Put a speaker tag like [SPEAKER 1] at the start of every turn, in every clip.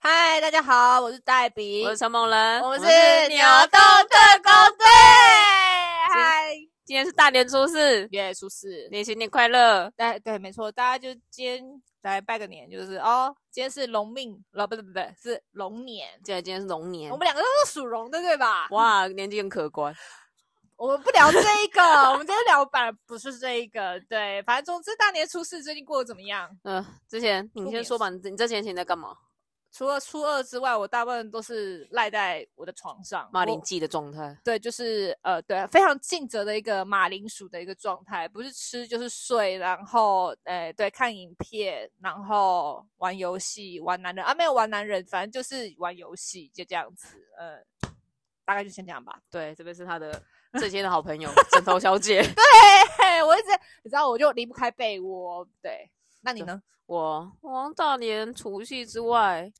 [SPEAKER 1] 嗨，大家好，我是黛比，
[SPEAKER 2] 我是陈梦人，
[SPEAKER 1] 我们是扭动特工队。嗨，
[SPEAKER 2] 今天是大年初四，
[SPEAKER 1] 耶，出事！
[SPEAKER 2] 你新年快乐！
[SPEAKER 1] 对哎对，没错，大家就今天来拜个年，就是哦，今天是龙命，哦，不是不是不是，是龙年。
[SPEAKER 2] 对，今天是龙年
[SPEAKER 1] 我，们两个都是属龙的，对吧？
[SPEAKER 2] 哇，年纪很可观。
[SPEAKER 1] 我们不聊这一个，我们今天聊反而不是这一个。对，反正总之大年初四最近过得怎么样？
[SPEAKER 2] 嗯、之前你
[SPEAKER 1] 过
[SPEAKER 2] 先
[SPEAKER 1] 年
[SPEAKER 2] 说吧，你这你这前前在干嘛？
[SPEAKER 1] 除了初二之外，我大部分都是赖在我的床上。
[SPEAKER 2] 马
[SPEAKER 1] 我
[SPEAKER 2] 铃记的状态，
[SPEAKER 1] 对，就是呃，对，非常尽责的一个马铃薯的一个状态，不是吃就是睡，然后呃，对，看影片，然后玩游戏，玩男人啊，没有玩男人，反正就是玩游戏，就这样子，呃，大概就先这样吧。
[SPEAKER 2] 对，这边是他 的最亲的好朋友枕头小姐。
[SPEAKER 1] 嘿，我一直你知道，我就离不开被窝，对。那你呢？
[SPEAKER 2] 我我大年除夕之外，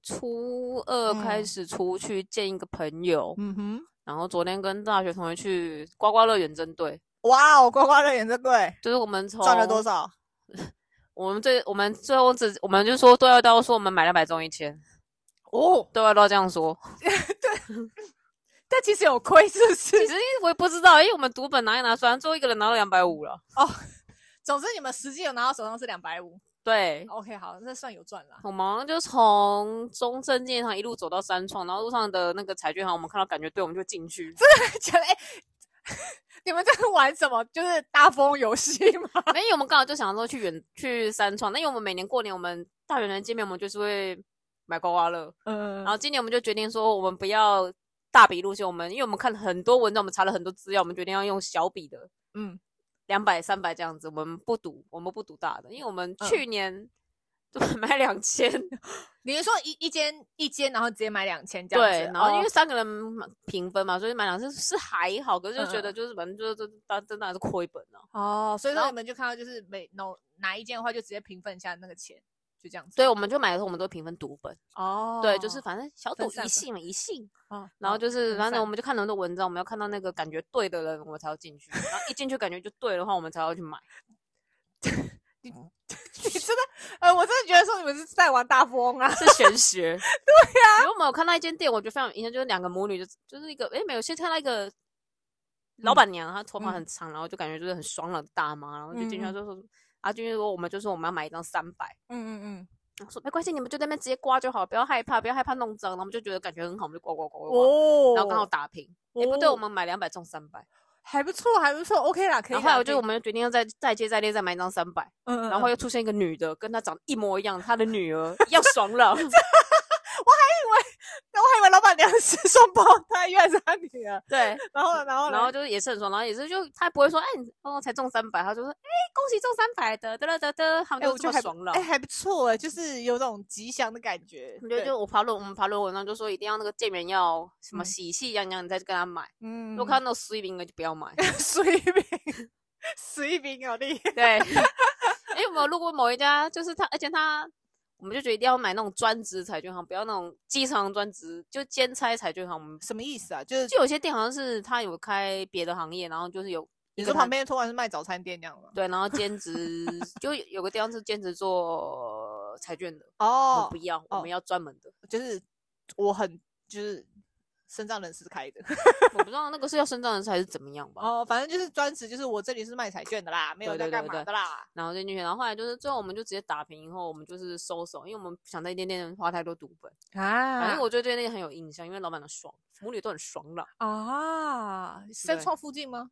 [SPEAKER 2] 初二开
[SPEAKER 1] 嗯
[SPEAKER 2] 始出去见一个朋友，
[SPEAKER 1] 嗯哼，
[SPEAKER 2] 然后昨天跟大学同学去刮刮乐远征队，
[SPEAKER 1] 哇哦，刮刮乐演唱会
[SPEAKER 2] 就是我们从
[SPEAKER 1] 少？
[SPEAKER 2] 我们最我们最后只我们就说对外都说我们买两百中一千，
[SPEAKER 1] 哦，
[SPEAKER 2] 对外都这样说。
[SPEAKER 1] 但其实有亏，是不
[SPEAKER 2] 其
[SPEAKER 1] 是？
[SPEAKER 2] 实我也不知道，因为我们读本拿一拿，虽然最后一个人拿到两百五了，
[SPEAKER 1] 总之你们实际有拿到手上是两百五
[SPEAKER 2] 对。
[SPEAKER 1] ，OK，好，那算有赚啦。
[SPEAKER 2] 我们好像就从中正纪念堂一路走到三创，然后路上的那个彩券行，我们看到感觉对，我们就进去。
[SPEAKER 1] 觉得哎、 你们在玩什么？就是大富翁游戏吗？
[SPEAKER 2] 没有， 因为我们刚好就想说去远去三创，那因为我们每年过年我们大人人见面，我们就是会买刮刮乐，
[SPEAKER 1] 嗯，
[SPEAKER 2] 然后今年我们就决定说我们不要大笔入线，我们因为我们看了很多文章，我们查了很多资料，我们决定要用小笔的，
[SPEAKER 1] 嗯，
[SPEAKER 2] 两百三百这样子，我们不赌，我们不赌大的，因为我们
[SPEAKER 1] 嗯
[SPEAKER 2] 去年 就买两千，
[SPEAKER 1] 你是说一一间一间，然后直接买两千这样
[SPEAKER 2] 对
[SPEAKER 1] 子？，
[SPEAKER 2] 然后因为
[SPEAKER 1] 哦
[SPEAKER 2] 三个人嘛平分嘛，所以买两千是还好，可是就觉
[SPEAKER 1] 嗯
[SPEAKER 2] 得
[SPEAKER 1] 嗯
[SPEAKER 2] 就是反正就是这当真的还是亏本了、啊。
[SPEAKER 1] 哦，所以
[SPEAKER 2] 然
[SPEAKER 1] 说
[SPEAKER 2] 后
[SPEAKER 1] 你们就看到就是每哪哪一间的话，就直接平分一下那个钱，就这样子。
[SPEAKER 2] 对，我们就买的时候我们都平分赌本，
[SPEAKER 1] 哦，
[SPEAKER 2] 对，就是反正小
[SPEAKER 1] 分
[SPEAKER 2] 赌
[SPEAKER 1] 散吧
[SPEAKER 2] 一信嘛，一信。
[SPEAKER 1] 哦，
[SPEAKER 2] 然后就是
[SPEAKER 1] 分
[SPEAKER 2] 反正
[SPEAKER 1] 散
[SPEAKER 2] 我们就看了很多文章，我们要看到那个感觉对的人，我们才要进去。然后一进去感觉就对的话，我们才要去买。
[SPEAKER 1] 你真的，呃，我真的觉得说你们是在玩大富翁啊。
[SPEAKER 2] 是玄 学。对
[SPEAKER 1] 啊
[SPEAKER 2] 呀、因为我们有看到一间店，我觉得非常有印象，就是两个母女，就是就是一个诶，没有先看到一
[SPEAKER 1] 嗯
[SPEAKER 2] 个老板娘，她头发很长，然后就感觉就是很爽朗的大妈，然后就进去她
[SPEAKER 1] 嗯嗯
[SPEAKER 2] 就说，啊进去说我们就说我们要买一张三百。
[SPEAKER 1] 嗯嗯嗯，
[SPEAKER 2] 我说没关系，你们就在那边直接刮就好，不要害怕，不要害怕弄脏。然后我们就觉得感觉很好，我们就刮刮刮刮刮，
[SPEAKER 1] 哦，
[SPEAKER 2] 然后刚好打平。哎、不对，
[SPEAKER 1] 哦
[SPEAKER 2] 我们买两百中三百。
[SPEAKER 1] 还不错，还不错，OK 啦，可以
[SPEAKER 2] 然
[SPEAKER 1] 啦。
[SPEAKER 2] 后后来
[SPEAKER 1] 可
[SPEAKER 2] 我
[SPEAKER 1] 以
[SPEAKER 2] 就我，们就决定要再再接再厉，再买一张三百。
[SPEAKER 1] 嗯嗯，
[SPEAKER 2] 然后又出现一个女的，跟她长得一模一样，她的女儿一样爽 朗。
[SPEAKER 1] 然后我还以为老板娘是双胞胎，原来是她女儿。
[SPEAKER 2] 对，
[SPEAKER 1] 然后呢，然后呢
[SPEAKER 2] 然后就是也是很爽，然后也是就他不会说，哎、你哦才中三百，他就说，哎、恭喜中三百的，得了得得，他们
[SPEAKER 1] 哎，
[SPEAKER 2] 就
[SPEAKER 1] 我
[SPEAKER 2] 这
[SPEAKER 1] 觉
[SPEAKER 2] 么
[SPEAKER 1] 得
[SPEAKER 2] 爽了。
[SPEAKER 1] 哎、还不错哎、就是有种吉祥的感觉。
[SPEAKER 2] 我觉得
[SPEAKER 1] 对
[SPEAKER 2] 就我爬论我们爬论文章就说一定要那个店员要什么
[SPEAKER 1] 嗯
[SPEAKER 2] 喜气洋洋，你再去跟他买。
[SPEAKER 1] 嗯
[SPEAKER 2] 如果看到那个水瓶的就不要买。
[SPEAKER 1] 水饼，水饼好厉害。
[SPEAKER 2] 对， 哎、我们有路过某一家，就是他，而且他我们就觉得一定要买那种专职彩券行，不要那种机场专职，就兼差彩券行。我们
[SPEAKER 1] 什么意思啊？就是
[SPEAKER 2] 就有些店好像是他有开别的行业，然后就是有
[SPEAKER 1] 你
[SPEAKER 2] 一
[SPEAKER 1] 说
[SPEAKER 2] 个
[SPEAKER 1] 旁
[SPEAKER 2] 他
[SPEAKER 1] 边突然是卖早餐店这样吗？
[SPEAKER 2] 对，然后兼职就有有个地方是兼职做彩券的，我们
[SPEAKER 1] 哦
[SPEAKER 2] 不，要，我
[SPEAKER 1] 哦
[SPEAKER 2] 们要专门的。
[SPEAKER 1] 就是我很就是身障人士开的
[SPEAKER 2] 我不知道那个是要升障人士还是怎么样吧。
[SPEAKER 1] 哦，反正就是专职，就是我这里是卖彩券的啦，没有
[SPEAKER 2] 对
[SPEAKER 1] 在
[SPEAKER 2] 对
[SPEAKER 1] 干
[SPEAKER 2] 对
[SPEAKER 1] 嘛
[SPEAKER 2] 对
[SPEAKER 1] 的啦。
[SPEAKER 2] 然后进去，然后后来就是最后我们就直接打平以后，我们就是收手，因为我们不想在店店花太多赌本。反正
[SPEAKER 1] 啊
[SPEAKER 2] 我对这店很有印象，因为老板娘爽，母女都很爽朗。
[SPEAKER 1] 啊，三
[SPEAKER 2] 对
[SPEAKER 1] 创附近吗？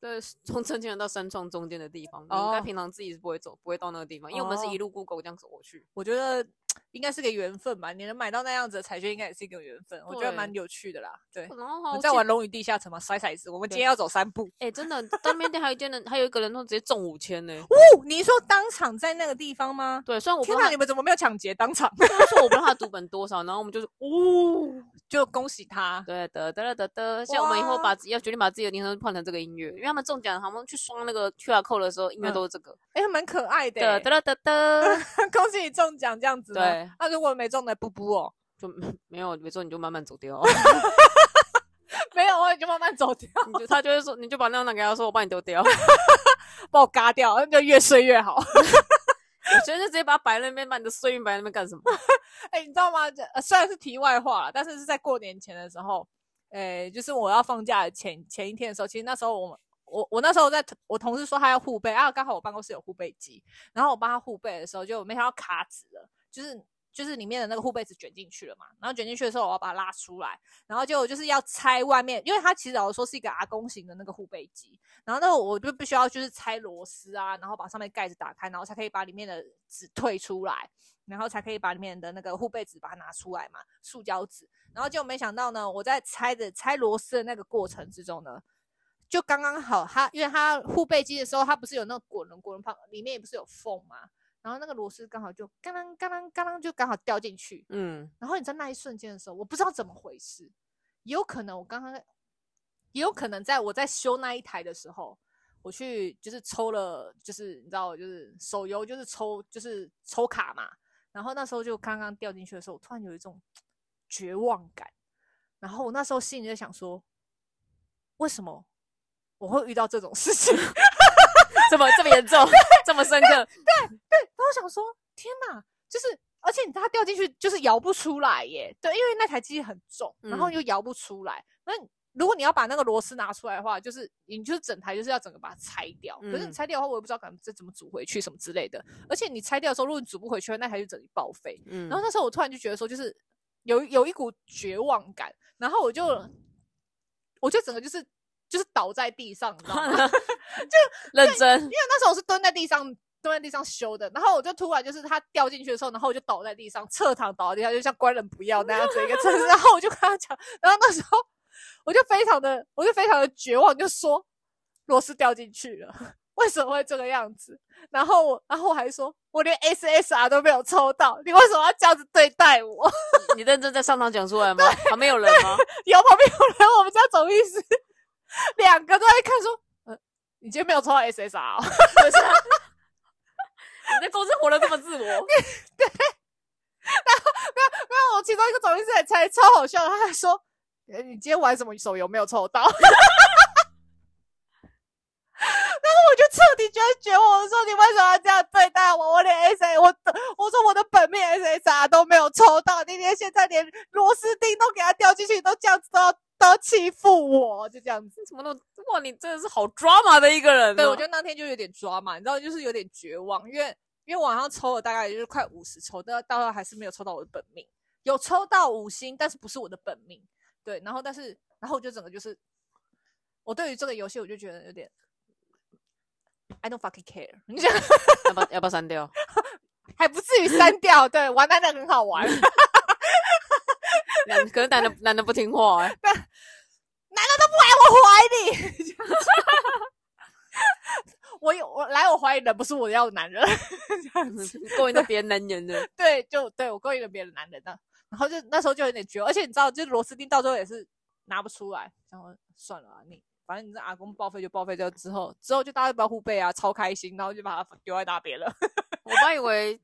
[SPEAKER 2] 对，从正经人到三创中间的地方，你应该
[SPEAKER 1] 哦
[SPEAKER 2] 平常自己是不会走，不会到那个地方，因为我们是
[SPEAKER 1] 哦
[SPEAKER 2] 一路 Google 这样走过去。
[SPEAKER 1] 我觉得应该是个缘分吧。你能买到那样子的彩券，应该也是一个缘分。我觉得
[SPEAKER 2] 对
[SPEAKER 1] 蛮有趣的啦。对，
[SPEAKER 2] 然后
[SPEAKER 1] 我
[SPEAKER 2] 好
[SPEAKER 1] 哎们在
[SPEAKER 2] 记
[SPEAKER 1] 玩《龙与地下城》嘛，甩骰子。我们今
[SPEAKER 2] 对
[SPEAKER 1] 天要走三步。
[SPEAKER 2] 哎、真的，当面店还有一间人，还有一个人说直接中五 千呢。
[SPEAKER 1] 哦，你说当场在那个地方吗？
[SPEAKER 2] 对，虽然我不知
[SPEAKER 1] 天
[SPEAKER 2] 道
[SPEAKER 1] 哪，
[SPEAKER 2] 他，
[SPEAKER 1] 你们怎么没有抢劫当场？
[SPEAKER 2] 虽然说我不知道他的赌本多少，然后我们就是
[SPEAKER 1] 哦， 就恭喜他。
[SPEAKER 2] 对的，得了得得，像我们以后
[SPEAKER 1] 哇
[SPEAKER 2] 把自己要决定把自己的铃声换成这个音乐，因为他们中奖，他们去刷那个 QR code 的时候，音乐
[SPEAKER 1] 嗯
[SPEAKER 2] 都是这个。
[SPEAKER 1] 哎，蛮可爱的
[SPEAKER 2] 得
[SPEAKER 1] 欸。
[SPEAKER 2] 得了得得，
[SPEAKER 1] 恭喜你中奖这样子吗。啊
[SPEAKER 2] 对
[SPEAKER 1] 那如果没中的，布布哦，
[SPEAKER 2] 就没有没错，你就慢慢走掉。
[SPEAKER 1] 没有，我就慢慢走掉，
[SPEAKER 2] 你就他就会说，你就把那张拿给他说，我帮你丢 掉。
[SPEAKER 1] 把我嘎掉，那就越碎越好。
[SPEAKER 2] 我觉得就直接把它摆在那边，把你的碎运摆在那边干什么？
[SPEAKER 1] 哎、你知道吗？这、呃、虽然是题外话啦，但是是在过年前的时候，哎、就是我要放假的前前一天的时候，其实那时候我们。我我那时候在我同事说他要护背啊，刚好我办公室有护背机，然后我帮他护背的时候，就没想到卡纸了，就是就是里面的那个护背纸卷进去了嘛，然后卷进去的时候我要把它拉出来，然后就就是要拆外面，因为它其实我说是一个阿公型的那个护背机，然后那我就必须要就是拆螺丝啊，然后把上面盖子打开，然后才可以把里面的纸退出来，然后才可以把里面的那个护背纸把它拿出来嘛，塑胶纸。然后就没想到呢，我在拆的拆螺丝的那个过程之中呢，就刚刚好它，因为它护背机的时候，它不是有那个滚轮，滚轮旁里面也不是有缝嘛，然后那个螺丝刚好就嘎啷嘎啷嘎啷就刚好掉进去，
[SPEAKER 2] 嗯，
[SPEAKER 1] 然后你在那一瞬间的时候，我不知道怎么回事，也有可能我刚刚，也有可能在我在修那一台的时候，我去就是抽了，就是你知道，就是手游就是抽就是抽卡嘛，然后那时候就刚刚掉进去的时候，我突然有一种绝望感，然后我那时候心里在想说，为什么我会遇到这种事情？
[SPEAKER 2] 这么这么严重，这么深刻，
[SPEAKER 1] 然后我想说，天哪，就是而且你它掉进去就是摇不出来耶，对，因为那台机器很重，然后
[SPEAKER 2] 嗯
[SPEAKER 1] 又摇不出来。那你如果你要把那个螺丝拿出来的话，就是你就是整台就是要整个把它拆掉。可是你
[SPEAKER 2] 嗯
[SPEAKER 1] 拆掉的话，我也不知道该这怎么组回去什么之类的。而且你拆掉的时候，如果你组不回去，那台就整体报废。
[SPEAKER 2] 嗯，
[SPEAKER 1] 然后那时候我突然就觉得说，就是有有一股绝望感，然后我就
[SPEAKER 2] 嗯
[SPEAKER 1] 我就整个就是就是倒在地上，你知道吗？
[SPEAKER 2] 认真
[SPEAKER 1] 因，为那时候我是蹲在地上，蹲在地上修的，然后我就突然就是它掉进去的时候，然后我就倒在地上，侧躺倒在地上，就像官人不要那样子一个 姿势。然后我就跟他讲，然后那时候我就非常的，我就非常的绝望，就说 螺丝掉进去了，为什么会这个样子？然后我，然后我还说，我连 SSR 都没有抽到，你为什么要这样子对待我？
[SPEAKER 2] 你认真在上堂讲出来吗？旁边有人吗？
[SPEAKER 1] 有旁边有人，我们家总医师两个都在看说，呃，你今天没有抽到 SSR 哦。
[SPEAKER 2] 不是啊你在公司活得这么自我，
[SPEAKER 1] 那我其中一个总医师也猜超好笑的，他还说：“呃你今天玩什么手游没有抽到？” 然后我就彻底觉得绝望，我说：“你为什么要这样对待我？我连 S A 我的我说我的本命 S S R 都没有抽到，你连现在连螺丝钉都给它掉进去，你都这样子都要都要欺负我，就这样子。”
[SPEAKER 2] 怎么那么哇？你真的是好 drama 的一个人哦。
[SPEAKER 1] 对，我觉得那天就有点抓嘛，你知道，就是有点绝望，因为因为晚上抽了大概也就是快五十抽，但到后还是没有抽到我的本命，有抽到五星，但是不是我的本命。对，然后但是然后我就整个就是，我对于这个游戏我就觉得有点，I don't fucking care，你想
[SPEAKER 2] 要不要要不要删掉？
[SPEAKER 1] 还不至于删掉，对，玩难的很好玩， 难道
[SPEAKER 2] 男可能男的男的不听话哎，
[SPEAKER 1] 都不来我怀里？这样子 我有我来我怀里的不是我要的男人。
[SPEAKER 2] 勾引到别人男人 的，
[SPEAKER 1] 对，就对我勾引了别的男人的，然后就那时候就有点绝望，而且你知道，就是螺丝钉到最后也是拿不出来，然后算了啊，你反正你这阿公报废就报废掉，之后之后就大家包护背啊，超开心，然后就把它丢在那边了。
[SPEAKER 2] 我本来以为。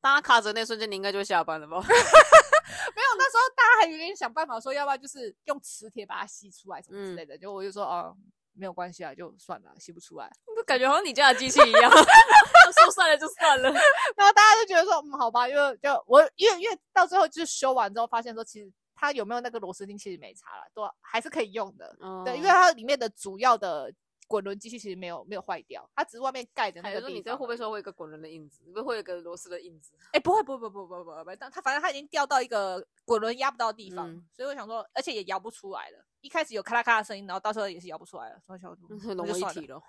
[SPEAKER 2] 当他卡着那瞬间，你应该就下班了吧？
[SPEAKER 1] 没有，那时候大家还有点想办法说，要不然就是用磁铁把它吸出来什么之
[SPEAKER 2] 嗯
[SPEAKER 1] 类的，就我就说哦。没有关系啊，就算了，吸不出来。
[SPEAKER 2] 就感觉好像你家的机器一样， 说算了就算了。
[SPEAKER 1] 然后大家就觉得说，嗯，好吧，就就我因为因为到最后就是修完之后，发现说其实它有没有那个螺丝钉其实没差了，都还是可以用的。对，因为
[SPEAKER 2] 哦
[SPEAKER 1] 它里面的主要的滚轮机器其实没有没有坏掉，它只是外面盖的那
[SPEAKER 2] 还有
[SPEAKER 1] 个
[SPEAKER 2] 说
[SPEAKER 1] 地
[SPEAKER 2] 你在
[SPEAKER 1] 方
[SPEAKER 2] 后
[SPEAKER 1] 而
[SPEAKER 2] 背
[SPEAKER 1] 已
[SPEAKER 2] 说会有一个滚轮的印子，你不会有一个螺丝的印子？
[SPEAKER 1] 哎、不会不会不会不会不会不会，但它反正它已经掉到一个滚轮压不到的地方，
[SPEAKER 2] 嗯
[SPEAKER 1] 所以我想说，而且也摇不出来了。一开始有咔啦咔啦的声音，然后到时候也是摇不出来了，所以想说
[SPEAKER 2] 嗯很
[SPEAKER 1] 那
[SPEAKER 2] 融
[SPEAKER 1] 就
[SPEAKER 2] 为一
[SPEAKER 1] 算
[SPEAKER 2] 体
[SPEAKER 1] 了。
[SPEAKER 2] 了。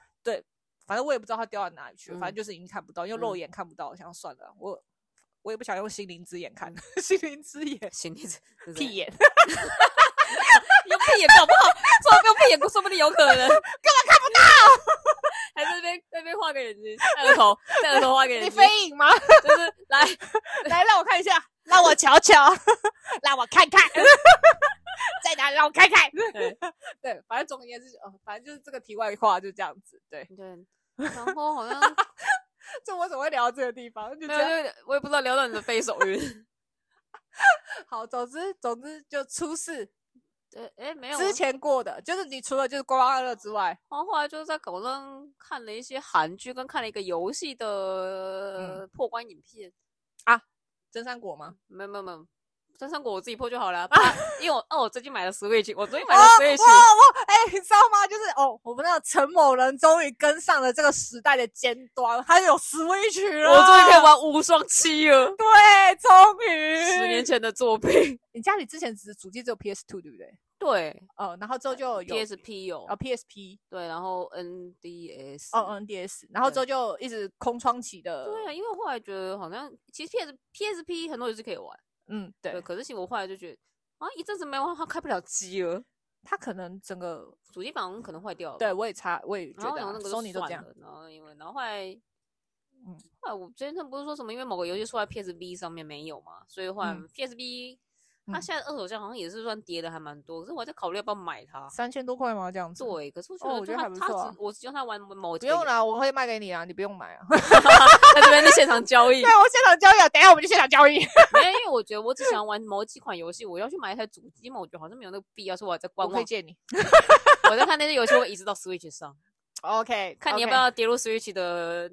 [SPEAKER 1] 反正我也不知道它掉到哪里去了，反正
[SPEAKER 2] 嗯
[SPEAKER 1] 就是已经看不到，因为肉
[SPEAKER 2] 嗯
[SPEAKER 1] 眼看不到，我想算了，我我也不想用心灵之眼看，
[SPEAKER 2] 嗯
[SPEAKER 1] 心灵之 眼
[SPEAKER 2] 行，你这
[SPEAKER 1] 屁，眼，
[SPEAKER 2] 用屁眼搞不好，说不定用屁眼，说不定有 可能，根本看不到。 还在那边在那边画个眼睛，戴 个头，戴个头画个眼
[SPEAKER 1] 你
[SPEAKER 2] 睛，
[SPEAKER 1] 飞影吗？
[SPEAKER 2] 就是来，
[SPEAKER 1] 来，让我看一下，让我瞧瞧， 让我看看， 在哪？让我看看。
[SPEAKER 2] 对
[SPEAKER 1] 对，反正总而言之，呃，反正就是这个题外话就这样子。对，
[SPEAKER 2] 对。然后好像
[SPEAKER 1] 这我怎么会聊到这个地方？就
[SPEAKER 2] 没
[SPEAKER 1] 这样。
[SPEAKER 2] 有，就我也不知道聊到你的非手晕，
[SPEAKER 1] 好，总之总之就出事，
[SPEAKER 2] 对，哎，没有啊，
[SPEAKER 1] 之前过的，就是你除了就是刮刮乐之外，
[SPEAKER 2] 然后后来就是在狗上看了一些韩剧，跟看了一个游戏
[SPEAKER 1] 嗯
[SPEAKER 2] 的破关影片。
[SPEAKER 1] 真三国吗？
[SPEAKER 2] 没有没有没有，真三国我自己破就好 了。怕因为我哦，我最近买了 Switch，我最近买了
[SPEAKER 1] 哦
[SPEAKER 2] Switch，、
[SPEAKER 1] 哇哇！哎、你知道吗？就是哦，我们那个陈某人终于跟上了这个时代的尖端，他有 Switch 了，
[SPEAKER 2] 我终于可以玩无双七了，
[SPEAKER 1] 对，终于
[SPEAKER 2] 十年。前的作品。
[SPEAKER 1] 你家里之前只主机只有 PS Two 对不对？
[SPEAKER 2] 对
[SPEAKER 1] 哦，然后之后就
[SPEAKER 2] 呃
[SPEAKER 1] 有
[SPEAKER 2] ，PSP 有，
[SPEAKER 1] 哦 PSP
[SPEAKER 2] 对，然后 NDS，
[SPEAKER 1] 哦嗯 NDS，然后之后就一直空窗期的，
[SPEAKER 2] 对啊，因为我后来觉得好像其实 PS PSP 很多游戏可以玩，
[SPEAKER 1] 嗯对，
[SPEAKER 2] 可是其实我后来就觉得啊，一阵子没玩，它开不了机了，
[SPEAKER 1] 他可能整个
[SPEAKER 2] 主机板好像可能坏掉了。
[SPEAKER 1] 对，我也差，我也
[SPEAKER 2] 然
[SPEAKER 1] 觉
[SPEAKER 2] 后
[SPEAKER 1] 得
[SPEAKER 2] 然
[SPEAKER 1] 啊、
[SPEAKER 2] 后那个就
[SPEAKER 1] Sony 都
[SPEAKER 2] 算
[SPEAKER 1] 这样，
[SPEAKER 2] 了，然后因为然后后来，
[SPEAKER 1] 嗯
[SPEAKER 2] 嗯，后来我之前他们不是说什么因为某个游戏出在 PSV 上面没有嘛，所以后来
[SPEAKER 1] 嗯
[SPEAKER 2] PSV 它
[SPEAKER 1] 嗯
[SPEAKER 2] 现在二手价好像也是算跌的还蛮多，可是我还在考虑要不要买它。
[SPEAKER 1] 三千多块吗？这样子？，
[SPEAKER 2] 对，可是我觉
[SPEAKER 1] 啊哦
[SPEAKER 2] 得
[SPEAKER 1] 我
[SPEAKER 2] 就
[SPEAKER 1] 觉得
[SPEAKER 2] 它
[SPEAKER 1] 还不
[SPEAKER 2] 它
[SPEAKER 1] 错啊
[SPEAKER 2] 只我只用它玩某
[SPEAKER 1] 不
[SPEAKER 2] 几个
[SPEAKER 1] 用
[SPEAKER 2] 游，
[SPEAKER 1] 啦，我会卖给你啊，你不用买啊。
[SPEAKER 2] 在这边是现场交易，
[SPEAKER 1] 对，我现场交易啊，等一下我们就现场交易。
[SPEAKER 2] 没有，因为我觉得我只想玩某几款游戏，我要去买一台主机嘛，我觉得好像没有那个必要，所以我还在观
[SPEAKER 1] 我可
[SPEAKER 2] 望
[SPEAKER 1] 以。借你。
[SPEAKER 2] 我在看那些游戏，会移植到 Switch 上，
[SPEAKER 1] OK，
[SPEAKER 2] 看你要不。要跌入 Switch 的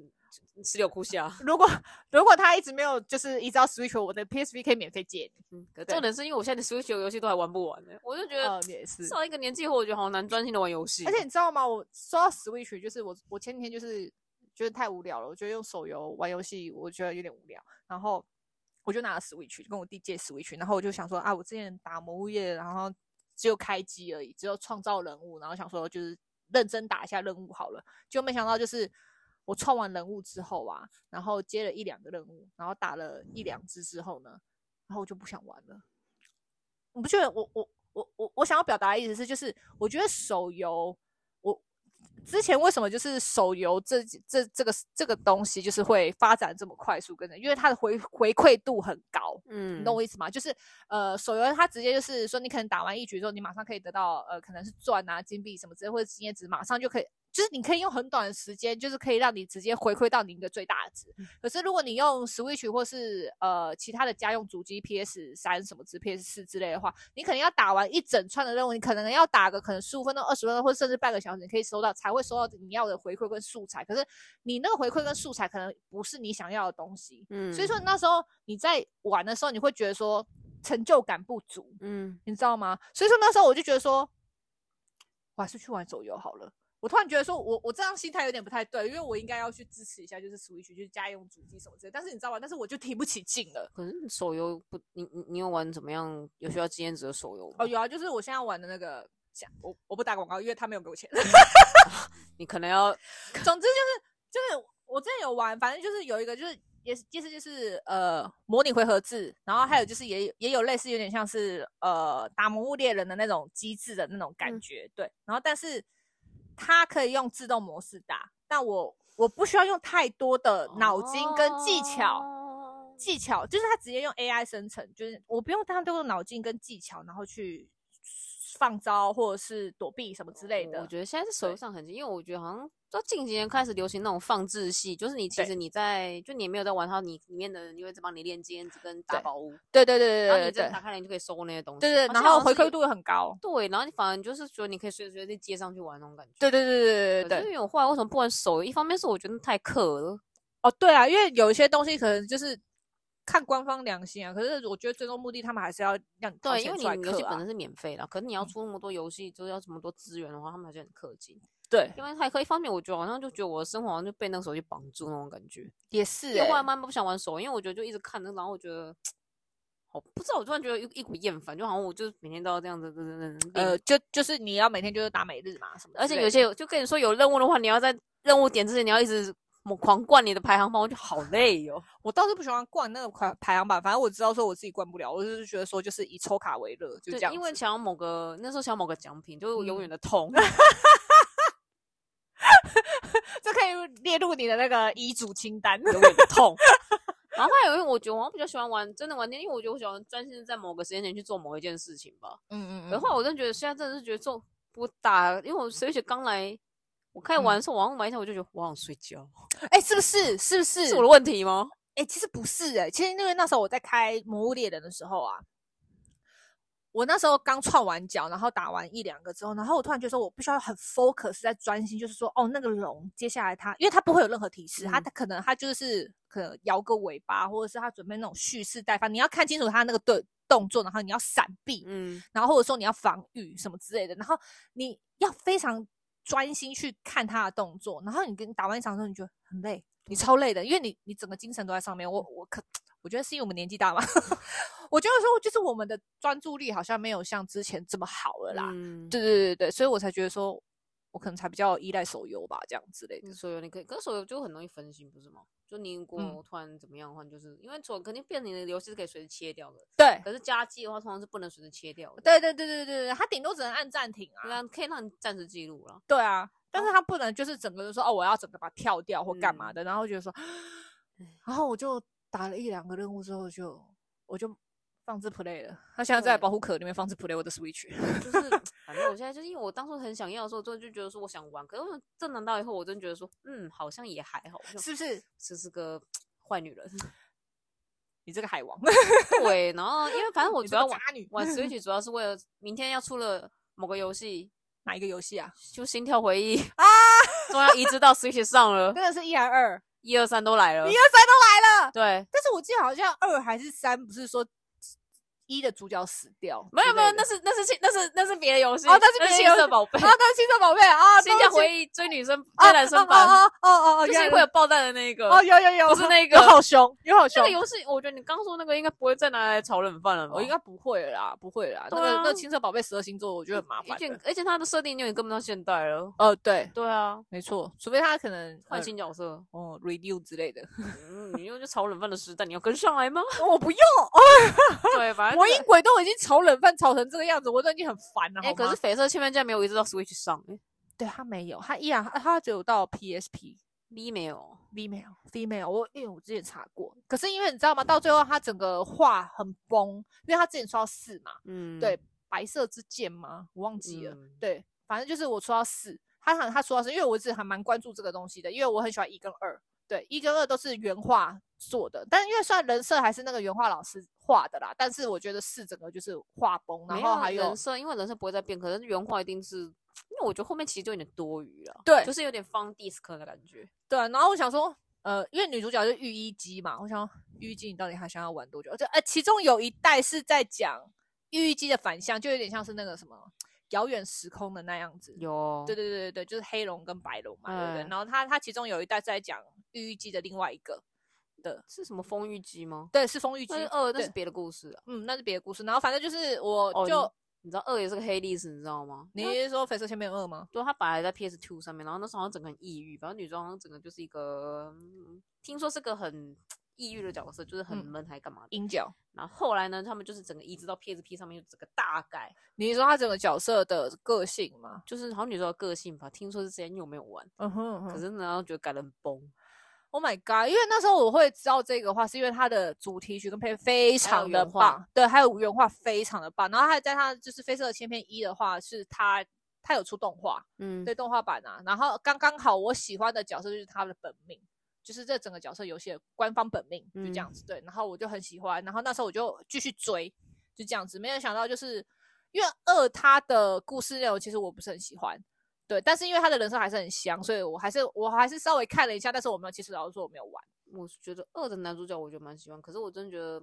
[SPEAKER 2] 十六窟下。
[SPEAKER 1] 如果如果他一直没有就是依照 Switch，我的 PSV 可以免费借你。
[SPEAKER 2] 嗯，可
[SPEAKER 1] 对
[SPEAKER 2] 重点是因为我现在的 Switch 有游戏都还玩不完呢、我就觉得
[SPEAKER 1] 哦，也是。
[SPEAKER 2] 上一个年纪后，我觉得好难专心的玩游戏。
[SPEAKER 1] 而且你知道吗？我说到 Switch，就是我我前几天就是觉得太无聊了，我觉得用手游玩游戏，我觉得有点无聊，然后我就拿了 Switch，就跟我弟借 Switch，然后我就想说啊，我之前打魔物业，然后只有开机而已，只有创造人物，然后想说就是认真打一下任务好了，就没想到就是。我创完人物之后啊，然后接了一两个任务，然后打了一两只之后呢，然后我就不想玩了。你不觉得我我我我我想要表达的意思是，就是我觉得手游，我之前为什么就是手游这这这个这个东西就是会发展这么快速，跟着，因为它的回回馈度很高，
[SPEAKER 2] 嗯
[SPEAKER 1] 你懂我意思吗？就是呃，手游它直接就是说，你可能打完一局之后，你马上可以得到呃，可能是钻啊、金币什么之类，或者经验值，马上就可以，就是你可以用很短的时间，就是可以让你直接回馈到你一个最大值。可是如果你用 Switch 或是呃其他的家用主机 PS 三什么之 PS 四之类的话，你可能要打完一整串的任务，你可能要打个可能十五分钟、二十分钟，或者甚至半个小时，你可以收到才会收到你要的回馈跟素材。可是你那个回馈跟素材可能不是你想要的东西，
[SPEAKER 2] 嗯
[SPEAKER 1] 所以说，那时候你在玩的时候，你会觉得说成就感不足，
[SPEAKER 2] 嗯，
[SPEAKER 1] 你知道吗？所以说那时候我就觉得说，我还是去玩手游好了。我突然觉得说我我这样心态有点不太对，因为我应该要去支持一下，就是 Switch 就是家用主机什么之类的。但是你知道吗？但是我就提不起劲了。
[SPEAKER 2] 可是手游不，你你你有玩怎么样？有需要经验值的手游吗？
[SPEAKER 1] 哦，有啊，就是我现在玩的那个，我我不打广告，因为他没有给我钱。
[SPEAKER 2] 你可能要
[SPEAKER 1] 总之就是就是我之前有玩，反正就是有一个就是也是意思就是呃模拟回合制，然后还有就是也有也有类似有点像是呃打魔物猎人的那种机制的那种感
[SPEAKER 2] 嗯
[SPEAKER 1] 觉，对。然后但是它可以用自动模式打，但我我不需要用太多的脑筋跟技巧。
[SPEAKER 2] 哦
[SPEAKER 1] 技巧，就是他直接用 AI 生成，就是我不用太多的脑筋跟技巧，然后去放招或者是躲避什么之类的。
[SPEAKER 2] 我觉得现在是手游
[SPEAKER 1] 对
[SPEAKER 2] 上很近，因为我觉得好像到近几年开始流行那种放置系，就是你其
[SPEAKER 1] 对
[SPEAKER 2] 实你在就你也没有在玩它，你里面的人就会在帮你练经验值跟打
[SPEAKER 1] 对
[SPEAKER 2] 宝物，
[SPEAKER 1] 对对对
[SPEAKER 2] 然后
[SPEAKER 1] 对对
[SPEAKER 2] 你真
[SPEAKER 1] 对
[SPEAKER 2] 的打开了你就可以收那些东西，
[SPEAKER 1] 对对，
[SPEAKER 2] 好
[SPEAKER 1] 然
[SPEAKER 2] 像
[SPEAKER 1] 后
[SPEAKER 2] 好像
[SPEAKER 1] 回
[SPEAKER 2] 是
[SPEAKER 1] 馈度也很高。
[SPEAKER 2] 对，然后你反而就是觉得你可以随时随地街上去玩那种感觉。
[SPEAKER 1] 对对对对对
[SPEAKER 2] 可是
[SPEAKER 1] 对对，
[SPEAKER 2] 因为我后来为什么不玩手游？一方面是我觉得太氪了，
[SPEAKER 1] 哦对啊，因为有一些东西可能就是看官方良心啊，可是我觉得最终目的他们还是要让你掏
[SPEAKER 2] 对，因
[SPEAKER 1] 钱
[SPEAKER 2] 为
[SPEAKER 1] 出来
[SPEAKER 2] 你游戏
[SPEAKER 1] 氪
[SPEAKER 2] 本
[SPEAKER 1] 啊
[SPEAKER 2] 身。是免费的，可是你要
[SPEAKER 1] 嗯
[SPEAKER 2] 出那么多游戏，就是要这么多资源的话，他们还是很氪金。
[SPEAKER 1] 对，
[SPEAKER 2] 因为太氪，一方面我觉得好像就觉得我的生活好像就被那个手机绑住那种感觉。
[SPEAKER 1] 也是
[SPEAKER 2] 因为
[SPEAKER 1] 欸
[SPEAKER 2] 我还蛮不想玩手游，因为我觉得就一直看着，然后我觉得，好不知道，我突然觉得一一股厌烦，就好像我就是每天都要这样子，
[SPEAKER 1] 呃
[SPEAKER 2] 呃，，
[SPEAKER 1] 就就是你要每天就是打每日嘛什么之类的，
[SPEAKER 2] 而且有些就跟你说有任务的话，你要在任务点之前你要一直猛狂灌你的排行榜，我就好累哦哟、
[SPEAKER 1] 我倒是不喜欢逛那个排排行榜，反正我知道说我自己逛不了，我就是觉得说就是以抽卡为乐，就
[SPEAKER 2] 对，
[SPEAKER 1] 这样子。嗯
[SPEAKER 2] 因为想要某个那时候想要某个奖品，就是我永远的痛。
[SPEAKER 1] 这可以列入你的那个遗嘱清单。
[SPEAKER 2] 永远的痛。然后还有，因为我觉得我好像比较喜欢玩真的玩电竞，因为我觉得我喜欢专心的在某个时间点去做某一件事情吧。
[SPEAKER 1] 嗯
[SPEAKER 2] 然后后来我真的觉得现在真的是觉得做我打，因为我随雪刚来，我开始
[SPEAKER 1] 嗯
[SPEAKER 2] 玩的时候，我玩玩一下我就觉得我想睡觉，
[SPEAKER 1] 哎、是不是？是不是？
[SPEAKER 2] 是我的问题吗？
[SPEAKER 1] 哎、其实不是哎、其实因为那时候我在开《魔物猎人》的时候啊，我那时候刚串完脚，然后打完一两个之后，然后我突然觉得说，我必须要很 focus 在专心，就是说，哦，那个龙接下来它，因为它不会有任何提示，它、
[SPEAKER 2] 嗯
[SPEAKER 1] 它可能它就是可能摇个尾巴，或者是它准备那种蓄势待发，你要看清楚它那个对动作，然后你要闪避，
[SPEAKER 2] 嗯，
[SPEAKER 1] 然后或者说你要防御什么之类的，然后你要非常专心去看他的动作，然后你跟你打完一场之后，你觉得很累，你超累的，因为你你整个精神都在上面。我我可我觉得是因为我们年纪大嘛， 我觉得说就是我们的专注力好像没有像之前这么好了啦。
[SPEAKER 2] 嗯
[SPEAKER 1] 对对对对，所以我才觉得说，我可能才比较依赖手游吧，这样之类的。
[SPEAKER 2] 你手游你可以，可是手游就很容易分心，不是吗？就你如
[SPEAKER 1] 嗯
[SPEAKER 2] 果突然怎么样的话，你就是因为手游肯定变成你的游戏是可以随时切掉的，
[SPEAKER 1] 对
[SPEAKER 2] 可是家机的话通常是不能随时切掉的。
[SPEAKER 1] 对对对对对对，他顶多只能按暂停
[SPEAKER 2] 对
[SPEAKER 1] 啊。
[SPEAKER 2] 啊，可以让你暂时记录了。
[SPEAKER 1] 对啊，但是他不能就是整个就说哦，我要整个把它跳掉或干嘛
[SPEAKER 2] 嗯
[SPEAKER 1] 的，然后觉得说，然后我就打了一两个任务之后就我就放置 play 了。他现在在
[SPEAKER 2] 对
[SPEAKER 1] 保护壳里面放置 play 我的 Switch，
[SPEAKER 2] 就是反正我现在就是因为我当初很想要的时候，就就觉得说我想玩，可是我真拿到以后，我真觉得说，嗯，好像也还好，就是
[SPEAKER 1] 不 是？
[SPEAKER 2] 这是个坏女人。
[SPEAKER 1] 你这个海王，
[SPEAKER 2] 对，然后因为反正我
[SPEAKER 1] 你
[SPEAKER 2] 主
[SPEAKER 1] 这
[SPEAKER 2] 要
[SPEAKER 1] 个
[SPEAKER 2] 玩
[SPEAKER 1] 渣女，
[SPEAKER 2] 玩 Switch 主要是为了明天要出了某个游戏，
[SPEAKER 1] 哪一个游戏啊？
[SPEAKER 2] 就《心跳回忆》
[SPEAKER 1] 啊，
[SPEAKER 2] 终于要移植到 Switch 上 了
[SPEAKER 1] 真，的是一然二，
[SPEAKER 2] 一二三都来了
[SPEAKER 1] 一。二三都来了。
[SPEAKER 2] 对，
[SPEAKER 1] 但是我记得好像二还是三，不是说一的主角死掉之类的？
[SPEAKER 2] 没有没有，那是那是新那是那是别的游戏，
[SPEAKER 1] 哦那是别的
[SPEAKER 2] 新
[SPEAKER 1] 游
[SPEAKER 2] 色
[SPEAKER 1] 戏
[SPEAKER 2] 宝贝，
[SPEAKER 1] 啊，那新的宝贝啊，
[SPEAKER 2] 心跳
[SPEAKER 1] 忆
[SPEAKER 2] 回忆追女生追男生版，
[SPEAKER 1] 哦哦哦哦，
[SPEAKER 2] 就
[SPEAKER 1] 原
[SPEAKER 2] 是
[SPEAKER 1] 来
[SPEAKER 2] 会有爆弹的那个。
[SPEAKER 1] 哦，有有有，
[SPEAKER 2] 不是那
[SPEAKER 1] 有
[SPEAKER 2] 个
[SPEAKER 1] 好凶，有好
[SPEAKER 2] 这
[SPEAKER 1] 凶
[SPEAKER 2] 个。游戏，我觉得你刚说那个应该不会再拿来炒冷饭了吧？
[SPEAKER 1] 我应该不会了啦，不会啦。那
[SPEAKER 2] 对
[SPEAKER 1] 个
[SPEAKER 2] 啊
[SPEAKER 1] 那个青色宝贝十二星座，我觉得很麻
[SPEAKER 2] 而
[SPEAKER 1] 烦
[SPEAKER 2] 且
[SPEAKER 1] 的。
[SPEAKER 2] 而且它的设定有点跟不上现代了。
[SPEAKER 1] 呃，对，
[SPEAKER 2] 对啊，
[SPEAKER 1] 没错，除非他可能
[SPEAKER 2] 换
[SPEAKER 1] 呃
[SPEAKER 2] 新角色，
[SPEAKER 1] 哦 renew 之类的。
[SPEAKER 2] 嗯，你又就炒冷饭的时代，你要跟上来吗？
[SPEAKER 1] 我不用，
[SPEAKER 2] 对，反正
[SPEAKER 1] 魔
[SPEAKER 2] 这
[SPEAKER 1] 音
[SPEAKER 2] 个
[SPEAKER 1] 鬼都已经炒冷饭炒成这个样子，我都已经很烦了。
[SPEAKER 2] 哎、
[SPEAKER 1] 好
[SPEAKER 2] 可
[SPEAKER 1] 吗
[SPEAKER 2] 是绯色千面竟然没有移植到 Switch 上、哎
[SPEAKER 1] 对他没有，他依然他只有到 PSP。
[SPEAKER 2] V 没有，
[SPEAKER 1] female female，我因为我之前查过，可是因为你知道吗？到最后他整个画很崩，因为他之前说到四嘛，
[SPEAKER 2] 嗯，
[SPEAKER 1] 对，白色之剑吗？我忘记了。
[SPEAKER 2] 嗯
[SPEAKER 1] 对，反正就是我说到四，他好像他说到四，因为我一直还蛮关注这个东西的，因为我很喜欢一跟二。对，一跟二都是原画做的，但因为虽然人设还是那个原画老师画的啦，但是我觉得四整个就是画崩，然
[SPEAKER 2] 没
[SPEAKER 1] 后
[SPEAKER 2] 有
[SPEAKER 1] 还有
[SPEAKER 2] 人设，因为人设不会再变，可是原画一定是，因为我觉得后面其实就有点多余了，
[SPEAKER 1] 对
[SPEAKER 2] 就是有点放 disc 的感觉。
[SPEAKER 1] 对，啊然后我想说，呃，因为女主角是御医姬嘛，我想说御医姬你到底还想要玩多久？就呃，其中有一代是在讲御医姬的反向，就有点像是那个什么遥远时空的那样子。
[SPEAKER 2] 有
[SPEAKER 1] 对对对对对，就是黑龙跟白龙嘛，对不
[SPEAKER 2] 嗯
[SPEAKER 1] 对？然后他他其中有一代是在讲御医姬的另外一个，
[SPEAKER 2] 是什么风御姬吗？
[SPEAKER 1] 对，是风御姬
[SPEAKER 2] 那是。二，那
[SPEAKER 1] 对
[SPEAKER 2] 是别的故事啊。
[SPEAKER 1] 嗯，那是别的故事。然后反正就是我
[SPEAKER 2] 哦
[SPEAKER 1] 就、
[SPEAKER 2] 你知道二也是个黑历史，你知道吗？
[SPEAKER 1] 你是说绯色千面二吗？
[SPEAKER 2] 对，他本来在 PS Two 上面，然后那时候好像整个很抑郁，反正女装好像整个就是一个，嗯听说是个很抑郁的角色，就是很
[SPEAKER 1] 嗯
[SPEAKER 2] 闷还干嘛的。
[SPEAKER 1] 鹰角。
[SPEAKER 2] 然后后来呢，他们就是整个移植到 PSP 上面，就整个大改，
[SPEAKER 1] 你是说他整个角色的个性吗？
[SPEAKER 2] 就是好像女装的个性吧。听说是之前你有没有玩？
[SPEAKER 1] 嗯哼嗯哼
[SPEAKER 2] 可是呢，然后觉得改的很崩，
[SPEAKER 1] Oh my god！因为那时候我会知道这个话，是因为它的主题曲跟配乐非常的
[SPEAKER 2] 原画
[SPEAKER 1] 棒，对，还有原画非常的棒。然后还有在它就是《飞色的千篇一》的话，是它它有出动画，
[SPEAKER 2] 嗯
[SPEAKER 1] 对动画版啊。然后刚刚好我喜欢的角色就是他的本命，就是这整个角色游戏的官方本命，就这样子、对。然后我就很喜欢，然后那时候我就继续追，就这样子。没有想到就是因为二它的故事内容其实我不是很喜欢，对，但是因为他的人设还是很香，所以我还是我还是稍微看了一下，但是我没有，其实老实说我没有玩。
[SPEAKER 2] 我是觉得二的男主角我觉得蛮喜欢，可是我真的觉得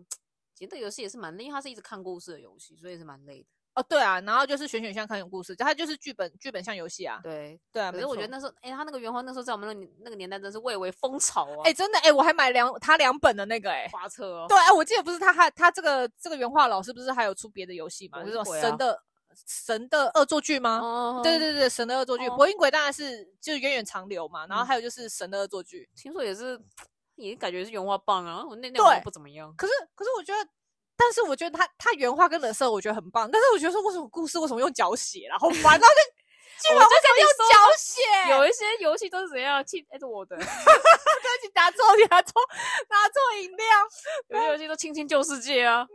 [SPEAKER 2] 其实这个游戏也是蛮累，因为它是一直看故事的游戏，所以也是蛮累的。
[SPEAKER 1] 哦，对啊，然后就是选选项看有故事，它就是剧本剧本像游戏啊，
[SPEAKER 2] 对，
[SPEAKER 1] 对啊，
[SPEAKER 2] 可
[SPEAKER 1] 没
[SPEAKER 2] 是我觉
[SPEAKER 1] 错
[SPEAKER 2] 得那时候，哎、他那个原画那时候在我们那个年那个年代真是蔚为风潮啊，
[SPEAKER 1] 哎、真的哎、我还买两他两本的那个哎、
[SPEAKER 2] 花车哦，
[SPEAKER 1] 对，哎，我记得不是他还他这个这个原画老师不是还有出别的游戏吗？
[SPEAKER 2] 博
[SPEAKER 1] 这
[SPEAKER 2] 音
[SPEAKER 1] 种
[SPEAKER 2] 鬼啊
[SPEAKER 1] 神的、神的恶作剧吗？
[SPEAKER 2] 哦
[SPEAKER 1] 啊对对对对，神的恶作剧，
[SPEAKER 2] 哦
[SPEAKER 1] 博音鬼当然是就是源远长流嘛，然后
[SPEAKER 2] 嗯
[SPEAKER 1] 还有就是神的恶作剧。
[SPEAKER 2] 听说也是，也感觉是原画棒啊，我那那
[SPEAKER 1] 对
[SPEAKER 2] 我不怎么样。
[SPEAKER 1] 可是可是我觉得，但是我觉得他他原画跟人设我觉得很棒，但是我觉得说为什么故事为什么用脚写啦，好烦啊！ 这居然
[SPEAKER 2] 我
[SPEAKER 1] 为
[SPEAKER 2] 就
[SPEAKER 1] 什么
[SPEAKER 2] 跟你
[SPEAKER 1] 用
[SPEAKER 2] 说
[SPEAKER 1] 脚写？
[SPEAKER 2] 有一些游戏都是怎样亲 Edward，的
[SPEAKER 1] 自己打错打错打错饮料，
[SPEAKER 2] 有些游戏都亲亲旧世界 啊，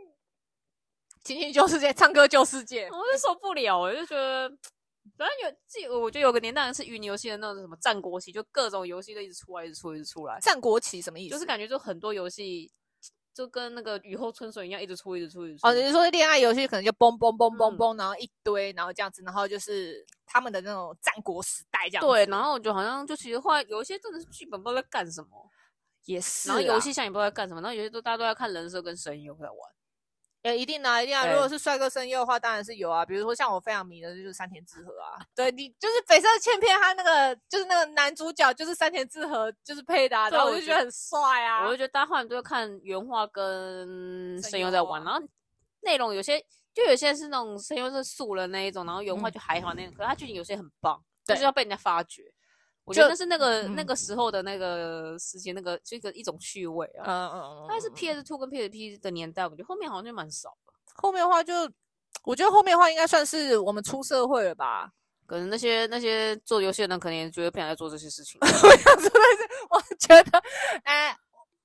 [SPEAKER 1] 情情救世界，唱歌救世界。
[SPEAKER 2] 我就受不了，我就觉得。反正有记，我觉得有个年代是云游戏的那种什么战国棋，就各种游戏都一直出来，一直出，一直出来，
[SPEAKER 1] 战国旗什么意思？
[SPEAKER 2] 就是感觉就很多游戏就跟那个雨后春笋一样，一直出，一直出，一直出。
[SPEAKER 1] 哦，你说恋爱游戏可能就嘣嘣嘣嘣嘣，然后一堆，然后这样子，然后就是他们的那种战国时代这样子。
[SPEAKER 2] 对，然后我就好像就其实后来有一些真的是剧本不知道在干什么，
[SPEAKER 1] 也是
[SPEAKER 2] 然
[SPEAKER 1] 啦，
[SPEAKER 2] 后游戏像也不知道在干什么，然后有些都大家都在看人设跟声优在玩。
[SPEAKER 1] 也一定啊，一定啊。
[SPEAKER 2] 对
[SPEAKER 1] 如果是帅哥声优的话，当然是有啊。比如说像我非常迷的就是山田智和啊，对你就是《绯色欠片》，他那个就是那个男主角就是山田智和就是配的、啊，
[SPEAKER 2] 对
[SPEAKER 1] 然后
[SPEAKER 2] 我
[SPEAKER 1] 我就
[SPEAKER 2] 觉
[SPEAKER 1] 觉得很帅啊
[SPEAKER 2] 我。就觉得大家后来都会看原画跟
[SPEAKER 1] 声
[SPEAKER 2] 声优
[SPEAKER 1] 优
[SPEAKER 2] 在玩，
[SPEAKER 1] 啊
[SPEAKER 2] 然后内容有些就有些是那种声优是素人那一种，然后原画
[SPEAKER 1] 嗯
[SPEAKER 2] 就还好那种，可是他剧情有些很棒，就是
[SPEAKER 1] 对
[SPEAKER 2] 要被人家发掘。我觉得
[SPEAKER 1] 就
[SPEAKER 2] 那是那个、那
[SPEAKER 1] 嗯
[SPEAKER 2] 个时候的那个时期，那个这个一种趣味啊。
[SPEAKER 1] 嗯嗯嗯，
[SPEAKER 2] 但是
[SPEAKER 1] 嗯
[SPEAKER 2] PS Two 跟 PSP 的年代，我觉得后面好像就蛮少的。
[SPEAKER 1] 后面的话就，我觉得后面的话应该算是我们出社会了吧。
[SPEAKER 2] 可能那些那些做游戏的人，可能也觉得不想再做这些事情。
[SPEAKER 1] 真的是，我觉得，哎、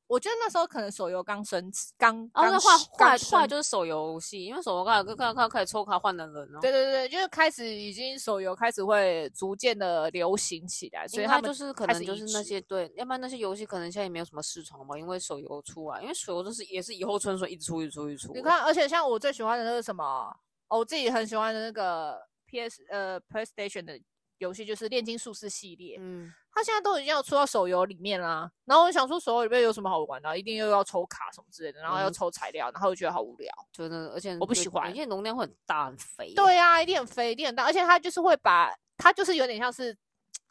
[SPEAKER 1] 我觉得那时候可能手游刚升级，刚刚
[SPEAKER 2] 然后哦那后来
[SPEAKER 1] 升
[SPEAKER 2] 后来
[SPEAKER 1] 刚
[SPEAKER 2] 后来
[SPEAKER 1] 升
[SPEAKER 2] 就是手游游戏，因为手游开始开始开始抽卡换人人啊，
[SPEAKER 1] 对对对，就是开始已经手游开始会逐渐的流行起来，所以
[SPEAKER 2] 应
[SPEAKER 1] 他
[SPEAKER 2] 该
[SPEAKER 1] 们
[SPEAKER 2] 就是可
[SPEAKER 1] 开
[SPEAKER 2] 能
[SPEAKER 1] 始
[SPEAKER 2] 就
[SPEAKER 1] 移
[SPEAKER 2] 是那
[SPEAKER 1] 植
[SPEAKER 2] 些对，要不然那些游戏可能现在也没有什么市场吧，因为手游出啊来，因为手游就是也是以后春笋一直出一直出一直出。
[SPEAKER 1] 你，看，而且像我最喜欢的那个什么，哦我自己很喜欢的那个 PS 呃 PlayStation 的游戏就是《炼金术士》系列，
[SPEAKER 2] 嗯，
[SPEAKER 1] 它现在都已经要出到手游里面啦。然后我想说，手游里面有什么好玩的啊？一定又要抽卡什么之类的，然后要
[SPEAKER 2] 嗯
[SPEAKER 1] 抽材料，然后我觉得好无聊。
[SPEAKER 2] 真的，而且
[SPEAKER 1] 我不
[SPEAKER 2] 就
[SPEAKER 1] 喜欢
[SPEAKER 2] 而且容量会很大很肥。，
[SPEAKER 1] 对啊，一定很肥，一定很大，而且它就是会把它就是有点像是。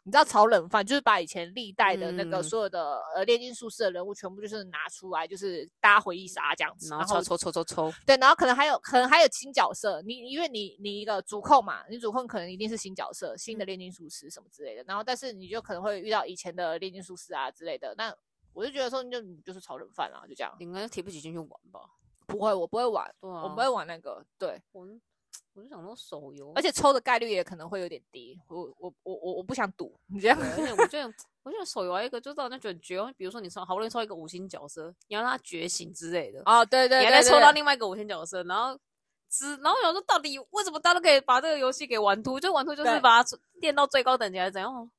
[SPEAKER 1] 你知道炒冷饭就是把以前历代的那个
[SPEAKER 2] 嗯
[SPEAKER 1] 所有的、呃炼金术士的人物全部就是拿出来，就是大家回忆杀这样子，
[SPEAKER 2] 然
[SPEAKER 1] 然
[SPEAKER 2] 后抽抽抽抽抽，
[SPEAKER 1] 对，然后可能还有，可能还有新角色，你因为你你一个主控嘛，你主控可能一定是新角色，
[SPEAKER 2] 嗯
[SPEAKER 1] 新的炼金术师什么之类的，然后但是你就可能会遇到以前的炼金术师啊之类的，那我就觉得说你就你就是炒冷饭啊，就这样，
[SPEAKER 2] 你应该提不起劲去玩吧？
[SPEAKER 1] 不会，我不会玩，
[SPEAKER 2] 对啊，
[SPEAKER 1] 我不会玩那个，对，
[SPEAKER 2] 我就我就想说手游，
[SPEAKER 1] 而且抽的概率也可能会有点低，我我我我我不想赌，你这样
[SPEAKER 2] 对，而且我觉得我觉得手游还有一个就让人家觉得绝望，比如说你抽好不容易抽一个五星角色，你要让他觉醒之类的，
[SPEAKER 1] 哦，对对
[SPEAKER 2] 你
[SPEAKER 1] 对，
[SPEAKER 2] 还
[SPEAKER 1] 对
[SPEAKER 2] 再抽到
[SPEAKER 1] 对
[SPEAKER 2] 另外一个五千角色，然后只然后我想说，到底为什么大家都可以把这个游戏给玩秃？就玩秃就是
[SPEAKER 1] 对
[SPEAKER 2] 把它练到最高等级还是怎样？哦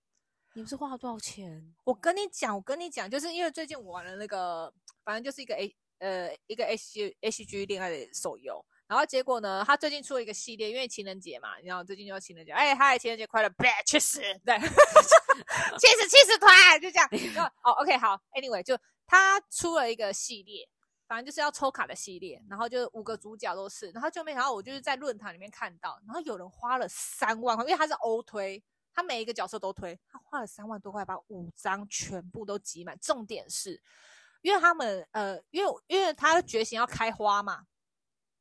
[SPEAKER 2] 你们是花了多少钱？
[SPEAKER 1] 我跟你讲，我跟你讲，就是因为最近我玩了那个，反正就是一个 A 呃一个 H G H G 恋爱的手游，然后结果呢，他最近出了一个系列，因为情人节嘛，你知道最近就要情人节，哎嗨，情人节快乐，不去死，对， 气死气死团，就这样。然后哦，OK，好，Anyway，就他出了一个系列。反正就是要抽卡的系列，然后就五个主角都是，然后就没想到我就是在论坛里面看到，然后有人花了三万块，因为他是欧推，他每一个角色都推，他花了三万多块把五张全部都集满。重点是，因为他们呃，因为因为他觉醒要开花嘛，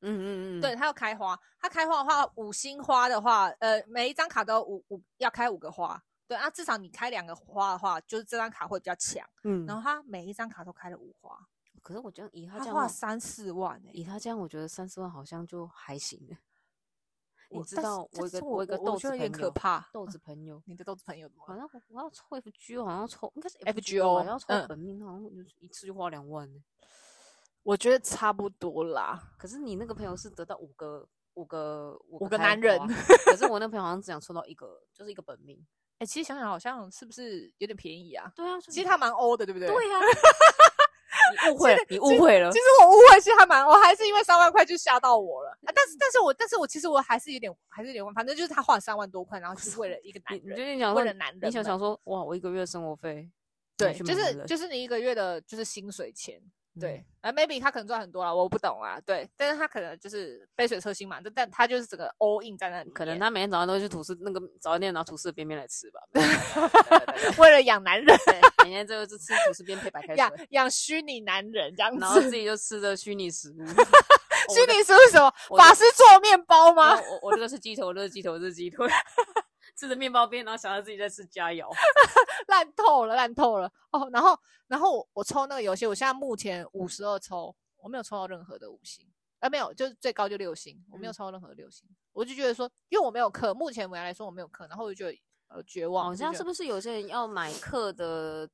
[SPEAKER 2] 嗯嗯嗯，
[SPEAKER 1] 对，他要开花，他开花的话，五星花的话，呃，每一张卡都有五五要开五个花，对啊，至少你开两个花的话，就是这张卡会比较强。
[SPEAKER 2] 嗯。
[SPEAKER 1] 然后他每一张卡都开了五花，
[SPEAKER 2] 可是我觉得以他
[SPEAKER 1] 他
[SPEAKER 2] 这样
[SPEAKER 1] 花
[SPEAKER 2] 的
[SPEAKER 1] 了
[SPEAKER 2] 话，
[SPEAKER 1] 三四万哎、
[SPEAKER 2] 以他这样，我觉得三四万好像就还行了。你
[SPEAKER 1] 我
[SPEAKER 2] 知
[SPEAKER 1] 但是
[SPEAKER 2] 道
[SPEAKER 1] 但
[SPEAKER 2] 我一个
[SPEAKER 1] 是
[SPEAKER 2] 我一个
[SPEAKER 1] 我
[SPEAKER 2] 豆
[SPEAKER 1] 觉
[SPEAKER 2] 子
[SPEAKER 1] 得有点
[SPEAKER 2] 朋
[SPEAKER 1] 可
[SPEAKER 2] 友，
[SPEAKER 1] 怕。嗯
[SPEAKER 2] 豆子朋友
[SPEAKER 1] 你的豆子朋友怎么
[SPEAKER 2] 好
[SPEAKER 1] 了？
[SPEAKER 2] 像我我要抽 FGO，好像抽应该是
[SPEAKER 1] FGO
[SPEAKER 2] 吧要抽
[SPEAKER 1] 嗯
[SPEAKER 2] 本命，好像就是一次就花两万呢。
[SPEAKER 1] 我觉得差不多啦。
[SPEAKER 2] 可是你那个朋友是得到五个五个五
[SPEAKER 1] 五
[SPEAKER 2] 个
[SPEAKER 1] 个
[SPEAKER 2] 开
[SPEAKER 1] 男人
[SPEAKER 2] 花可是我那朋友好像只想抽到一个，就是一个本命。
[SPEAKER 1] 哎、其实想想好像是不是有点便宜啊？
[SPEAKER 2] 对啊，
[SPEAKER 1] 其实他蛮欧的，对不对？
[SPEAKER 2] 对啊， 你误会了，你误会了
[SPEAKER 1] 其。实我误会，其实还蛮，我还是因为三万块就吓到我了。啊、但
[SPEAKER 2] 嗯
[SPEAKER 1] 是，但是我，但是我其实我还是有点，还是有点忘，反正就是他花了三万多块，然后是为了 一个
[SPEAKER 2] 你
[SPEAKER 1] 男
[SPEAKER 2] 你最
[SPEAKER 1] 人，
[SPEAKER 2] 近想
[SPEAKER 1] 为
[SPEAKER 2] 说
[SPEAKER 1] 了，男人
[SPEAKER 2] 你
[SPEAKER 1] 们，
[SPEAKER 2] 想想说，哇，我一个月的生活费，
[SPEAKER 1] 对，就是
[SPEAKER 2] 是
[SPEAKER 1] 就是你一个月的就是薪水钱，对，，啊、
[SPEAKER 2] 嗯
[SPEAKER 1] m a y b e 他可能赚很多啦，我不懂啊，对，但是他可能就是杯水车薪嘛，但但他就是整个 all in 在那里面，
[SPEAKER 2] 可能他每天早上都会去吐司那个早餐店拿吐司的边边来吃吧。
[SPEAKER 1] 为了养男人，
[SPEAKER 2] 对，每天就就吃吐司边配 白开
[SPEAKER 1] 养
[SPEAKER 2] 水，
[SPEAKER 1] 养虚拟男人这样
[SPEAKER 2] 然后
[SPEAKER 1] 子，
[SPEAKER 2] 自己就吃着虚拟 食物。哦
[SPEAKER 1] 虚拟是为什么？
[SPEAKER 2] 我的
[SPEAKER 1] 法师做面包吗？
[SPEAKER 2] 然后我我这个是鸡腿，我这个是鸡腿，我这个是鸡腿， 吃着面包边，然后想到自己在吃佳肴。
[SPEAKER 1] 烂透了，烂透了哦。然后，然后我我抽那个游戏，我现在目前五十二抽，我没有抽到任何的五星，啊，没有，就是最高就六星，我没有
[SPEAKER 2] 嗯
[SPEAKER 1] 抽到任何的六星。我就觉得说，因为我没有氪，目前我来说我没有氪，然后我就觉得呃绝望。
[SPEAKER 2] 好哦像是
[SPEAKER 1] 是
[SPEAKER 2] 不是有些人要买课的，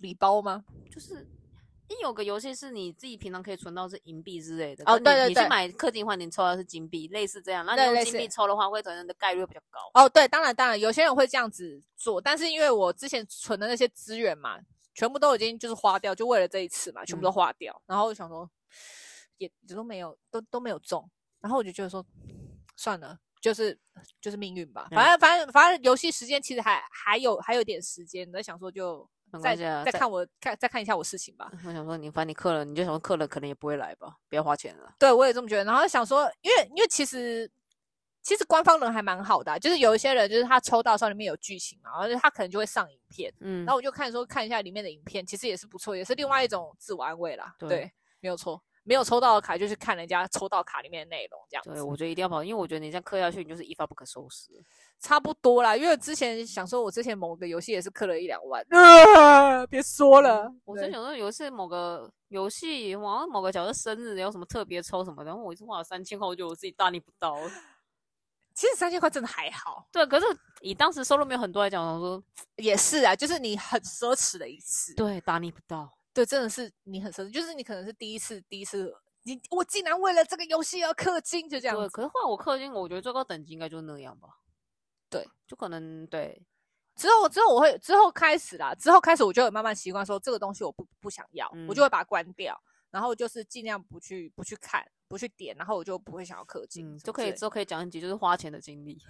[SPEAKER 1] 礼包吗？
[SPEAKER 2] 就是因为有个游戏是你自己平常可以存到是银币之类的。
[SPEAKER 1] 哦
[SPEAKER 2] 可是你
[SPEAKER 1] 对对
[SPEAKER 2] 你去
[SPEAKER 1] 对
[SPEAKER 2] 买氪金的话，你抽到的是金币，类似这样。然后
[SPEAKER 1] 对
[SPEAKER 2] 你用
[SPEAKER 1] 类
[SPEAKER 2] 金币
[SPEAKER 1] 似
[SPEAKER 2] 抽的话，会可能的概率会比较高。
[SPEAKER 1] 哦，对，当然当然，有些人会这样子做，但是因为我之前存的那些资源嘛，全部都已经就是花掉，就为了这一次嘛，全部都
[SPEAKER 2] 嗯
[SPEAKER 1] 花掉。然后我想说，也也都没有，都都没有中。然后我就觉得说，算了，就是就是命运
[SPEAKER 2] 嗯
[SPEAKER 1] 吧。反正反正反正游戏时间其实还还有还有点时间，在想说就
[SPEAKER 2] 没
[SPEAKER 1] 再
[SPEAKER 2] 关系啊
[SPEAKER 1] 再
[SPEAKER 2] 再
[SPEAKER 1] 看我看再看一下我事情吧。
[SPEAKER 2] 嗯我想说你，反正你刻了，你就想说刻了，可能也不会来吧，不要花钱了。
[SPEAKER 1] 对，我也这么觉得。然后想说，因为因为其实其实官方人还蛮好的啊、就是有一些人就是他抽到的时候里面有剧情嘛，然后他可能就会上影片，
[SPEAKER 2] 嗯
[SPEAKER 1] 然后我就看说看一下里面的影片，其实也是不错，也是另外一种自我安慰啦。
[SPEAKER 2] 对
[SPEAKER 1] 没有错。没有抽到的卡就去看人家抽到卡里面的内容，这样
[SPEAKER 2] 对，
[SPEAKER 1] 子
[SPEAKER 2] 我觉得一定要跑，因为我觉得你这样刻下去，你就是一发不可收拾。
[SPEAKER 1] 差不多啦。因为之前想说，我之前某个游戏也是氪了一两万，啊、别说了。
[SPEAKER 2] 我之前
[SPEAKER 1] 对
[SPEAKER 2] 想说有一次某个游戏，好像某个角色生日有什么特别抽什么的，然后我一次花了三千块，我觉得我自己大逆不道了。
[SPEAKER 1] 其实三千块真的还好，
[SPEAKER 2] 对，可是以当时收入没有很多来讲，我想说
[SPEAKER 1] 也是啊，就是你很奢侈的一次。
[SPEAKER 2] 对大逆不道。
[SPEAKER 1] 对，真的是你很生气，就是你可能是第一次，第一次你我竟然为了这个游戏要氪金，就这样
[SPEAKER 2] 对，
[SPEAKER 1] 子。
[SPEAKER 2] 可是后来我氪金，我觉得最高等级应该就是那样吧。
[SPEAKER 1] 对，嗯
[SPEAKER 2] 就可能对，
[SPEAKER 1] 之后之后我会之后开始啦，之后开始我就会慢慢习惯说这个东西我不不想要，我就
[SPEAKER 2] 嗯
[SPEAKER 1] 会把它关掉，然后就是尽量不去不去看，不去点，然后我就不会想要氪金什么
[SPEAKER 2] 嗯，
[SPEAKER 1] 之类的，
[SPEAKER 2] 就可以之后可以讲一集就是花钱的 经历。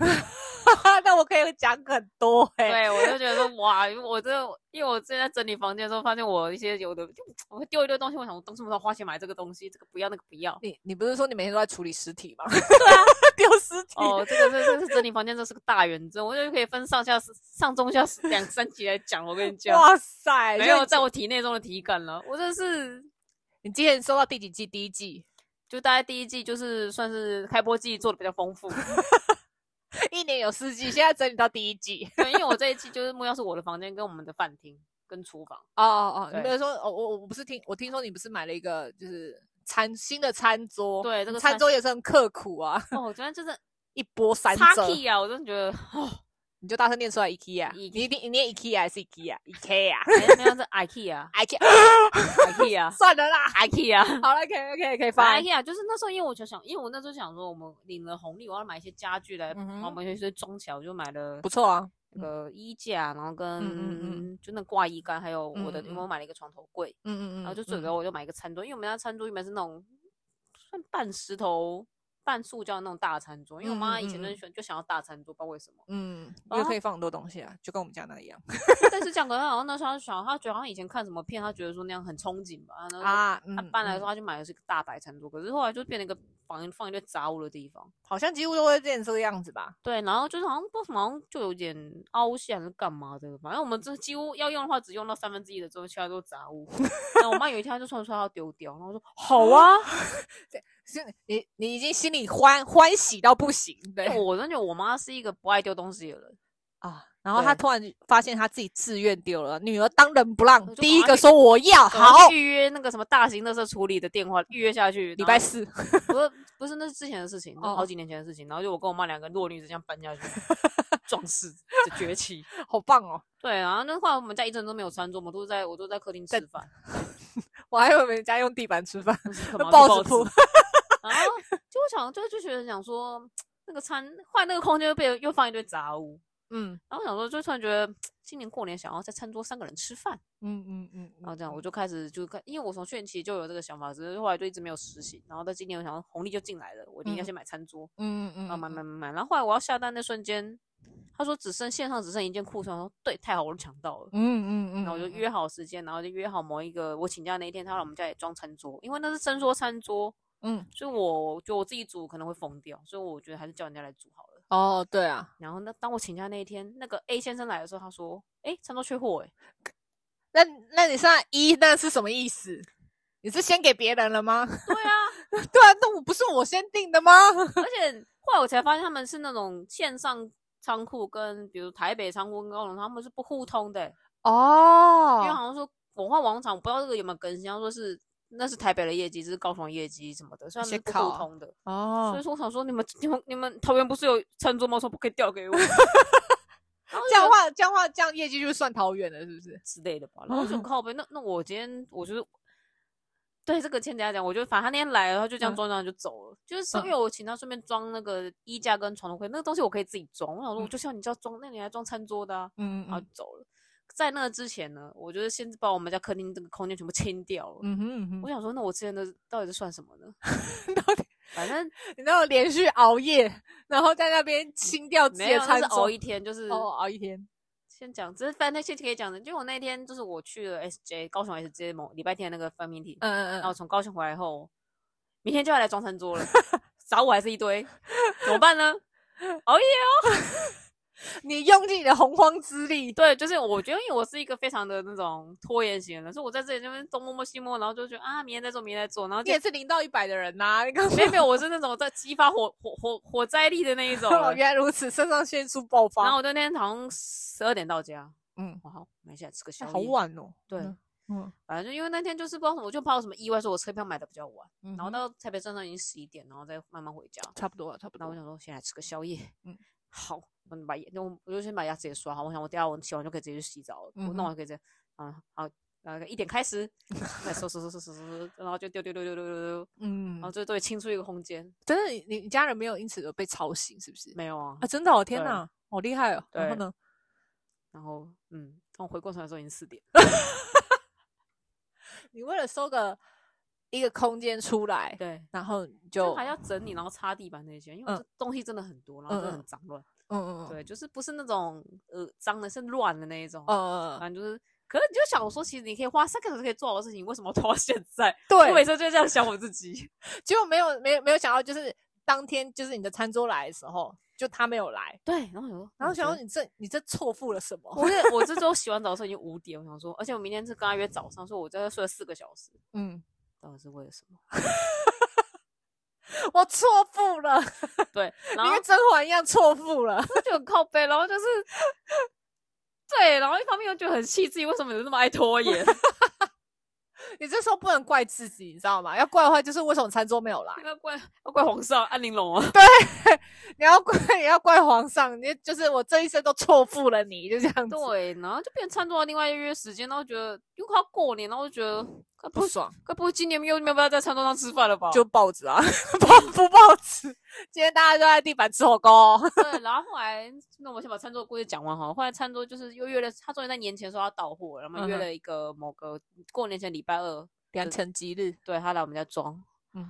[SPEAKER 1] 那我可以讲很多哎、
[SPEAKER 2] 对，我就
[SPEAKER 1] 。
[SPEAKER 2] 觉得说哇，因为我真的，因为我之前在整理房间的时候，发现我一些有的就我会丢一堆东西，我想我当初没有花钱买这个东西，这个不要那个不要
[SPEAKER 1] 你你不是说你每天都在处理尸体吗？对 啊，丢尸体。
[SPEAKER 2] 哦，这个这这是整理房间，这是个大圆阵，我就可以分上下上中下两三集来讲。我跟你讲，
[SPEAKER 1] 哇塞！
[SPEAKER 2] 没
[SPEAKER 1] 所以
[SPEAKER 2] 有在我体内中的体感了，我真的是。
[SPEAKER 1] 你今天收到第几季？第一季，
[SPEAKER 2] 就大概第一季就是算是开播季做的比较丰 富，
[SPEAKER 1] 一年有四季，现在整理到第一季。
[SPEAKER 2] 对，因为我这一季就是目标是我的房间跟我们的饭厅跟厨房，
[SPEAKER 1] 哦哦哦，你
[SPEAKER 2] 对
[SPEAKER 1] 比如说，哦，我我不是听我听说你不是买了一个就是餐新的餐桌，，
[SPEAKER 2] 对，这个
[SPEAKER 1] 餐桌也是很刻苦啊，
[SPEAKER 2] 哦，我觉得就是
[SPEAKER 1] 一波三
[SPEAKER 2] 叉
[SPEAKER 1] 折，
[SPEAKER 2] key 啊，我真的觉得哦，
[SPEAKER 1] 你就大声念出来 IKEA，你啊
[SPEAKER 2] Ike-
[SPEAKER 1] 一定你念 IKEA 啊还是 IKEA？IKEA，IKEA，
[SPEAKER 2] 没有没有哎是啊 IKEA IKEA
[SPEAKER 1] 算了啦，
[SPEAKER 2] IKEA。
[SPEAKER 1] 好了，可以可以可以
[SPEAKER 2] 反
[SPEAKER 1] 翻，
[SPEAKER 2] 正 IKEA 啊就是那时候，因为我就想，因为我那时候想说，我们领了红利，我要买一些家具来，
[SPEAKER 1] 嗯哼
[SPEAKER 2] 把我们就是装起来，我就买了
[SPEAKER 1] 不错啊，
[SPEAKER 2] 那个衣架，然后跟、
[SPEAKER 1] 嗯
[SPEAKER 2] 就那挂衣杆，还有我的，
[SPEAKER 1] 嗯嗯
[SPEAKER 2] 因为我买了一个床头柜，
[SPEAKER 1] 嗯嗯嗯，
[SPEAKER 2] 然哦后就准备
[SPEAKER 1] 嗯
[SPEAKER 2] 我就买一个餐桌，因为我们家餐桌原本是那种算半石头半塑胶的那种大餐桌，因为我妈以前
[SPEAKER 1] 嗯嗯嗯
[SPEAKER 2] 就喜欢就想要大餐桌，不知道为什么。
[SPEAKER 1] 嗯，因
[SPEAKER 2] 然
[SPEAKER 1] 为
[SPEAKER 2] 后
[SPEAKER 1] 可以放很多东西啊，就跟我们家那一样
[SPEAKER 2] 但是讲可能好像那时候她小，她觉得好像以前看什么片，她觉得说那样很憧憬吧，然后
[SPEAKER 1] 啊，
[SPEAKER 2] 他
[SPEAKER 1] 嗯，
[SPEAKER 2] 搬来的
[SPEAKER 1] 嗯
[SPEAKER 2] 时候，他就买的是一个大白餐桌，可是后来就变成一个放放一堆杂物的地方。
[SPEAKER 1] 好像几乎都会变这个样子吧，
[SPEAKER 2] 对，然后就是好像不知道为什么，好像就有点凹陷还是干嘛的，反正我们这几乎要用的话，只用到三分之一的之后，其他都是杂 物。然后我妈有一天她就突然说她要丢掉，然后我说好 啊，
[SPEAKER 1] 是你你已经心里欢欢喜到不行，对
[SPEAKER 2] 因 为我真的觉得我妈是一个不爱丢东西的人，
[SPEAKER 1] 啊，然后他
[SPEAKER 2] 对
[SPEAKER 1] 突然发现他自己自愿丢了，女儿当仁不让
[SPEAKER 2] 我，就
[SPEAKER 1] 第一
[SPEAKER 2] 赶快
[SPEAKER 1] 个
[SPEAKER 2] 去
[SPEAKER 1] 说我要
[SPEAKER 2] 赶快
[SPEAKER 1] 好，
[SPEAKER 2] 预约那个什么大型垃圾处理的电话预约下去，
[SPEAKER 1] 礼
[SPEAKER 2] 然
[SPEAKER 1] 拜
[SPEAKER 2] 后
[SPEAKER 1] 四，
[SPEAKER 2] 不是不是那是之前的事情，那是
[SPEAKER 1] 哦
[SPEAKER 2] 好几年前的事情，然后就我跟我妈两个人弱女子这样搬 下去，壮士的崛起。
[SPEAKER 1] 好棒哦！
[SPEAKER 2] 对，然后那后来我们家一整都没有餐桌，我们都是在我都在客厅吃 饭，
[SPEAKER 1] 我还以为人家用地板吃饭，
[SPEAKER 2] 可
[SPEAKER 1] 那
[SPEAKER 2] 能
[SPEAKER 1] 报
[SPEAKER 2] 报
[SPEAKER 1] 纸铺
[SPEAKER 2] 然 后就我想就就觉得想说那个餐换那个空间又被又放一堆杂物，
[SPEAKER 1] 嗯
[SPEAKER 2] 然后我想说就突然觉得今年过年想要在餐桌三个人吃饭，
[SPEAKER 1] 嗯嗯嗯，
[SPEAKER 2] 然后这样我就开始就看，因为我从去年起就有这个想法，只是后来就一直没有实行，然后到今年我想说红利就进来了，我一定
[SPEAKER 1] 嗯
[SPEAKER 2] 要先买餐桌，
[SPEAKER 1] 嗯嗯嗯
[SPEAKER 2] 然后买买买买，然后后来我要下单那瞬间，他说只剩线上只剩一件裤子，我说对，太好，我都抢到了。
[SPEAKER 1] 嗯嗯嗯，
[SPEAKER 2] 然后我就约好时间，然后就约好某一个我请假那一天，他来我们家里装餐桌，因为那是伸缩餐桌，
[SPEAKER 1] 嗯
[SPEAKER 2] 所以我觉得我自己煮可能会疯掉，所以我觉得还是叫人家来煮好了。
[SPEAKER 1] 哦，对啊，
[SPEAKER 2] 然后那当我请假那一天，那个 A 先生来的时候，他说：“哎、餐桌缺货、欸，
[SPEAKER 1] 那那你现在一那是什么意思？你是先给别人了吗？
[SPEAKER 2] 对啊，
[SPEAKER 1] 对啊，那我不是我先定的吗？
[SPEAKER 2] 而且后来我才发现他们是那种线上仓库跟比如台北仓库跟高雄仓库他们是不互通的欸、因为
[SPEAKER 1] 哦，
[SPEAKER 2] 好像说文化广场，我不知道这个有没有更新，他说是那是台北的业绩，这是高雄的业绩什么的，所以他们
[SPEAKER 1] 写
[SPEAKER 2] 是不
[SPEAKER 1] 考
[SPEAKER 2] 互
[SPEAKER 1] 啊
[SPEAKER 2] 通的。所以
[SPEAKER 1] 哦，
[SPEAKER 2] 说我想说你们你们你们桃园不是有餐桌吗？说不可以调给我
[SPEAKER 1] 这样的话这样的话这样业绩就算桃园了，是不是？
[SPEAKER 2] 之类的吧？然后我就很靠背，那那我今天我就是。对这个欠家讲，我就反正他那天来了，他就这样
[SPEAKER 1] 嗯
[SPEAKER 2] 装装就走了。就是
[SPEAKER 1] 嗯
[SPEAKER 2] 因为我请他顺便装那个衣架跟床头柜，那个东西我可以自己装。我想说，我就像你叫装，那你来装餐桌的啊，
[SPEAKER 1] 嗯
[SPEAKER 2] 然后就走了。在那之前呢，我就是先把我们家客厅这个空间全部清掉了。
[SPEAKER 1] 嗯哼嗯
[SPEAKER 2] 我
[SPEAKER 1] 哼，
[SPEAKER 2] 想说，那我之前的到底是算什么呢？
[SPEAKER 1] 到底
[SPEAKER 2] 反正
[SPEAKER 1] 你那种连续熬夜，然后在那边清掉自己
[SPEAKER 2] 嗯没
[SPEAKER 1] 的
[SPEAKER 2] 有，那
[SPEAKER 1] 餐
[SPEAKER 2] 是
[SPEAKER 1] 桌
[SPEAKER 2] 熬一天，就是
[SPEAKER 1] 哦，熬一天，
[SPEAKER 2] 先讲，这是饭那些可以讲的。就我那天就是我去了 SJ 高雄 SJ 某礼拜天的那个饭面体，
[SPEAKER 1] 嗯嗯
[SPEAKER 2] 然后
[SPEAKER 1] 嗯，
[SPEAKER 2] 从高雄回来后，明天就要来装餐桌 了，找我还是一堆，怎么办呢？ 熬夜哦，
[SPEAKER 1] 你用尽你的洪荒之力，
[SPEAKER 2] 对，就是我觉得，因为我是一个非常的那种拖延型的人，所以我在这里那边东摸摸西摸，然后就觉得啊，明天再做，明天再做，然后
[SPEAKER 1] 你
[SPEAKER 2] 就
[SPEAKER 1] 也是零到一百的人呐、你刚
[SPEAKER 2] 没有没有，我是那种在激发火火火火灾力的 那一种人。
[SPEAKER 1] 原来如此，肾上腺素爆发，
[SPEAKER 2] 然后我那天好像十二点到家，
[SPEAKER 1] 嗯，
[SPEAKER 2] 我好买下来吃个宵
[SPEAKER 1] 哎
[SPEAKER 2] 夜，
[SPEAKER 1] 好，晚哦，
[SPEAKER 2] 对
[SPEAKER 1] 嗯嗯，
[SPEAKER 2] 反正就因为那天就是不知道什么，我就怕有什么意外，说我车票买的比较晚，
[SPEAKER 1] 嗯
[SPEAKER 2] 然后到台北站上已经十一点，然后再慢慢回家。
[SPEAKER 1] 差不多了，差不
[SPEAKER 2] 然后我
[SPEAKER 1] 多，
[SPEAKER 2] 想说，先来吃个宵夜。
[SPEAKER 1] 嗯
[SPEAKER 2] 嗯， 好，我把牙，那我我就先把牙齿也刷好。我想我等一下我洗完就可以直接去洗澡了，我
[SPEAKER 1] 嗯哼
[SPEAKER 2] 弄完可以直接，啊，好，呃，一点开始，再收收收收收收收，然后就丢丢丢丢丢丢丢，
[SPEAKER 1] 嗯
[SPEAKER 2] 然后，最后清出一个空间。
[SPEAKER 1] 真的，你你家人没有因此而被吵醒，是不是？
[SPEAKER 2] 没有啊
[SPEAKER 1] 啊，，真的、哦，天
[SPEAKER 2] 对
[SPEAKER 1] 哪，好厉害哦！然后
[SPEAKER 2] 对
[SPEAKER 1] 呢？
[SPEAKER 2] 然后嗯，等我回过头来的时候已经四点。
[SPEAKER 1] 你为了收个一个空间出来，
[SPEAKER 2] 对，
[SPEAKER 1] 然后你
[SPEAKER 2] 就
[SPEAKER 1] 就
[SPEAKER 2] 还要整理，然后擦地板那些，因为我
[SPEAKER 1] 嗯
[SPEAKER 2] 这东西真的很多，然后真的
[SPEAKER 1] 嗯嗯
[SPEAKER 2] 很脏乱。
[SPEAKER 1] 嗯嗯嗯
[SPEAKER 2] 对，就是不是那种呃脏的，是乱的那一种。
[SPEAKER 1] 嗯嗯，
[SPEAKER 2] 反正就是，可是你就想说，其实你可以花三个小时可以做好的事情，为什么要拖到现在？ 我
[SPEAKER 1] 对，
[SPEAKER 2] 每次就这样想我自己。
[SPEAKER 1] 结果没有没有没有想到，就是当天就是你的餐桌来的时候，就他没有来，
[SPEAKER 2] 对，然后有时候，
[SPEAKER 1] 然后想
[SPEAKER 2] 说
[SPEAKER 1] 说你这你这错付了什么？
[SPEAKER 2] 我这我这周洗完澡的时候已经五点，我想说，而且我明天是跟他约早上，所以我真的睡了四个小时，
[SPEAKER 1] 嗯，
[SPEAKER 2] 到底是为了什么？
[SPEAKER 1] 我错付了，你
[SPEAKER 2] 对，然后
[SPEAKER 1] 跟甄嬛一样错付了。
[SPEAKER 2] 就很靠背，然后就是。对，然后一方面又觉得很气自己为什么有那么爱拖延，
[SPEAKER 1] 你这时候不能怪自己，你知道吗？要怪的话就是为什么餐桌没有来，
[SPEAKER 2] 要怪要怪皇上安玲珑啊，
[SPEAKER 1] 你要怪 也要怪皇上，你就是我这一生都错付了你，就这样子，
[SPEAKER 2] 对，然后就变成餐桌的另外一约时间，然后觉得又快要过年，然后就觉得该不
[SPEAKER 1] 嗯不
[SPEAKER 2] 会
[SPEAKER 1] 爽
[SPEAKER 2] 该不会今年又没有办法在餐桌上吃饭了吧？
[SPEAKER 1] 就报纸啊， 报不报纸？今天大家都在地板吃火锅哦、
[SPEAKER 2] 对，然后后来，那我们先把餐桌的故事讲完哈。后来餐桌就是又约了，他终于在年前说要到货，然后我们约
[SPEAKER 1] 嗯哼
[SPEAKER 2] 了一个某个过年前礼拜二，
[SPEAKER 1] 良辰吉日，
[SPEAKER 2] 对他来我们家装。
[SPEAKER 1] 嗯，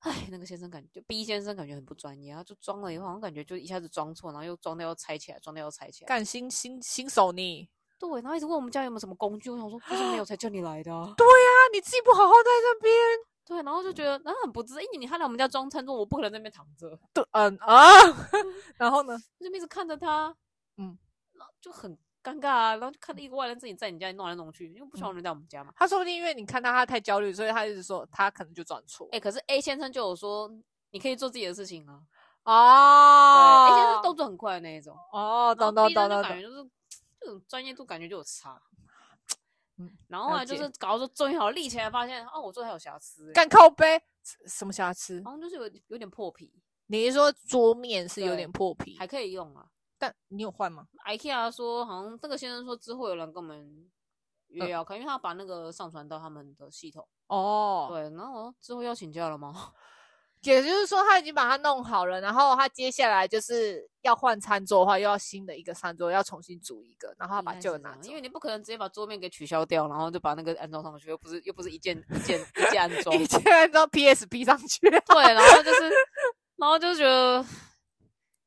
[SPEAKER 2] 哎，那个先生感觉，B 先生感觉很不专业，他就装了以后，好像感觉就一下子装错，然后又装掉又拆起来，装掉又拆起来。
[SPEAKER 1] 干新新新手你，
[SPEAKER 2] 对，然后一直问我们家有没有什么工具，我想说就是没有才叫你来的、啊。
[SPEAKER 1] 那你自己不好好在那边，
[SPEAKER 2] 对，然后就
[SPEAKER 1] 嗯
[SPEAKER 2] 觉得然后很不自因为你他来我们家装餐桌，我不可能在那边躺着，
[SPEAKER 1] 对，嗯啊， 然后呢？
[SPEAKER 2] 我就一直看着他，
[SPEAKER 1] 嗯，
[SPEAKER 2] 然后就很尴尬啊，然后就看到一个外人自己在你家里弄来弄去，因为不
[SPEAKER 1] 嗯
[SPEAKER 2] 喜欢人在我们家嘛。
[SPEAKER 1] 他说不定因为你看到他太焦虑，所以他一直说他可能就转错
[SPEAKER 2] 哎、可是 A 先生就有说，你可以做自己的事情啊。
[SPEAKER 1] 哎哦
[SPEAKER 2] 对、a 先生动作很快的那一种。
[SPEAKER 1] 哦，
[SPEAKER 2] 然后
[SPEAKER 1] 懂懂
[SPEAKER 2] B 先
[SPEAKER 1] 懂
[SPEAKER 2] 生就
[SPEAKER 1] 懂
[SPEAKER 2] 感觉
[SPEAKER 1] 懂，
[SPEAKER 2] 就是这种专业度感觉就有差。
[SPEAKER 1] 嗯
[SPEAKER 2] 然后后
[SPEAKER 1] 了
[SPEAKER 2] 来就
[SPEAKER 1] 解
[SPEAKER 2] 是搞到说，终于好立起来，发现哦，我做的还有瑕疵、欸，
[SPEAKER 1] 干靠背什么瑕疵？
[SPEAKER 2] 好像就是有有点破皮，
[SPEAKER 1] 你是说桌面是有
[SPEAKER 2] 对
[SPEAKER 1] 点破皮
[SPEAKER 2] 还，可以用啊。
[SPEAKER 1] 但你有换吗？
[SPEAKER 2] IKEA 说，好像这个先生说之后有人跟我们
[SPEAKER 1] 嗯
[SPEAKER 2] 约要看，因为他把那个上传到他们的系统。
[SPEAKER 1] 哦，
[SPEAKER 2] 对，然后我说之后要请假了吗？
[SPEAKER 1] 也就是说他已经把它弄好了，然后他接下来就是要换餐桌的话，又要新的一个餐桌，要重新组一个，然 后他把
[SPEAKER 2] 应该
[SPEAKER 1] 旧的
[SPEAKER 2] 是这
[SPEAKER 1] 拿
[SPEAKER 2] 样
[SPEAKER 1] 走，
[SPEAKER 2] 因为你不可能直接把桌面给取消掉，然后就把那个安装上去，又不是又不是一键一键一 键安装。
[SPEAKER 1] 你竟然到 PSP 上去了，
[SPEAKER 2] 对，然后就是，然后就觉得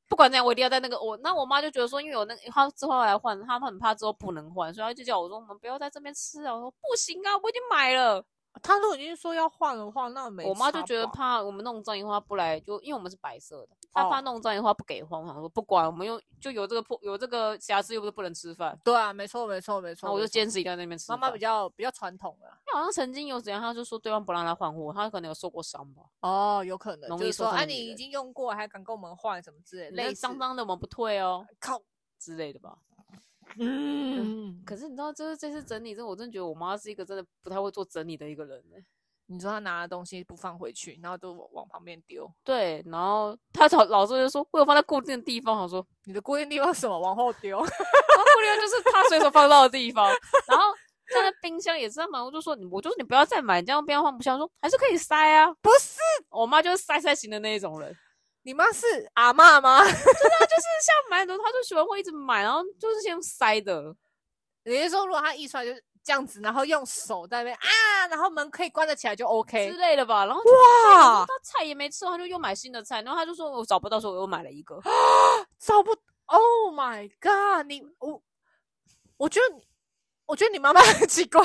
[SPEAKER 2] 不管怎样，我一定要在那个我那我妈就觉得说，因为有那个她之后来换，她很怕之后不能换，所以她就叫我说我们不要在这边吃啊。我说不行啊，我已经买了。
[SPEAKER 1] 他如果已经说要换的话，那没
[SPEAKER 2] 我妈
[SPEAKER 1] 差
[SPEAKER 2] 就觉得
[SPEAKER 1] 吧
[SPEAKER 2] 怕我们弄脏以后她不来，就因为我们是白色的，她
[SPEAKER 1] 哦
[SPEAKER 2] 怕弄脏以后她不给换。我想说不管，我们又就有这个破有这个瑕疵，又不是不能吃饭。
[SPEAKER 1] 对啊，没错没错没错，
[SPEAKER 2] 哦然后我就
[SPEAKER 1] 没错
[SPEAKER 2] 坚持一定要在那边吃
[SPEAKER 1] 妈
[SPEAKER 2] 饭。
[SPEAKER 1] 妈比较比较传统啊了，
[SPEAKER 2] 因为好像曾经有怎样，她就说对方不让她换货，她可能有受过伤吧，
[SPEAKER 1] 哦，有可能
[SPEAKER 2] 容
[SPEAKER 1] 就是
[SPEAKER 2] 易受
[SPEAKER 1] 说，
[SPEAKER 2] 伤
[SPEAKER 1] 哎、
[SPEAKER 2] 的
[SPEAKER 1] 你
[SPEAKER 2] 女
[SPEAKER 1] 已
[SPEAKER 2] 人
[SPEAKER 1] 经用过了，还敢跟我们换什么之类的，
[SPEAKER 2] 那
[SPEAKER 1] 类
[SPEAKER 2] 脏
[SPEAKER 1] 似
[SPEAKER 2] 脏的我们不退哦
[SPEAKER 1] 靠，
[SPEAKER 2] 之类的吧。
[SPEAKER 1] 嗯，
[SPEAKER 2] 可是你知道，就是这次整理之后，我真的觉得我妈是一个真的不太会做整理的一个人、欸、
[SPEAKER 1] 你说他拿的东西不放回去，然后都往往旁边丢，
[SPEAKER 2] 对，然后她老老是就说，我有放在固定的地方，我说
[SPEAKER 1] 你的固定地方是什么往后丢，
[SPEAKER 2] 然后固定的就是她随手放到的地方，然后放在冰箱也是她买，我就说你，我就说你不要再买，你这样冰箱放不下，她说还是可以塞啊。
[SPEAKER 1] 不是。
[SPEAKER 2] 我妈就是塞塞型的那一种人，
[SPEAKER 1] 你妈是阿嬷吗？
[SPEAKER 2] 她就是像买很多，她就喜欢会一直买，然后就是先塞的。
[SPEAKER 1] 也就是说，如果他溢出来就是这样子，然后用手在那边啊，然后门可以关得起来就 OK
[SPEAKER 2] 之。类的吧。然后就
[SPEAKER 1] 哇，
[SPEAKER 2] 他菜也没吃完，他就又买新的菜，然后他就说我找不到，所以我又买了一个。
[SPEAKER 1] 找不，Oh my god！你我，我觉得你，我觉得你妈妈很奇怪，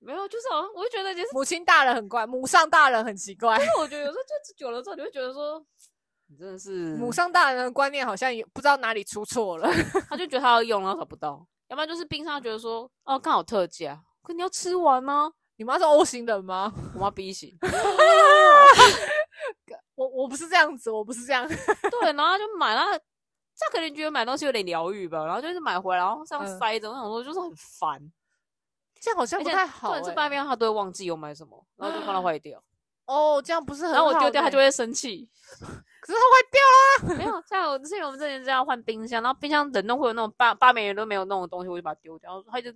[SPEAKER 2] 没有，就是 好像我就觉得，其实
[SPEAKER 1] 母亲大人很怪，母上大人很奇怪，
[SPEAKER 2] 我觉得有时候就久了之后，你会觉得说，你真的是
[SPEAKER 1] 母上大人的观念好像也不知道哪里出错了。
[SPEAKER 2] 他就觉得他要用，然后找不到；要不然就是冰箱觉得说，哦，刚好特价，可你要吃完呢、
[SPEAKER 1] 你妈是 O 型人吗？
[SPEAKER 2] 我妈逼醒，
[SPEAKER 1] 我我不是这样子，我不是这样。
[SPEAKER 2] 对，然后他就买了。他可能觉得买东西有点疗愈吧，然后就是买回来，然后这样
[SPEAKER 1] 嗯
[SPEAKER 2] 塞着，我想说就是很烦，
[SPEAKER 1] 这样好像
[SPEAKER 2] 而
[SPEAKER 1] 不
[SPEAKER 2] 且
[SPEAKER 1] 太好、
[SPEAKER 2] 重点是
[SPEAKER 1] 欸。
[SPEAKER 2] 半边他都会忘记有买什么，然后就放到坏 掉，
[SPEAKER 1] 哦，这样不是很
[SPEAKER 2] 然
[SPEAKER 1] 好
[SPEAKER 2] 后
[SPEAKER 1] 呢、
[SPEAKER 2] 我丢掉他就会生气。
[SPEAKER 1] 可是它坏掉。
[SPEAKER 2] 没有，像我之前我们之前这样换冰箱，然后冰箱冷冻会有那种八八美元都没有那种东西，我就把它丢掉。他就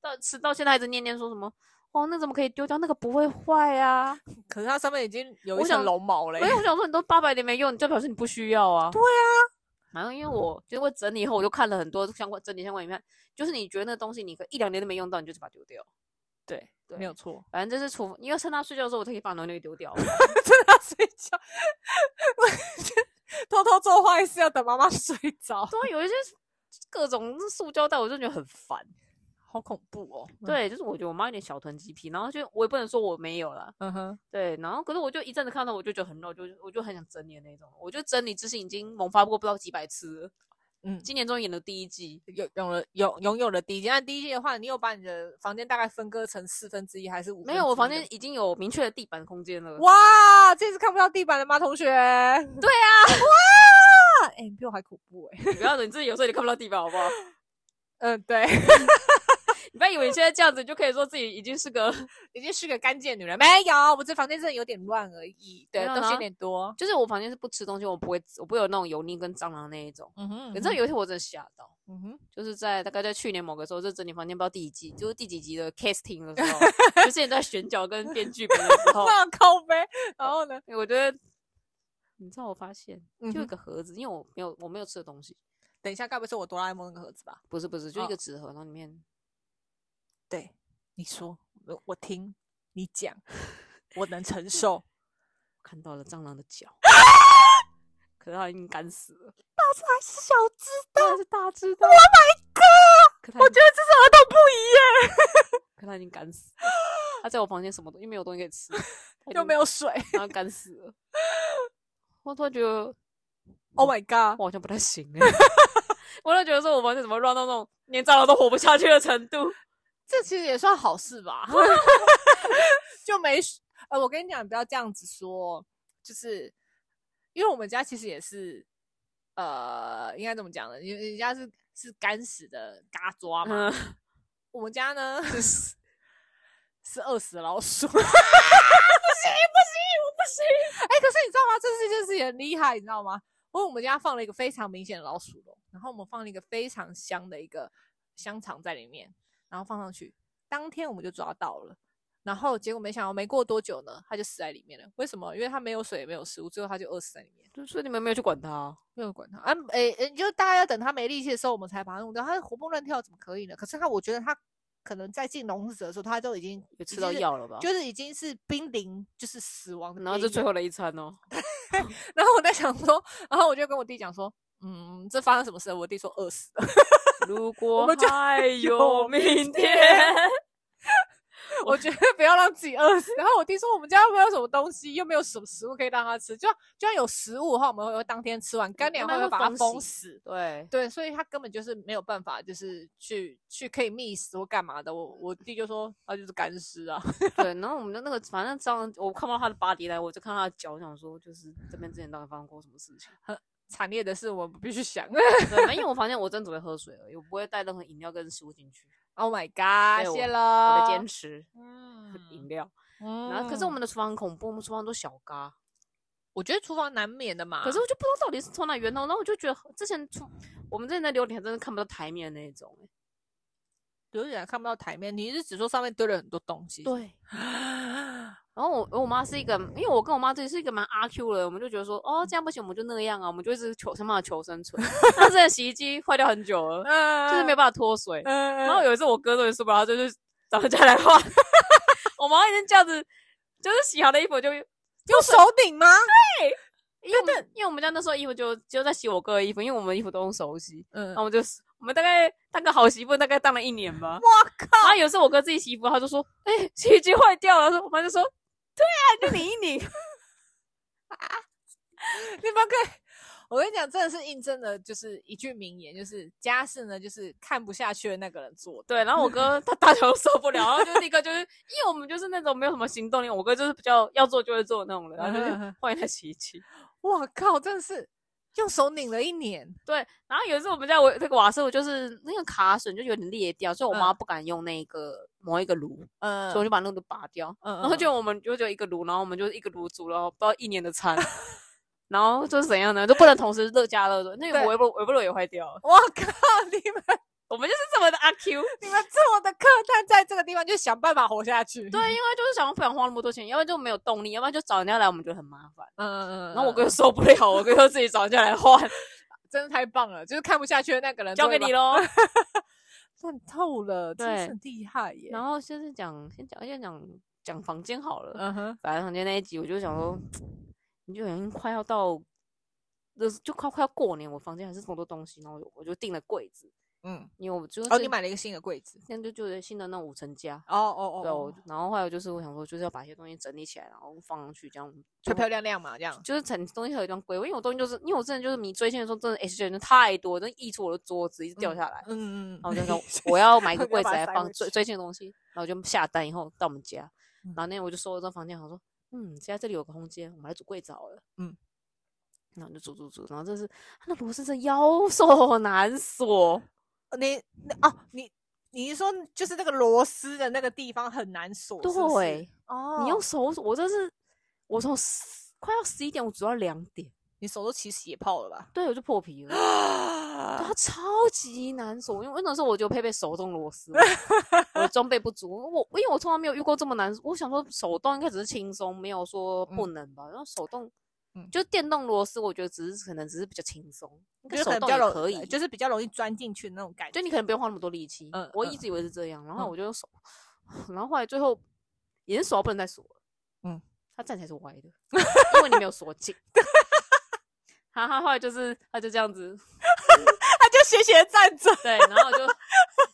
[SPEAKER 2] 到吃到现在还在念念说什么。哦，那怎么可以丢掉？那个不会坏啊！
[SPEAKER 1] 可是它上面已经有一
[SPEAKER 2] 我想
[SPEAKER 1] 层绒毛了、欸
[SPEAKER 2] 没有，我想说你都八百年没用，你就表示你不需要啊。对啊，然后因为我就是我整理以后，我就看了很多相关整理相关影片，就是你觉得那个东西你可一两年都没用到，你就是把它丢掉。
[SPEAKER 1] 对，
[SPEAKER 2] 对
[SPEAKER 1] 没有 错。
[SPEAKER 2] 反正就是除，因为趁他睡觉的时候，我才可以把东西丢掉。
[SPEAKER 1] 趁它睡觉， 我觉得偷偷做坏事要等妈妈睡着，
[SPEAKER 2] 对啊，有一些各种塑胶袋，我就觉得很烦。
[SPEAKER 1] 好恐怖哦。，
[SPEAKER 2] 对，就是我觉得我妈有点小囤积癖，然后就我也不能说我没有啦，
[SPEAKER 1] 嗯哼，
[SPEAKER 2] 对，然后可是我就一阵子看到，我就觉得很肉，就我就很想整理的那种。我觉得整理之心已经萌发过不知道几百次了，
[SPEAKER 1] 嗯，
[SPEAKER 2] 今年终于演了第一季，
[SPEAKER 1] 有有了有拥有了第一季，那第一季的话，你有把你的房间大概分割成四分之一还是五？
[SPEAKER 2] 没有，我房间。已经有明确的地板空间了。
[SPEAKER 1] 哇，这次看不到地板了吗，同学？对啊，哇，哎、你比我还恐怖哎、
[SPEAKER 2] 你不要，你自己有时候也看不到地板，好不好？
[SPEAKER 1] 嗯，对，
[SPEAKER 2] 你不要以为你现在这样子你就可以说自己已经是个，
[SPEAKER 1] 已经是个干净的女人，没有，我这房间真的有点乱而已，对，
[SPEAKER 2] 没有
[SPEAKER 1] 东
[SPEAKER 2] 然
[SPEAKER 1] 西有
[SPEAKER 2] 后
[SPEAKER 1] 点多。
[SPEAKER 2] 就是我房间是不吃东西，我不会，我不会有那种油腻跟蟑螂那一种。
[SPEAKER 1] 嗯哼
[SPEAKER 2] 可是
[SPEAKER 1] 有，
[SPEAKER 2] 有一天我真的吓到，
[SPEAKER 1] 嗯哼，
[SPEAKER 2] 就是在大概在去年某个时候，就整理房间不知道第几集，就是第几集的 casting 的时 候，就是你在选角跟编剧本的 时 候，
[SPEAKER 1] 那靠背，然后呢？
[SPEAKER 2] 我觉得，你知道我发现
[SPEAKER 1] 嗯
[SPEAKER 2] 就有
[SPEAKER 1] 哼，
[SPEAKER 2] 一个盒子，因为我没有我没有吃的东西，
[SPEAKER 1] 等一下，该不会是我哆啦 A 梦那个盒子吧？
[SPEAKER 2] 不是不是，就
[SPEAKER 1] 哦
[SPEAKER 2] 一个纸盒，然后里面
[SPEAKER 1] 对，你说，我我听你 讲，我能承受。
[SPEAKER 2] 看到了蟑螂的 脚，可是它已经干死了，
[SPEAKER 1] 还是小只，
[SPEAKER 2] 当然是大只的。Oh my god！我
[SPEAKER 1] 我觉得这是儿童不宜
[SPEAKER 2] 可它已经干死了，它在我房间什么都又没有东西可以 吃，它
[SPEAKER 1] 耶，
[SPEAKER 2] 已
[SPEAKER 1] 又
[SPEAKER 2] 经
[SPEAKER 1] 没，有 水。
[SPEAKER 2] 然后干死了。我突然觉得
[SPEAKER 1] Oh my god！
[SPEAKER 2] 我好像不太行 哎、我就觉得说我房间怎么乱到那种连蟑螂都活不下去的程 度。
[SPEAKER 1] 这其实也算好事吧，就没水。呃，我跟你讲，不要这样子说，就是因为我们家其实也是，呃，应该怎么讲呢？因为人家是是干死的嘎抓嘛，
[SPEAKER 2] 嗯，
[SPEAKER 1] 我们家呢是是饿死的老鼠。 哎、可是你知道吗？这是一件事情很厉害，你知道吗？因为我们家放了一个非常明显的老鼠笼，然后我们放了一个非常香的一个香肠在里面，然后放上去，当天我们就抓到了。然后结果没想到，没过多久呢，它就死在里面了。为什么？因为它没有水，也没有食物，最后它就饿死在里面，
[SPEAKER 2] 嗯就所以你们没有去管它哦、
[SPEAKER 1] 没有人管它。啊，诶、诶就大家要等它没力气的时候，我们才把它弄掉。它活蹦乱跳，怎么可以呢？可是它，我觉得它可能在进笼子的时候，它都已经
[SPEAKER 2] 有吃到，药了吧？
[SPEAKER 1] 已经是就是已经是濒临就是死亡的边缘。
[SPEAKER 2] 然后这最后的一餐 哦，
[SPEAKER 1] 然后我在想说，然后我就跟我弟讲说，嗯，这发生什么事了？我弟说饿死了。
[SPEAKER 2] 如
[SPEAKER 1] 我
[SPEAKER 2] 果
[SPEAKER 1] 们就
[SPEAKER 2] 还
[SPEAKER 1] 有
[SPEAKER 2] 有明天，
[SPEAKER 1] 我觉得不要让自己饿死。然后我弟说，我们家又没有什么东西，又没有什么食物可以让他吃，就就算有食物的话，我们会当天吃完，干粮
[SPEAKER 2] 慢
[SPEAKER 1] 会
[SPEAKER 2] 慢嗯会
[SPEAKER 1] 把它
[SPEAKER 2] 封
[SPEAKER 1] 封
[SPEAKER 2] 死
[SPEAKER 1] 死。
[SPEAKER 2] 对，
[SPEAKER 1] 对，所以他根本就是没有办法，就是去去可以觅食或干嘛的。我我弟就说，他就是干尸啊。
[SPEAKER 2] 对，然后我们的那个，反正蟑螂，我看不到他的 body 来，我就看他的脚，想说就是这边之前到底发生过什么事情。
[SPEAKER 1] 惨烈的是，我们必须想。
[SPEAKER 2] 对，反正因为我房间我真的只会喝水而已，我不会带任何饮料跟食物进去，
[SPEAKER 1] oh my god！
[SPEAKER 2] 对我
[SPEAKER 1] 谢
[SPEAKER 2] 我
[SPEAKER 1] 了。
[SPEAKER 2] 的坚持饮
[SPEAKER 1] 啊嗯，
[SPEAKER 2] 料。然
[SPEAKER 1] 然
[SPEAKER 2] 后可是我们的厨房很恐怖，我们厨房很多小嘎，
[SPEAKER 1] 我觉得厨房难免的嘛。
[SPEAKER 2] 可是我就不知道到底是从哪源头，然后我就觉得之前厨我们之前在榴莲真的看不到台面那一种、欸
[SPEAKER 1] 有点看不到台面。你是指说上面堆了很多东西？ 啊
[SPEAKER 2] 对，然后我我妈是一个，因为我跟我妈自己是一个蛮阿 Q 的人，我们就觉得说，哦，这样不行，我们就那样啊，我们就一直求想办法求生存。 但是洗衣机坏掉很久了，
[SPEAKER 1] 嗯
[SPEAKER 2] 就是没有办法脱水。
[SPEAKER 1] 嗯
[SPEAKER 2] 然后有一次我哥终于受不了，他就是找人家来换。 我妈已经这样子，就是洗好的衣服就，
[SPEAKER 1] 用手顶吗？
[SPEAKER 2] 因为我们因为我们家那时候衣服就就在洗我哥的衣服，因为我们衣服都用手洗。
[SPEAKER 1] 嗯
[SPEAKER 2] 然，后我们就是我们大概当个好媳妇，大概当了一年吧。
[SPEAKER 1] 我靠，
[SPEAKER 2] 然后有时候我哥自己洗衣服，他就说：“哎、洗衣机坏掉了。”我妈就说：“对啊，就你一拧。
[SPEAKER 1] 你们可以。我跟你讲，真的是印证了，就是一句名言，就是家事呢，就是看不下去的那个人做”的。
[SPEAKER 2] 对，然后我哥他大头受不了，然后就立刻就是，因为我们就是那种没有什么行动力，我哥就是比较要做就会做的那种人，然后
[SPEAKER 1] 嗯
[SPEAKER 2] 就
[SPEAKER 1] 嗯嗯
[SPEAKER 2] 是换一台洗衣机。
[SPEAKER 1] 我靠，真的是用手拧了一年。
[SPEAKER 2] 对，然后有一次我们家我那个瓦斯炉就是那个卡榫就有点裂掉，所以我妈
[SPEAKER 1] 嗯
[SPEAKER 2] 不敢用那个某一个炉，
[SPEAKER 1] 嗯
[SPEAKER 2] 所以我就把那个炉拔掉。
[SPEAKER 1] 嗯
[SPEAKER 2] 然后就我们就只有一个炉，然后我们就一个炉煮了不知道一年的 餐，然后就是怎样呢？都不能同时热加热的，那
[SPEAKER 1] 对
[SPEAKER 2] 个微波微波炉也坏掉了。
[SPEAKER 1] 我靠，你们
[SPEAKER 2] 我们就是这么的阿 Q，
[SPEAKER 1] 你们做的客探在这个地方就想办法活下去。
[SPEAKER 2] 对，，因为就是想不想花那么多钱，要不然就没有动力，要不然就找人家来，我们觉得很麻烦。
[SPEAKER 1] 嗯嗯嗯
[SPEAKER 2] 然后我哥又受不了，我哥又自己找人家来 换，
[SPEAKER 1] 真的太棒了，就是看不下去的那个人
[SPEAKER 2] 交给你
[SPEAKER 1] 了，
[SPEAKER 2] 喽。
[SPEAKER 1] 赚透了，真
[SPEAKER 2] 对
[SPEAKER 1] 是厉害耶。
[SPEAKER 2] 然后先是讲，先讲，先讲讲房间好了。
[SPEAKER 1] 嗯哼，
[SPEAKER 2] 反正房间那一集，我就想说，你就已经快要到，就是就快快要过年，我房间还是这么多东西，然后我就我就订了柜子，
[SPEAKER 1] 嗯，
[SPEAKER 2] 因为我就是
[SPEAKER 1] 哦，你买了一个新的柜子。
[SPEAKER 2] 现在就就是新的那种五层家，
[SPEAKER 1] 哦哦
[SPEAKER 2] 对啊，我
[SPEAKER 1] 哦
[SPEAKER 2] 就，然后后来我就是我想说，就是要把一些东西整理起来，然后放上去，这样就
[SPEAKER 1] 漂漂亮亮嘛，这样。
[SPEAKER 2] 就是整东西才有一段归位。因为我东西就是因为我真的就是迷追星的时候，真的 H 真的太多，真的溢出我的桌子，一直掉下来。
[SPEAKER 1] 嗯嗯，
[SPEAKER 2] 然后 我就说我要买一个
[SPEAKER 1] 我
[SPEAKER 2] 柜
[SPEAKER 1] 就把
[SPEAKER 2] 子
[SPEAKER 1] 它
[SPEAKER 2] 来
[SPEAKER 1] 塞
[SPEAKER 2] 放
[SPEAKER 1] 回
[SPEAKER 2] 最
[SPEAKER 1] 去
[SPEAKER 2] 最近的东西，然后我就下单以后到我们家，
[SPEAKER 1] 嗯
[SPEAKER 2] 然后那天我就收了这房间，我说嗯，现在这里有个空间，我们来组柜子好了，
[SPEAKER 1] 嗯，
[SPEAKER 2] 然后就组组组，然后这是那螺丝真的妖兽 难锁，
[SPEAKER 1] 你那哦，你你是说就是那个螺丝的那个地方很难锁？是不是
[SPEAKER 2] 对，
[SPEAKER 1] 哦，
[SPEAKER 2] 你用手锁，我这是我从10快要十一点，我煮到两点，
[SPEAKER 1] 你手都起血泡了吧？
[SPEAKER 2] 对，我就破皮了。
[SPEAKER 1] 啊，
[SPEAKER 2] 它超级难锁，因为那时候我就配备手动 螺丝，我的装备不足。我因为我从来没有遇过这么难，我想说手动应该只是轻松，没有说不能吧。然后手动，
[SPEAKER 1] 嗯
[SPEAKER 2] 就电动螺丝，我觉得只是可能只是比较轻松，应该
[SPEAKER 1] 就是
[SPEAKER 2] 手
[SPEAKER 1] 可能比
[SPEAKER 2] 动
[SPEAKER 1] 较
[SPEAKER 2] 也
[SPEAKER 1] 容
[SPEAKER 2] 可以，就
[SPEAKER 1] 就是比较容易钻进去的那种感觉。
[SPEAKER 2] 就你可能不用花那么多力气。
[SPEAKER 1] 嗯
[SPEAKER 2] 我
[SPEAKER 1] 嗯
[SPEAKER 2] 一直以为是这样，然后
[SPEAKER 1] 嗯
[SPEAKER 2] 我就用手，然后后来最后也是锁到不能再锁了，
[SPEAKER 1] 嗯，
[SPEAKER 2] 它站起来是歪的，因为你没有锁 紧。 哈哈，后来就是他就这样子
[SPEAKER 1] 他就斜斜地站着，
[SPEAKER 2] 对，然后我就，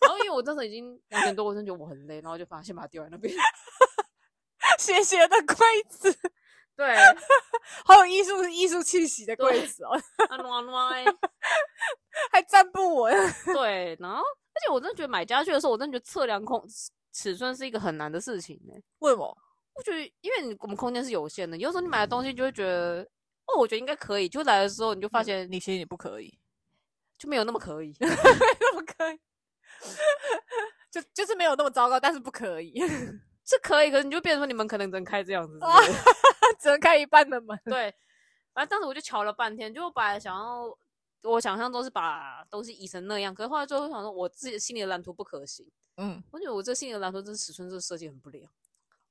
[SPEAKER 2] 然后因为我那时候已经两点多，我真的觉得我很累，然后就把它先把它丢在那边。
[SPEAKER 1] 斜斜的柜子，
[SPEAKER 2] 对，
[SPEAKER 1] 好有艺术艺术气息的柜子哦，
[SPEAKER 2] 啊暖暖欸，
[SPEAKER 1] 还站不稳。
[SPEAKER 2] 对，然后而且我真的觉得买家具的时候，我真的觉得测量空尺寸是一个很难的事情呢、
[SPEAKER 1] 为什么？
[SPEAKER 2] 我觉得，因为你我们空间是有限的，有时候你买的东西就会觉得，哦，我觉得应该可以，就来的时候你就发现
[SPEAKER 1] 你其实你不可以，
[SPEAKER 2] 就没有那么可以。
[SPEAKER 1] 嗯 不可以， 就就是没有那么糟糕，但是不可以，
[SPEAKER 2] 是可以，可是你就变成说你们可能只能开这样子之
[SPEAKER 1] 啊
[SPEAKER 2] 类的。
[SPEAKER 1] 只能开一半的 门。
[SPEAKER 2] 对，反正当时我就瞧了半天，就我本来想要，我想象中是把东西移成那样，可是后来最后想说，我自己心里的蓝图不可行。
[SPEAKER 1] 嗯，
[SPEAKER 2] 我觉得我这心里的蓝图，这尺寸这设计很不良，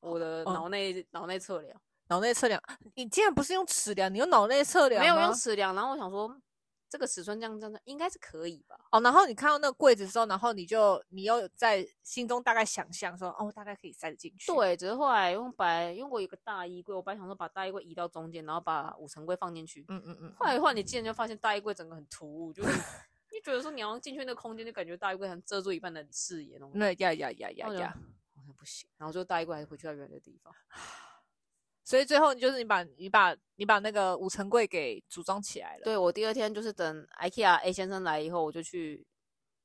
[SPEAKER 2] 我的
[SPEAKER 1] 哦
[SPEAKER 2] 脑内、脑内测量
[SPEAKER 1] 脑内测量，你竟然不是用尺量，你用脑内测量吗，
[SPEAKER 2] 没有用尺量，然后我想说这个尺寸这样这样这样应该是可以吧？
[SPEAKER 1] 哦。然后你看到那个柜子之后，然后你就你又在心中大概想象说，哦，大概可以塞得进去。，
[SPEAKER 2] 对，只是后来用白，因为我有个大衣柜，我本来想说把大衣柜移到中间，然后把五层柜放进去。
[SPEAKER 1] 嗯嗯嗯，
[SPEAKER 2] 后来的话，你进来就发现大衣柜整个很突兀，就是 就觉得说你要进去那个空间，就感觉大衣柜好像遮住一半的视野那种感觉。
[SPEAKER 1] 那呀呀呀呀
[SPEAKER 2] 然后我就
[SPEAKER 1] 呀！
[SPEAKER 2] 好像不行，然后就大衣柜还是回去到原来的地方。
[SPEAKER 1] 所以最后就是你把你把你把那个五层柜给组装起来了。
[SPEAKER 2] 对我第二天就是等 IKEA A 先生来以后，我就去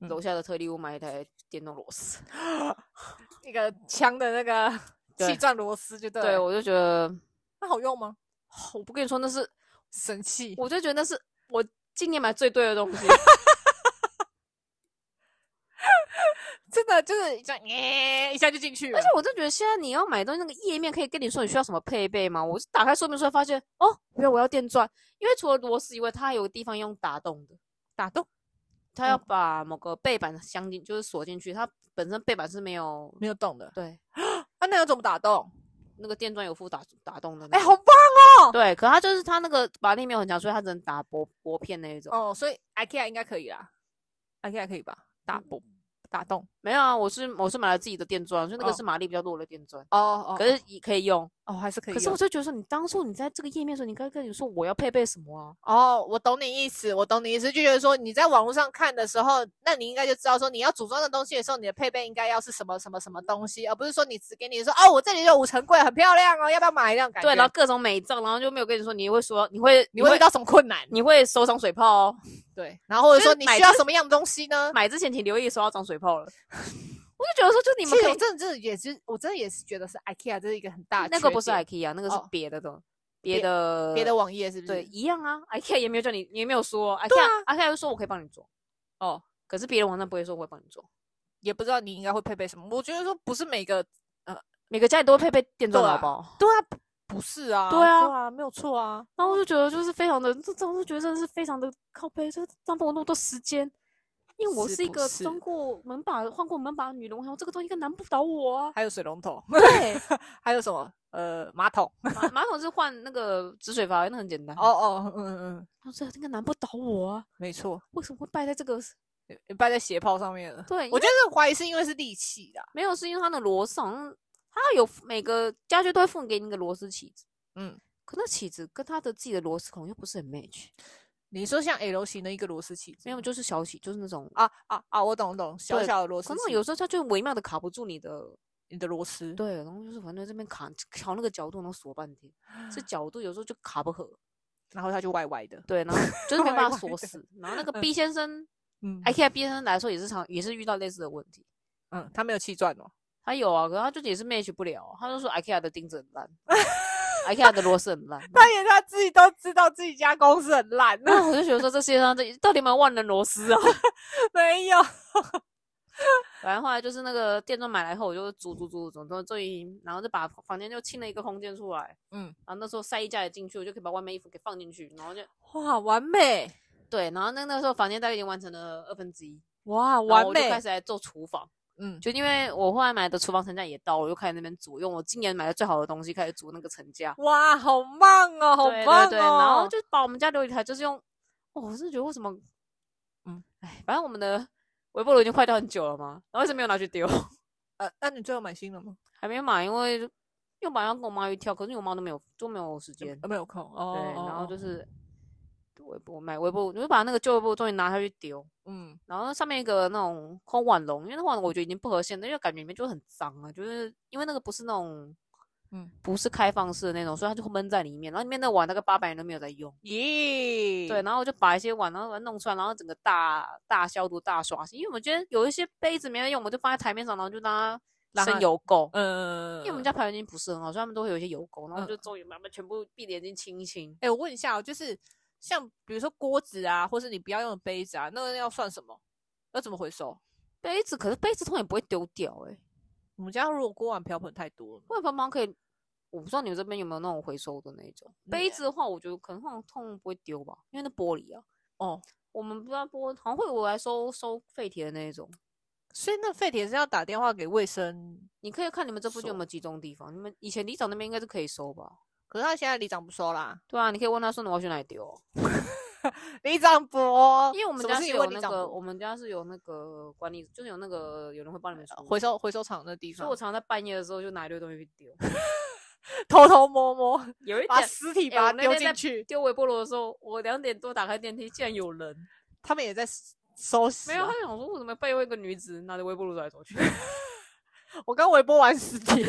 [SPEAKER 1] 嗯
[SPEAKER 2] 楼下的特力屋买一台电动螺丝。
[SPEAKER 1] 那个枪的那个
[SPEAKER 2] 对
[SPEAKER 1] 气转螺丝就对了。
[SPEAKER 2] 对，我就觉得，
[SPEAKER 1] 那好用吗？
[SPEAKER 2] 我不跟你说那是，
[SPEAKER 1] 神器，
[SPEAKER 2] 我就觉得那是我今年买最对的东西。
[SPEAKER 1] 真的就是这样，耶一下就进去了
[SPEAKER 2] 而且。我真的觉得现在你要买东西，那个页面可以跟你说你需要什么配备吗？我是打开说明书才发现，哦，原来我要电钻，因为除了螺丝以外，它还有个地方用打洞的，
[SPEAKER 1] 打洞
[SPEAKER 2] 它要
[SPEAKER 1] 嗯
[SPEAKER 2] 把某个背板镶进，就是锁进去，它本身背板是没有，
[SPEAKER 1] 没有动的。
[SPEAKER 2] 对，
[SPEAKER 1] 啊，那要怎么打洞？
[SPEAKER 2] 那个电钻有附打打洞的那
[SPEAKER 1] 哎、
[SPEAKER 2] 种。
[SPEAKER 1] 好棒
[SPEAKER 2] 对，可它就是它那个把力没有很强，所以它只能打薄薄片那一 种。
[SPEAKER 1] 哦！所以 IKEA 应该可以啦，IKEA 嗯可以吧？打不打洞？
[SPEAKER 2] 没有啊，我是我是买了自己的电钻，所以那个
[SPEAKER 1] 哦
[SPEAKER 2] 是马力比较弱的电钻，
[SPEAKER 1] 哦哦，
[SPEAKER 2] 可是也可以用。
[SPEAKER 1] 哦还是可以
[SPEAKER 2] 可
[SPEAKER 1] 用。
[SPEAKER 2] 是我就觉得说，你当初你在这个页面的时候，你该跟你说我要配备什么啊？
[SPEAKER 1] 哦，我懂你意思，我懂你意思，就觉得说你在网络上看的时候，那你应该就知道说你要组装的东西的时候，你的配备应该要是什么什么什么东西，而不是说你只给你说哦，我这里有五层柜，很漂亮哦，要不要买？那种感觉。
[SPEAKER 2] 对，然后各种美照，然后就没有跟你说你会说你会
[SPEAKER 1] 你会遇到什么困难？
[SPEAKER 2] 你会手长水泡哦，
[SPEAKER 1] 对，然后或者
[SPEAKER 2] 就
[SPEAKER 1] 说
[SPEAKER 2] 是
[SPEAKER 1] 你
[SPEAKER 2] 买
[SPEAKER 1] 需要
[SPEAKER 2] 这
[SPEAKER 1] 什么样的东西呢？
[SPEAKER 2] 买之前请留意手要长 水泡了。我就觉得说，就你们
[SPEAKER 1] 其实
[SPEAKER 2] 可
[SPEAKER 1] 我
[SPEAKER 2] 以，
[SPEAKER 1] 真的真的也是，我真的也是觉得是 IKEA 这是一个很大的
[SPEAKER 2] 那个不是
[SPEAKER 1] 缺点
[SPEAKER 2] 啊 IKEA，那个是
[SPEAKER 1] 哦
[SPEAKER 2] 别的的，
[SPEAKER 1] 别
[SPEAKER 2] 别的
[SPEAKER 1] 别的网页是不是？
[SPEAKER 2] 对，一样啊。IKEA 也没有叫你，也没有说
[SPEAKER 1] 嗯对啊
[SPEAKER 2] IKEA，IKEA、IKEA 就说我可以帮你做，哦，可是别人网站不会说我会帮你做，
[SPEAKER 1] 也不知道你应该会配备什么。我觉得说不是每个
[SPEAKER 2] 每个家里都会配备电钻
[SPEAKER 1] 对啊
[SPEAKER 2] 好不好？
[SPEAKER 1] 对啊，不不是啊，
[SPEAKER 2] 对啊
[SPEAKER 1] 对啊，没有错啊。
[SPEAKER 2] 然后我就觉得就是非常的，这当时觉得真的是非常的靠背，这浪费我那么多时间。因为我
[SPEAKER 1] 是
[SPEAKER 2] 是一
[SPEAKER 1] 不
[SPEAKER 2] 个
[SPEAKER 1] 是
[SPEAKER 2] 装过门把、换过门把的女人，我想说这个东西应该难不倒我啊
[SPEAKER 1] 。还有水龙头，
[SPEAKER 2] 对，
[SPEAKER 1] 还有什么呃马桶？
[SPEAKER 2] 马马桶是换那个止水阀，那很简单。
[SPEAKER 1] 哦哦，嗯嗯嗯，
[SPEAKER 2] 我说这个难不倒我啊，
[SPEAKER 1] 没错，
[SPEAKER 2] 为什么会败在这个？
[SPEAKER 1] 摆在斜炮上面了。
[SPEAKER 2] 对，
[SPEAKER 1] 我
[SPEAKER 2] 因为
[SPEAKER 1] 觉得怀疑是因为是利器啦。
[SPEAKER 2] 没有是因为它的螺丝好像，它有每个家具都会送给你一个螺丝起子，
[SPEAKER 1] 嗯，
[SPEAKER 2] 可那起子跟它的自己的螺丝孔又不是很 match，
[SPEAKER 1] 你说像 L 型的一个螺丝起子，
[SPEAKER 2] 没有就是小起，就是那种，
[SPEAKER 1] 啊啊啊！我懂我懂，小
[SPEAKER 2] 对
[SPEAKER 1] 小的螺丝
[SPEAKER 2] 可
[SPEAKER 1] 起
[SPEAKER 2] 能
[SPEAKER 1] 子，
[SPEAKER 2] 有时候它就微妙的卡不住你的
[SPEAKER 1] 你的螺丝，
[SPEAKER 2] 对，然后就是反正这边卡调那个角度，然后锁半天，这角度有时候就卡不合，
[SPEAKER 1] 然后它就歪歪的。
[SPEAKER 2] 对，然后就是没
[SPEAKER 1] 歪
[SPEAKER 2] 办
[SPEAKER 1] 歪
[SPEAKER 2] 法锁
[SPEAKER 1] 的
[SPEAKER 2] 死。然后那个 B 先生
[SPEAKER 1] 嗯
[SPEAKER 2] ，IKEA B 先生来说也是常也是遇到类似的问题，
[SPEAKER 1] 嗯，它没有气钻哦。
[SPEAKER 2] 他有啊，可是他就也是 match 不了啊，他就说 IKEA 的钉子很烂 ，IKEA 的螺丝很烂。
[SPEAKER 1] 他也他自己都知道自己家公司很烂，
[SPEAKER 2] 那我就觉得说这世界上这到底有没有万能螺丝啊？
[SPEAKER 1] 没有。
[SPEAKER 2] 反正后来就是那个电钻买来后，我就租租租，总终终于，然后就把房间就清了一个空间出来，
[SPEAKER 1] 嗯，
[SPEAKER 2] 然后那时候晒衣架也进去，我就可以把外面衣服给放进去，然后就
[SPEAKER 1] 哇，完美
[SPEAKER 2] 对，然后那那时候房间大概已经完成了二分之一，
[SPEAKER 1] 哇，
[SPEAKER 2] 然后
[SPEAKER 1] 完
[SPEAKER 2] 我就
[SPEAKER 1] 美
[SPEAKER 2] 开。始来做厨房，
[SPEAKER 1] 嗯，
[SPEAKER 2] 就因为我后来买的厨房层架也到了，我就开始那边煮，用我今年买的最好的东西开始煮那个层架，
[SPEAKER 1] 哇，好棒哦，好
[SPEAKER 2] 对
[SPEAKER 1] 棒哦。
[SPEAKER 2] 对对，然后就把我们家琉璃台就是用，哦，我是觉得为什么，
[SPEAKER 1] 嗯
[SPEAKER 2] 嗯，哎，反正我们的微波炉已经坏掉很久了嘛，然后一直没有拿去丢，
[SPEAKER 1] 呃，那你最后买新的吗？
[SPEAKER 2] 还没买，因为因为本来要跟我妈去挑，可是我妈都没有都没有时间，
[SPEAKER 1] 呃没有空哦。
[SPEAKER 2] 对，然后
[SPEAKER 1] 哦
[SPEAKER 2] 就是微波买微波炉，我就把那个旧微波炉终于拿下去丢。
[SPEAKER 1] 嗯，
[SPEAKER 2] 然后上面一个那种空碗笼，因为那碗笼我觉得已经不合线了，因为感觉里面就很脏啊，就是因为那个不是那种，
[SPEAKER 1] 嗯
[SPEAKER 2] 嗯，不是开放式的那种，所以它就会闷在里面。然后里面的碗大概八百人都没有在用，
[SPEAKER 1] 耶，
[SPEAKER 2] 对。然后我就把一些碗然后把它弄出来，然后整个大大消毒、大刷新，因为我觉得有一些杯子没人用，我们就放在台面上，然后就让它
[SPEAKER 1] 让它
[SPEAKER 2] 生油垢。
[SPEAKER 1] 嗯，
[SPEAKER 2] 因为我们家排水间不是很好，所以他们都会有一些油垢，然后
[SPEAKER 1] 嗯
[SPEAKER 2] 就终于慢慢全部闭着眼睛清一清。
[SPEAKER 1] 哎、我问一下哦，就是像比如说锅子啊，或是你不要用的杯子啊，那个要算什么？要怎么回收？
[SPEAKER 2] 杯子可是杯子通常也不会丢掉哎、欸，
[SPEAKER 1] 我们家如果锅碗瓢盆太多了，
[SPEAKER 2] 外包包可以，我不知道你们这边有没有那种回收的那一种
[SPEAKER 1] 嗯
[SPEAKER 2] 杯子的话，我觉得可能通常通常不会丢吧，因为那玻璃啊。
[SPEAKER 1] 哦，
[SPEAKER 2] 我们不知道玻好像会我来收收废铁的那一种，
[SPEAKER 1] 所以那废铁是要打电话给卫生，
[SPEAKER 2] 你可以看你们这附近有
[SPEAKER 1] 收
[SPEAKER 2] 没有集中地方。你们以前里长那边应该是可以收吧？
[SPEAKER 1] 可是他现在里长不收啦，
[SPEAKER 2] 对啊，你可以问他说你要去哪里丢啊、
[SPEAKER 1] 里长伯，
[SPEAKER 2] 因为我们
[SPEAKER 1] 什么事
[SPEAKER 2] 家是
[SPEAKER 1] 情
[SPEAKER 2] 有
[SPEAKER 1] 问里
[SPEAKER 2] 那
[SPEAKER 1] 长
[SPEAKER 2] 个，
[SPEAKER 1] 伯
[SPEAKER 2] 我们家是有那个管理，就是有那个有人呃会帮你们处理
[SPEAKER 1] 呃回，收回收厂的地
[SPEAKER 2] 所
[SPEAKER 1] 方
[SPEAKER 2] 以我，常常在半夜的时候就拿一堆东西去丢，
[SPEAKER 1] 偷偷摸 摸
[SPEAKER 2] 有一
[SPEAKER 1] 把
[SPEAKER 2] 点。
[SPEAKER 1] 尸体
[SPEAKER 2] 欸
[SPEAKER 1] 把
[SPEAKER 2] 我
[SPEAKER 1] 它
[SPEAKER 2] 那
[SPEAKER 1] 丢
[SPEAKER 2] 天
[SPEAKER 1] 进
[SPEAKER 2] 在
[SPEAKER 1] 去，
[SPEAKER 2] 丢微波炉的时候，我两点多打开电梯，竟然有 人。
[SPEAKER 1] 他们也在 收拾、啊
[SPEAKER 2] 没有，他，就想说，为什么背后一个女子拿着微波炉走来走 去？
[SPEAKER 1] 我刚微波完尸 体，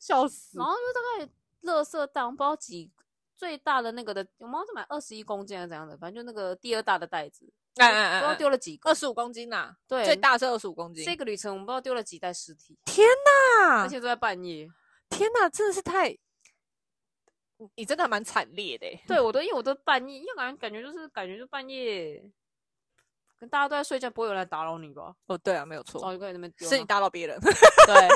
[SPEAKER 1] 笑死
[SPEAKER 2] 然！后就大概垃圾袋，我不知道几最大的那个的，我妈是买二十一公斤还是怎样的，反正就那个第二大的袋子，
[SPEAKER 1] 哎
[SPEAKER 2] 不
[SPEAKER 1] 哎
[SPEAKER 2] 知道
[SPEAKER 1] 哎，
[SPEAKER 2] 丢了几个。
[SPEAKER 1] 二十五公斤啦，
[SPEAKER 2] 对，
[SPEAKER 1] 最大是二十五公斤。
[SPEAKER 2] 这个旅程我们不知道丢了几袋尸体，
[SPEAKER 1] 啊
[SPEAKER 2] 而且都在半夜。
[SPEAKER 1] 天哪，真的是太，你你真的还蛮惨烈的欸。
[SPEAKER 2] 对，我都因为我都半夜，因为感觉感觉就是感觉就半夜，跟大家都在睡觉，不会有人来打扰你吧？
[SPEAKER 1] 哦，对啊，没有
[SPEAKER 2] 然
[SPEAKER 1] 错，
[SPEAKER 2] 后就开始那边丢嘛，
[SPEAKER 1] 是你打扰别 人。
[SPEAKER 2] 对。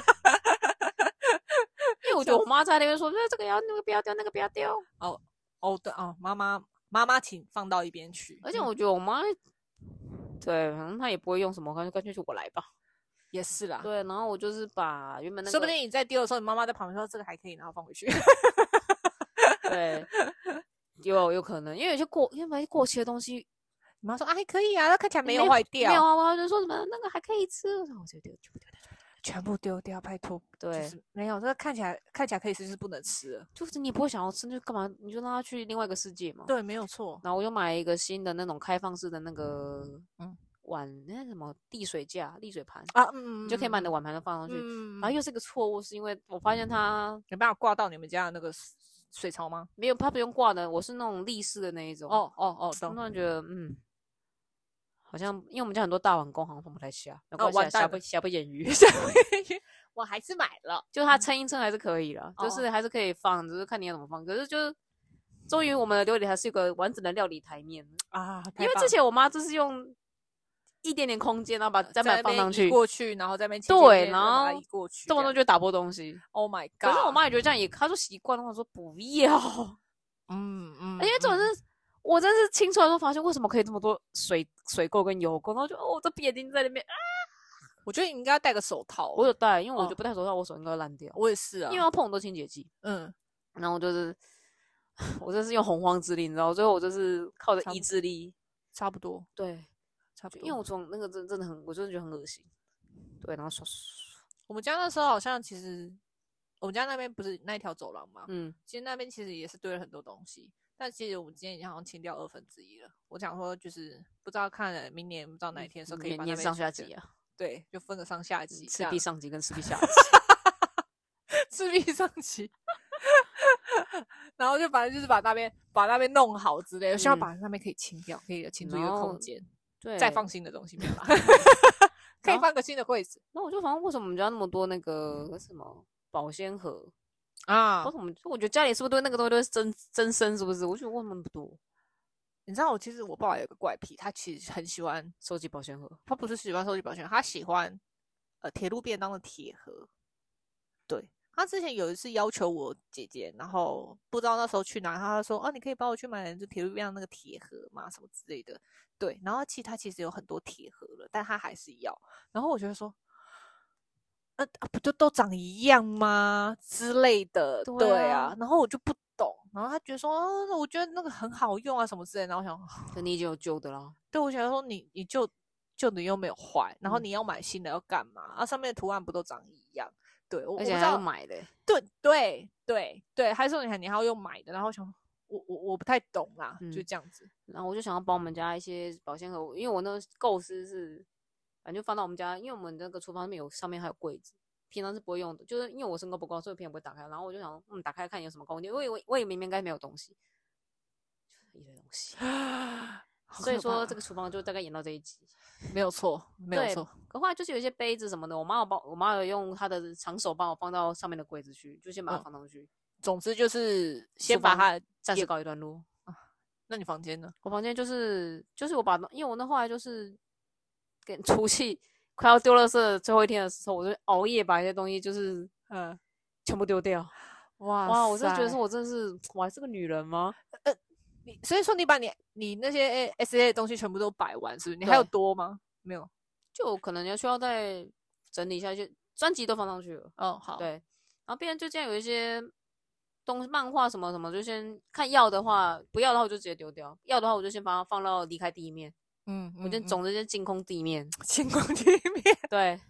[SPEAKER 2] 因为我觉得我妈在那边说，那这个要那个不要丢，那个不要丢。
[SPEAKER 1] 哦，对哦，妈妈妈妈，请放到一边去。
[SPEAKER 2] 而且
[SPEAKER 1] 嗯
[SPEAKER 2] 我觉得我妈对，反正他也不会用什么，干脆干脆就我来吧。
[SPEAKER 1] 也是啦。
[SPEAKER 2] 对，然后我就是把原本那个，
[SPEAKER 1] 啊说不定你在丢的时候，你妈妈在旁边说这个还可以，然后放回 去。
[SPEAKER 2] 对，有有可能，因为有些过，因为过期的东西
[SPEAKER 1] 你妈说啊还可以啊，它看起来没
[SPEAKER 2] 没
[SPEAKER 1] 有
[SPEAKER 2] 有
[SPEAKER 1] 坏
[SPEAKER 2] 没有
[SPEAKER 1] 掉，
[SPEAKER 2] 啊，我就说什么那个还可以吃，然后我就丢丢丢丢。
[SPEAKER 1] 全部丢掉，拜托。就
[SPEAKER 2] 对，
[SPEAKER 1] 是没有，这个看起来看起来可以吃，就是不能吃了。
[SPEAKER 2] 就是你不会想要吃，那就干嘛？你就让他去另外一个世界嘛。
[SPEAKER 1] 对，没有错。
[SPEAKER 2] 然后我就买一个新的那种开放式的那个
[SPEAKER 1] 嗯
[SPEAKER 2] 碗，那什么沥水架、沥水盘，
[SPEAKER 1] 啊，嗯，
[SPEAKER 2] 你就可以把你的
[SPEAKER 1] 嗯
[SPEAKER 2] 碗盘都放上去。
[SPEAKER 1] 嗯，
[SPEAKER 2] 然后
[SPEAKER 1] 哎，
[SPEAKER 2] 又是一个错误，是因为我发现它
[SPEAKER 1] 有办法挂到你们家的那个水水槽吗？
[SPEAKER 2] 没有，它不用挂的，我是那种立式的那一种。，
[SPEAKER 1] 哦哦哦，
[SPEAKER 2] 我
[SPEAKER 1] 懂。
[SPEAKER 2] 突然觉得，嗯，好像因为我们家很多大碗公好像放不太下，没
[SPEAKER 1] 哦
[SPEAKER 2] 关系
[SPEAKER 1] 完
[SPEAKER 2] 啊，
[SPEAKER 1] 蛋
[SPEAKER 2] 瑕
[SPEAKER 1] 了
[SPEAKER 2] 不瑕不掩瑜，
[SPEAKER 1] 我还是买了，嗯
[SPEAKER 2] 就它撑一撑还是可以了，
[SPEAKER 1] 哦
[SPEAKER 2] 就是还是可以放，只是看你要怎么放。可是就是。终于，我们的料理台是一个完整的料理台面，
[SPEAKER 1] 啊，
[SPEAKER 2] 因为之前我妈就是用一点点空间，然后把砧板放上去，
[SPEAKER 1] 过去，然后在那边切
[SPEAKER 2] 对
[SPEAKER 1] 切切
[SPEAKER 2] 然
[SPEAKER 1] 把它
[SPEAKER 2] 后
[SPEAKER 1] 移过去，
[SPEAKER 2] 这么多
[SPEAKER 1] 就
[SPEAKER 2] 就打破东西。
[SPEAKER 1] Oh my God！
[SPEAKER 2] 可是我，妈也觉得这样也，她说习惯了，我说不要，
[SPEAKER 1] 嗯嗯，
[SPEAKER 2] 因为这种
[SPEAKER 1] 嗯
[SPEAKER 2] 是，我真是清出来之后发现为什么可以这么多水水垢跟油垢，然后就哦，我这眼睛在那边。啊
[SPEAKER 1] 我觉得你应该要戴个手套。
[SPEAKER 2] 我有戴，因为我
[SPEAKER 1] 哦
[SPEAKER 2] 就不戴手套，我手应该会烂掉，
[SPEAKER 1] 我也是啊，
[SPEAKER 2] 因为要碰很多清洁剂。
[SPEAKER 1] 嗯，
[SPEAKER 2] 然后我就是， 我这是用洪荒之力，你知道，最后我就是靠
[SPEAKER 1] 差
[SPEAKER 2] 着
[SPEAKER 1] 不
[SPEAKER 2] 意志力，
[SPEAKER 1] 差不多，
[SPEAKER 2] 对，
[SPEAKER 1] 差不多。
[SPEAKER 2] 因为我从那个真真的很，我真的觉得很恶心，对，然后刷刷，
[SPEAKER 1] 我们家那时候好像其实，我们家那边不是那一条走廊嘛，
[SPEAKER 2] 嗯，
[SPEAKER 1] 其实那边其实也是堆了很多东西，但其实我们今天已经好像清掉二分之一了。我想说，就是不知道看了明年不知道哪一天的时候可以把那
[SPEAKER 2] 嗯年
[SPEAKER 1] 边
[SPEAKER 2] 上下
[SPEAKER 1] 整
[SPEAKER 2] 级啊，嗯
[SPEAKER 1] 对，就分个上下级，这
[SPEAKER 2] 赤壁
[SPEAKER 1] 样
[SPEAKER 2] 上级跟赤壁 下级。
[SPEAKER 1] 赤壁上级， 然后就反正就是把那边把那边弄好之类的，希望
[SPEAKER 2] 嗯
[SPEAKER 1] 把那边可以清掉，可以清出一个
[SPEAKER 2] 然后
[SPEAKER 1] 空间，
[SPEAKER 2] 对，
[SPEAKER 1] 再放新的东西没有 啦可以
[SPEAKER 2] 然后
[SPEAKER 1] 放个新的柜子
[SPEAKER 2] 那我就反正为什么我们家那么多那个什么保鲜盒？
[SPEAKER 1] 啊
[SPEAKER 2] 为什么？就我觉得家里是不是对那个东西都是增增生？是不是？我觉得为什么那么多
[SPEAKER 1] 你知道我其实我爸爸有个怪癖，他其实很喜欢，
[SPEAKER 2] 收集保鲜盒？
[SPEAKER 1] 他不是喜欢收集保险，他喜欢呃铁路便当的铁盒。对他之前有一次要求我姐姐，然后不知道那时候去哪，他就说哦、你可以帮我去买就铁路便当那个铁盒嘛，什么之类的。对，然后其实他其实有很多铁盒了，但他还是要。然后我就会说。呃、啊，不就都长一样吗？之类的，
[SPEAKER 2] 对
[SPEAKER 1] 对
[SPEAKER 2] 啊
[SPEAKER 1] 啊。然后我就不懂，然后他觉得说，啊我觉得那个很好用啊，什么之类的。然后我想，
[SPEAKER 2] 可你已经有旧的啦，
[SPEAKER 1] 对，我想说你你旧旧的又没有坏，然后
[SPEAKER 2] 嗯
[SPEAKER 1] 你要买新的要干嘛？啊，上面的图案不都长一样？对，我我不
[SPEAKER 2] 而且
[SPEAKER 1] 知
[SPEAKER 2] 还要
[SPEAKER 1] 道，
[SPEAKER 2] 买的欸、
[SPEAKER 1] 对对对对，还说你还你还要用买的，然后我想我我我不太懂啦，就
[SPEAKER 2] 嗯
[SPEAKER 1] 这样 子。
[SPEAKER 2] 然后我就想要把我们家一些保鲜盒，因为我那个构思是，反正就放到我们家，因为我们那个厨房里面有上面还有柜子，平常是不会用的，就是因为我身高不高，所以我平常不会打开。然后我就想，嗯，打开看有什么空间，我以为我以为明明应该没有东西，就是一堆东西。
[SPEAKER 1] 好
[SPEAKER 2] 所以
[SPEAKER 1] 可
[SPEAKER 2] 说
[SPEAKER 1] 怕
[SPEAKER 2] 这个厨房就大概演到这一集。
[SPEAKER 1] 没有错，没有
[SPEAKER 2] 对
[SPEAKER 1] 错。
[SPEAKER 2] 可后来就是有一些杯子什么的，我妈有帮我妈有用她的长手帮我放到上面的柜子去，就先把它
[SPEAKER 1] 嗯
[SPEAKER 2] 放上去，
[SPEAKER 1] 总之就是先
[SPEAKER 2] 厨
[SPEAKER 1] 把
[SPEAKER 2] 房
[SPEAKER 1] 它
[SPEAKER 2] 暂
[SPEAKER 1] 也
[SPEAKER 2] 时告一段落。
[SPEAKER 1] 那你房间呢？
[SPEAKER 2] 我房间就是就是我把，因为我那后来就是跟 出气快要丢垃圾的最后一天的时候，我就熬夜把一些东西就是
[SPEAKER 1] 嗯，
[SPEAKER 2] 全部丢掉。
[SPEAKER 1] 哇
[SPEAKER 2] 哇，我是觉得
[SPEAKER 1] 塞
[SPEAKER 2] 说我真的是，我还是个女人吗？
[SPEAKER 1] 你，所以说你把你你那些 S A 的东西全部都摆完，是不是？你还有
[SPEAKER 2] 对
[SPEAKER 1] 多吗？没有。
[SPEAKER 2] 就可能要需要再整理一下一些专辑都放上去了。
[SPEAKER 1] 哦，好。
[SPEAKER 2] 对，然后变成就这样有一些东漫画什么什么，就先看要的话，不要的话我就直接丢掉；要的话我就先把它放到离开地面，
[SPEAKER 1] 嗯，嗯
[SPEAKER 2] 我就
[SPEAKER 1] 嗯
[SPEAKER 2] 总之就净空 地面。
[SPEAKER 1] 晴空地面，
[SPEAKER 2] 对，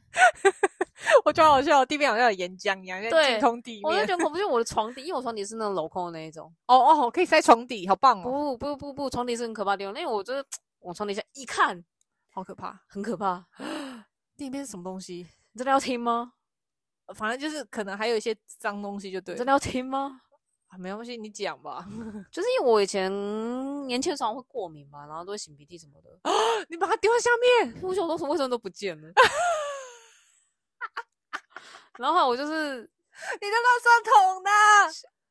[SPEAKER 1] 我觉得好笑，地面好像有岩浆一样，像
[SPEAKER 2] 对
[SPEAKER 1] 晴空地
[SPEAKER 2] 我就
[SPEAKER 1] 面。
[SPEAKER 2] 觉得恐怖，因为我的床底，因为我床底是那种镂空的那一种，
[SPEAKER 1] 哦哦，可以塞床底，好棒哦，
[SPEAKER 2] 不不不不，床底是很可怕的地方，因为我就是往床底下一看，
[SPEAKER 1] 好可怕。
[SPEAKER 2] 很可怕。
[SPEAKER 1] 地面是什么东西？
[SPEAKER 2] 你真的要听吗？
[SPEAKER 1] 呃反正就是可能还有一些脏东西，就对了
[SPEAKER 2] 你真。的要听吗？
[SPEAKER 1] 啊没关系，你讲吧。
[SPEAKER 2] 就是因为我以前年轻的时候会过敏嘛，然后都会擤鼻涕什么的，
[SPEAKER 1] 你把它丢在下面，
[SPEAKER 2] 我想说什么为什么都不见了。 然后后来我就是
[SPEAKER 1] 你的垃圾桶呢？啊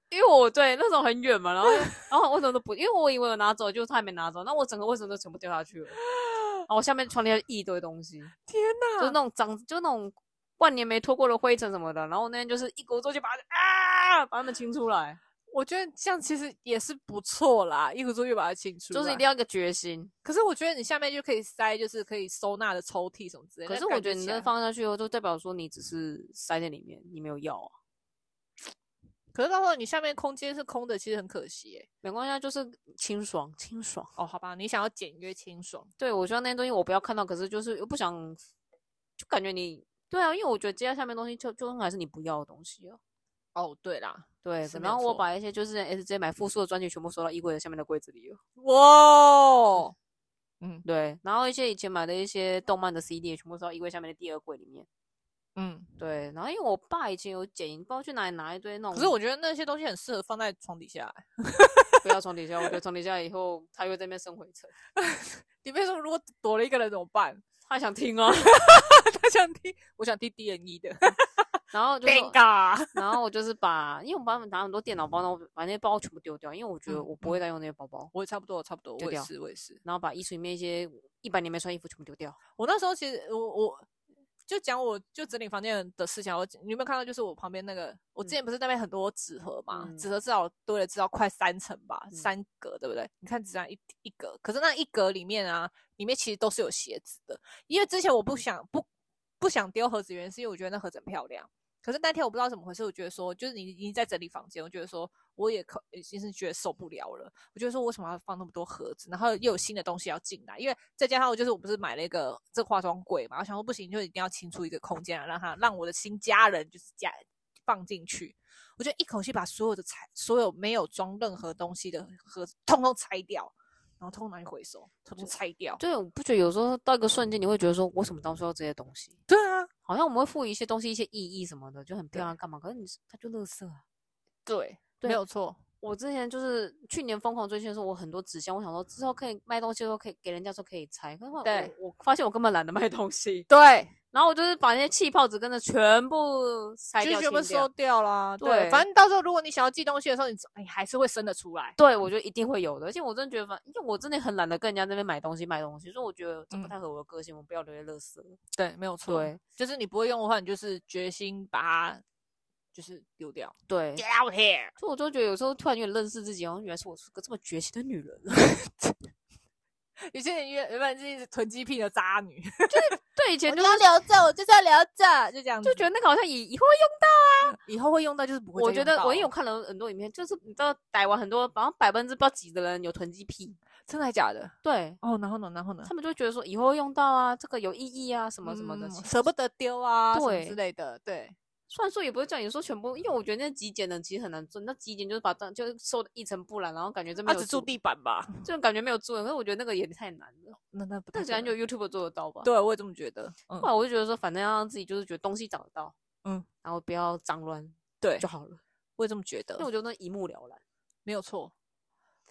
[SPEAKER 2] 因为我对那时候很远嘛，然后然后我什么都不，因为我以为我拿走，就他还没拿走，那我整个卫生都全部丢下 去了，然后我下面床底下一堆东西，
[SPEAKER 1] 天
[SPEAKER 2] 就是
[SPEAKER 1] 哪！
[SPEAKER 2] 那种脏，就那种万年没拖过的灰尘什么的，然后我那天就是一鼓作气把它啊把它们清出来，
[SPEAKER 1] 我觉得这样其实也是不错啦，一壶粥越把它清出来。
[SPEAKER 2] 就是一定要一个决心。
[SPEAKER 1] 可是我觉得你下面就可以塞，就是可以收纳的抽屉什么之类的。
[SPEAKER 2] 可是
[SPEAKER 1] 那感
[SPEAKER 2] 我觉得你
[SPEAKER 1] 起
[SPEAKER 2] 真的
[SPEAKER 1] 来，
[SPEAKER 2] 放下去以后，就代表说你只是塞在里面，你没有要啊。
[SPEAKER 1] 可是到时候你下面空间是空的，其实很可惜耶。
[SPEAKER 2] 没关系啊，就是清爽，清爽。
[SPEAKER 1] 哦，好吧，你想要简约清爽，
[SPEAKER 2] 对，我希望那些东西我不要看到，可是就是又不想，就感觉你对啊，因为我觉得接下下面东西就就还是你不要的东西啊。
[SPEAKER 1] 哦，对啦，
[SPEAKER 2] 对
[SPEAKER 1] 是，没
[SPEAKER 2] 然
[SPEAKER 1] 有
[SPEAKER 2] 后我
[SPEAKER 1] 错
[SPEAKER 2] 把一些就是 S J 买复数的专辑全部收到衣柜的下面的柜子里了。
[SPEAKER 1] 哇，嗯
[SPEAKER 2] 对，然后一些以前买的一些动漫的 CD 也全部收到衣柜下面的第二柜里面。
[SPEAKER 1] 嗯。
[SPEAKER 2] 对，然后因为我爸以前有捡，不知道去哪里拿一堆那种，
[SPEAKER 1] 可是我觉得那些东西很适合放在床底下欸。
[SPEAKER 2] 不要床底下，我觉得床底下以后他又在那边生灰尘，
[SPEAKER 1] 你别说，如果躲了一个人怎么办？
[SPEAKER 2] 他想听啊，
[SPEAKER 1] 他想听，我想听 D N E 的。
[SPEAKER 2] 然后就说
[SPEAKER 1] Benga，
[SPEAKER 2] 然后我就是把，因为我爸拿很多电脑包，然后把那些包全部丢掉，因为我觉得
[SPEAKER 1] 嗯
[SPEAKER 2] 我不会再用那些包包，
[SPEAKER 1] 我也差不多，差不多，
[SPEAKER 2] 丢
[SPEAKER 1] 我也
[SPEAKER 2] 掉
[SPEAKER 1] 是，我也是。
[SPEAKER 2] 然后把衣橱里面一些一百年没穿衣服全部丢掉。
[SPEAKER 1] 我那时候其实我我就讲我就整理房间的事情啊，我你有没有看到？就是我旁边那个，我之前不是那边很多纸盒嘛，
[SPEAKER 2] 嗯
[SPEAKER 1] 纸盒至少堆了至少快三层吧，
[SPEAKER 2] 嗯
[SPEAKER 1] 三格对不对？你看只剩一一格，可是那一格里面啊，里面其实都是有鞋子的，因为之前我不想不不想丢盒子，原因是因为我觉得那盒子很漂亮。可是那天我不知道怎么回事，我觉得说，就是你已经在整理房间，我觉得说，我也可已经是觉得受不了了。我觉得说，为什么要放那么多盒子？然后又有新的东西要进来，因为再加上我就是我不是买了一个这化妆柜嘛，我想说不行，就一定要清出一个空间来，让它让我的新家人就是家放进去。我就一口气把所有的拆，所有没有装任何东西的盒子通通拆掉，然后通通拿去回收，通通拆掉。
[SPEAKER 2] 对，我不觉得有时候到一个瞬间，你会觉得说，为什么当初要这些东西？
[SPEAKER 1] 对啊，
[SPEAKER 2] 好像我们会赋予一些东西一些意义什么的，就很漂
[SPEAKER 1] 对
[SPEAKER 2] 亮干嘛？可是你它就垃圾啊。
[SPEAKER 1] 对，
[SPEAKER 2] 对
[SPEAKER 1] 没有错。
[SPEAKER 2] 我之前就是去年疯狂追星的时候，我很多纸箱，我想说之后可以卖东西的时候可以给人家说可以拆，可是我
[SPEAKER 1] 对
[SPEAKER 2] 我发现我根本懒得卖东西，
[SPEAKER 1] 对，
[SPEAKER 2] 然后我就是把那些气泡纸跟着全部拆
[SPEAKER 1] 就
[SPEAKER 2] 掉，
[SPEAKER 1] 是全部
[SPEAKER 2] 清掉
[SPEAKER 1] 收掉啦。对，
[SPEAKER 2] 对
[SPEAKER 1] 反正到时候如果你想要寄东西的时候，你你还是会生得出来。
[SPEAKER 2] 对，我觉得一定会有的，而且我真的觉得反，因为我真的很懒得跟人家那边买东西卖东西，所以我觉得这
[SPEAKER 1] 嗯
[SPEAKER 2] 不太合我的个性，我不要留在垃圾。
[SPEAKER 1] 对，没有
[SPEAKER 2] 对
[SPEAKER 1] 就是你不会用的话，你就是决心把它就是丢掉。
[SPEAKER 2] 对，
[SPEAKER 1] Get out here！
[SPEAKER 2] 所以我就觉得有时候突然有点认识自己，哦然后原来是我是个这么绝情的女人。
[SPEAKER 1] 有些人原原本是一直囤积癖的渣 女，
[SPEAKER 2] 对，以前就
[SPEAKER 1] 要留着，我就是要留着，就这样
[SPEAKER 2] 就觉得那个好像以以后会用到。
[SPEAKER 1] 以后会用到，就是不会。
[SPEAKER 2] 我觉得我也有，看了很多影片，就是你知道逮完很多，好像百分之不知道几的人有囤积癖，
[SPEAKER 1] 真的还假的？
[SPEAKER 2] 对
[SPEAKER 1] 哦，然后呢，然后呢？
[SPEAKER 2] 他们就觉得说以后会用到啊，这个有意义啊，什
[SPEAKER 1] 什
[SPEAKER 2] 么什么的。
[SPEAKER 1] 嗯舍不得丢啊，什么
[SPEAKER 2] 对
[SPEAKER 1] 之类的。对，
[SPEAKER 2] 虽然说也不会叫你说全部，因为我觉得那极简的其实很难做，那极简就是把它就是收的一尘不染，然后感觉这
[SPEAKER 1] 他
[SPEAKER 2] 边有
[SPEAKER 1] 啊只住
[SPEAKER 2] 主
[SPEAKER 1] 地板吧？
[SPEAKER 2] 这种感觉没有做，可是我觉得那个也太难了，
[SPEAKER 1] 那那不
[SPEAKER 2] 那
[SPEAKER 1] 太
[SPEAKER 2] 个感
[SPEAKER 1] 可
[SPEAKER 2] 觉
[SPEAKER 1] 能
[SPEAKER 2] 有 YouTube 做得到吧？，
[SPEAKER 1] 对，我也这么觉得。嗯
[SPEAKER 2] 后，来我就觉得说，反正要让自己就是觉得东西找得到，
[SPEAKER 1] 嗯，
[SPEAKER 2] 然后不要脏乱
[SPEAKER 1] 对
[SPEAKER 2] 就，好了，
[SPEAKER 1] 我也这么觉
[SPEAKER 2] 因为
[SPEAKER 1] 得，
[SPEAKER 2] 我觉得那一目了然。
[SPEAKER 1] 没有错。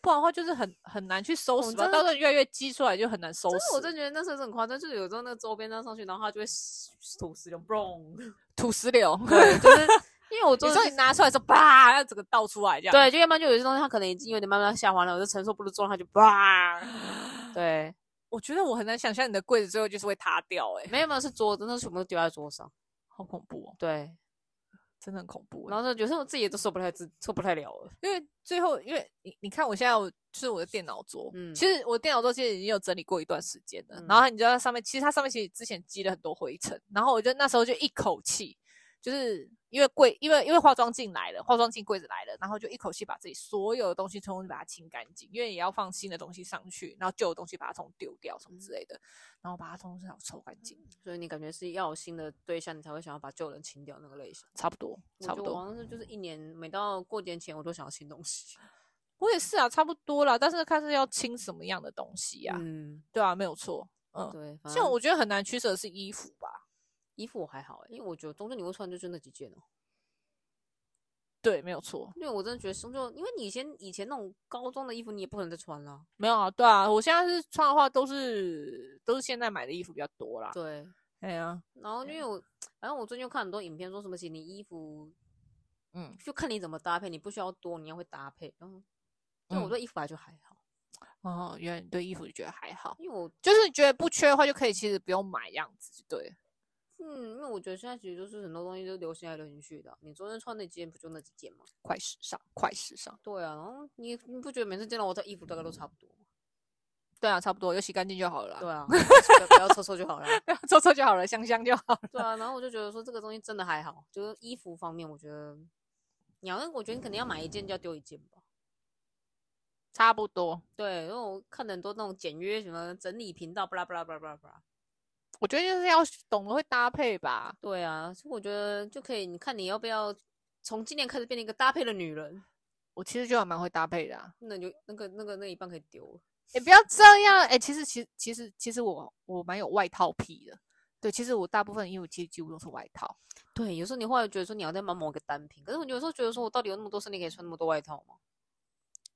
[SPEAKER 1] 不然的话，就是很很难去收
[SPEAKER 2] 我
[SPEAKER 1] 拾吧。
[SPEAKER 2] 真的
[SPEAKER 1] 到时候越来越积出来，就很难收拾。
[SPEAKER 2] 但是我真的觉得那时候是很夸张，就是有时候那个周边站上去，然后它就会吐石榴嘣，
[SPEAKER 1] 土石流，
[SPEAKER 2] 对，就是因为我
[SPEAKER 1] 你
[SPEAKER 2] 做的
[SPEAKER 1] 说
[SPEAKER 2] 就
[SPEAKER 1] 你
[SPEAKER 2] 是。
[SPEAKER 1] 拿出来的时候，啪，要整个倒出来这样。
[SPEAKER 2] 对，就要不然就有些东西它可能已经有点慢慢下滑了，我就承受不住撞它就 叭。对，
[SPEAKER 1] 我觉得我很难想象你的柜子最后就是会塌掉、欸，哎，
[SPEAKER 2] 没有没有是桌子，那全部都丢在桌上。
[SPEAKER 1] 好恐怖哦，
[SPEAKER 2] 对，
[SPEAKER 1] 真的很恐怖欸、
[SPEAKER 2] 然后就有时候我自己也都受不太自受不太了了。
[SPEAKER 1] 因为最后，因为你你看，我现在我就是我的电脑桌，
[SPEAKER 2] 嗯
[SPEAKER 1] 其实我电脑桌其实已经有整理过一段时间了。
[SPEAKER 2] 嗯
[SPEAKER 1] 然后你知道它上面，其实它上面其实之前积了很多灰尘，然后我就那时候就一口气，就是因为柜，因为因为化妆镜来了，化妆镜柜子来了，然后就一口气把自己所有的东西通通把它清干净，因为也要放新的东西上去，然后旧的东西把它通通丢掉什么
[SPEAKER 2] 嗯
[SPEAKER 1] 之类的，然后把它通通抽干净，
[SPEAKER 2] 所以你感觉是要有新的对象，你才会想要把旧人清掉那个类型。
[SPEAKER 1] 差不多，差不
[SPEAKER 2] 我觉得我
[SPEAKER 1] 多。
[SPEAKER 2] 好像是就是一年，每到过年前我都想要新东西。
[SPEAKER 1] 我也是啊，差不多啦，但是看是要清什么样的东西呀、
[SPEAKER 2] 嗯，
[SPEAKER 1] 对啊，没有错，嗯。
[SPEAKER 2] 对，反
[SPEAKER 1] 像
[SPEAKER 2] 正
[SPEAKER 1] 我觉得很难取舍的是衣服吧？
[SPEAKER 2] 衣服我还好欸，因为我觉得中间你会穿就是那几件哦、
[SPEAKER 1] 对，没有错，
[SPEAKER 2] 因为我真的觉得中间，因为你以前以前那种高中的衣服你也不可能再穿了。
[SPEAKER 1] 没有啊，对啊，我现在是穿的话都是都是现在买的衣服比较多啦。
[SPEAKER 2] 对，
[SPEAKER 1] 哎呀，
[SPEAKER 2] 然后因为我反正我最近又看很多影片说什么，其实你衣服
[SPEAKER 1] 嗯，
[SPEAKER 2] 就看你怎么搭配，你不需要多，你要会搭配。然后，所以
[SPEAKER 1] 嗯
[SPEAKER 2] 我对衣服本来就还好，
[SPEAKER 1] 哦，原来你对衣服就觉得还好，
[SPEAKER 2] 因为我
[SPEAKER 1] 就是你觉得不缺的话就可以，其实不用买样子，就对了。
[SPEAKER 2] 嗯，因为我觉得现在其实就是很多东西都流行来流行去的啊。你昨天穿那几件不就那几件吗？
[SPEAKER 1] 快时尚，快时尚。
[SPEAKER 2] 对啊，然后你你不觉得每次见到我这衣服大概都差不多吗？
[SPEAKER 1] 对啊，差不多，就洗干净就好了啦。
[SPEAKER 2] 对 啊，不要不要臭臭就好了啊。
[SPEAKER 1] 对，臭臭就好了，香香就好了。
[SPEAKER 2] 对啊，然后我就觉得说这个东西真的还好，就是衣服方面，我觉得你好像我觉得你肯定要买一件就要丢一件吧。
[SPEAKER 1] 差不多，
[SPEAKER 2] 对，因为我看很多那种简约什么整理频道，巴拉巴拉巴拉巴拉巴拉。
[SPEAKER 1] 我觉得就是要懂得会搭配吧。
[SPEAKER 2] 对啊，所以我觉得就可以，你看你要不要从今年开始变成一个搭配的女人？
[SPEAKER 1] 我其实就还蛮会搭配的、啊。
[SPEAKER 2] 那你就那个那个那一半可以丢了。
[SPEAKER 1] 也、不要这样，哎、其实其实其实其实我我蛮有外套癖的。对，其实我大部分衣服其实几乎都是外套。
[SPEAKER 2] 对，有时候你会觉得说你要再买某个单品，可是我有时候觉得说我到底有那么多身体可以穿那么多外套吗？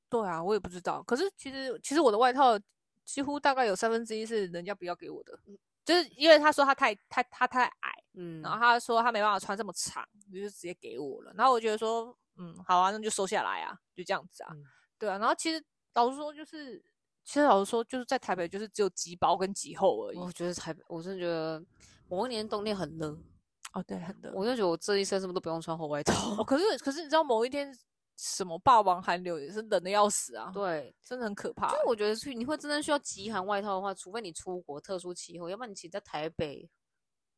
[SPEAKER 1] 对啊，我也不知道。可是其实其实我的外套几乎大概有三分之一是人家不要给我的，就是因为他说他太太他太矮，
[SPEAKER 2] 嗯，
[SPEAKER 1] 然后他说他没办法穿这么长，于是直接给我了。然后我觉得说，嗯，好啊，那就收下来啊，就这样子啊，
[SPEAKER 2] 嗯
[SPEAKER 1] 对啊。然后其实老实说，就是其实老实说，就是在台北就是只有极薄跟极厚而已。
[SPEAKER 2] 我觉得台北，我真的觉得某一年冬天很热，
[SPEAKER 1] 哦，对，很的。
[SPEAKER 2] 我就觉得我这一身是不是都不用穿厚外套
[SPEAKER 1] 哦，？可是可是你知道某一天什么霸王寒流也是冷的要死啊，，
[SPEAKER 2] 对，
[SPEAKER 1] 真的很可怕
[SPEAKER 2] 就。是我觉得去你会真正需要极寒外套的话，除非你出国特殊气候，要不然你其实在台北、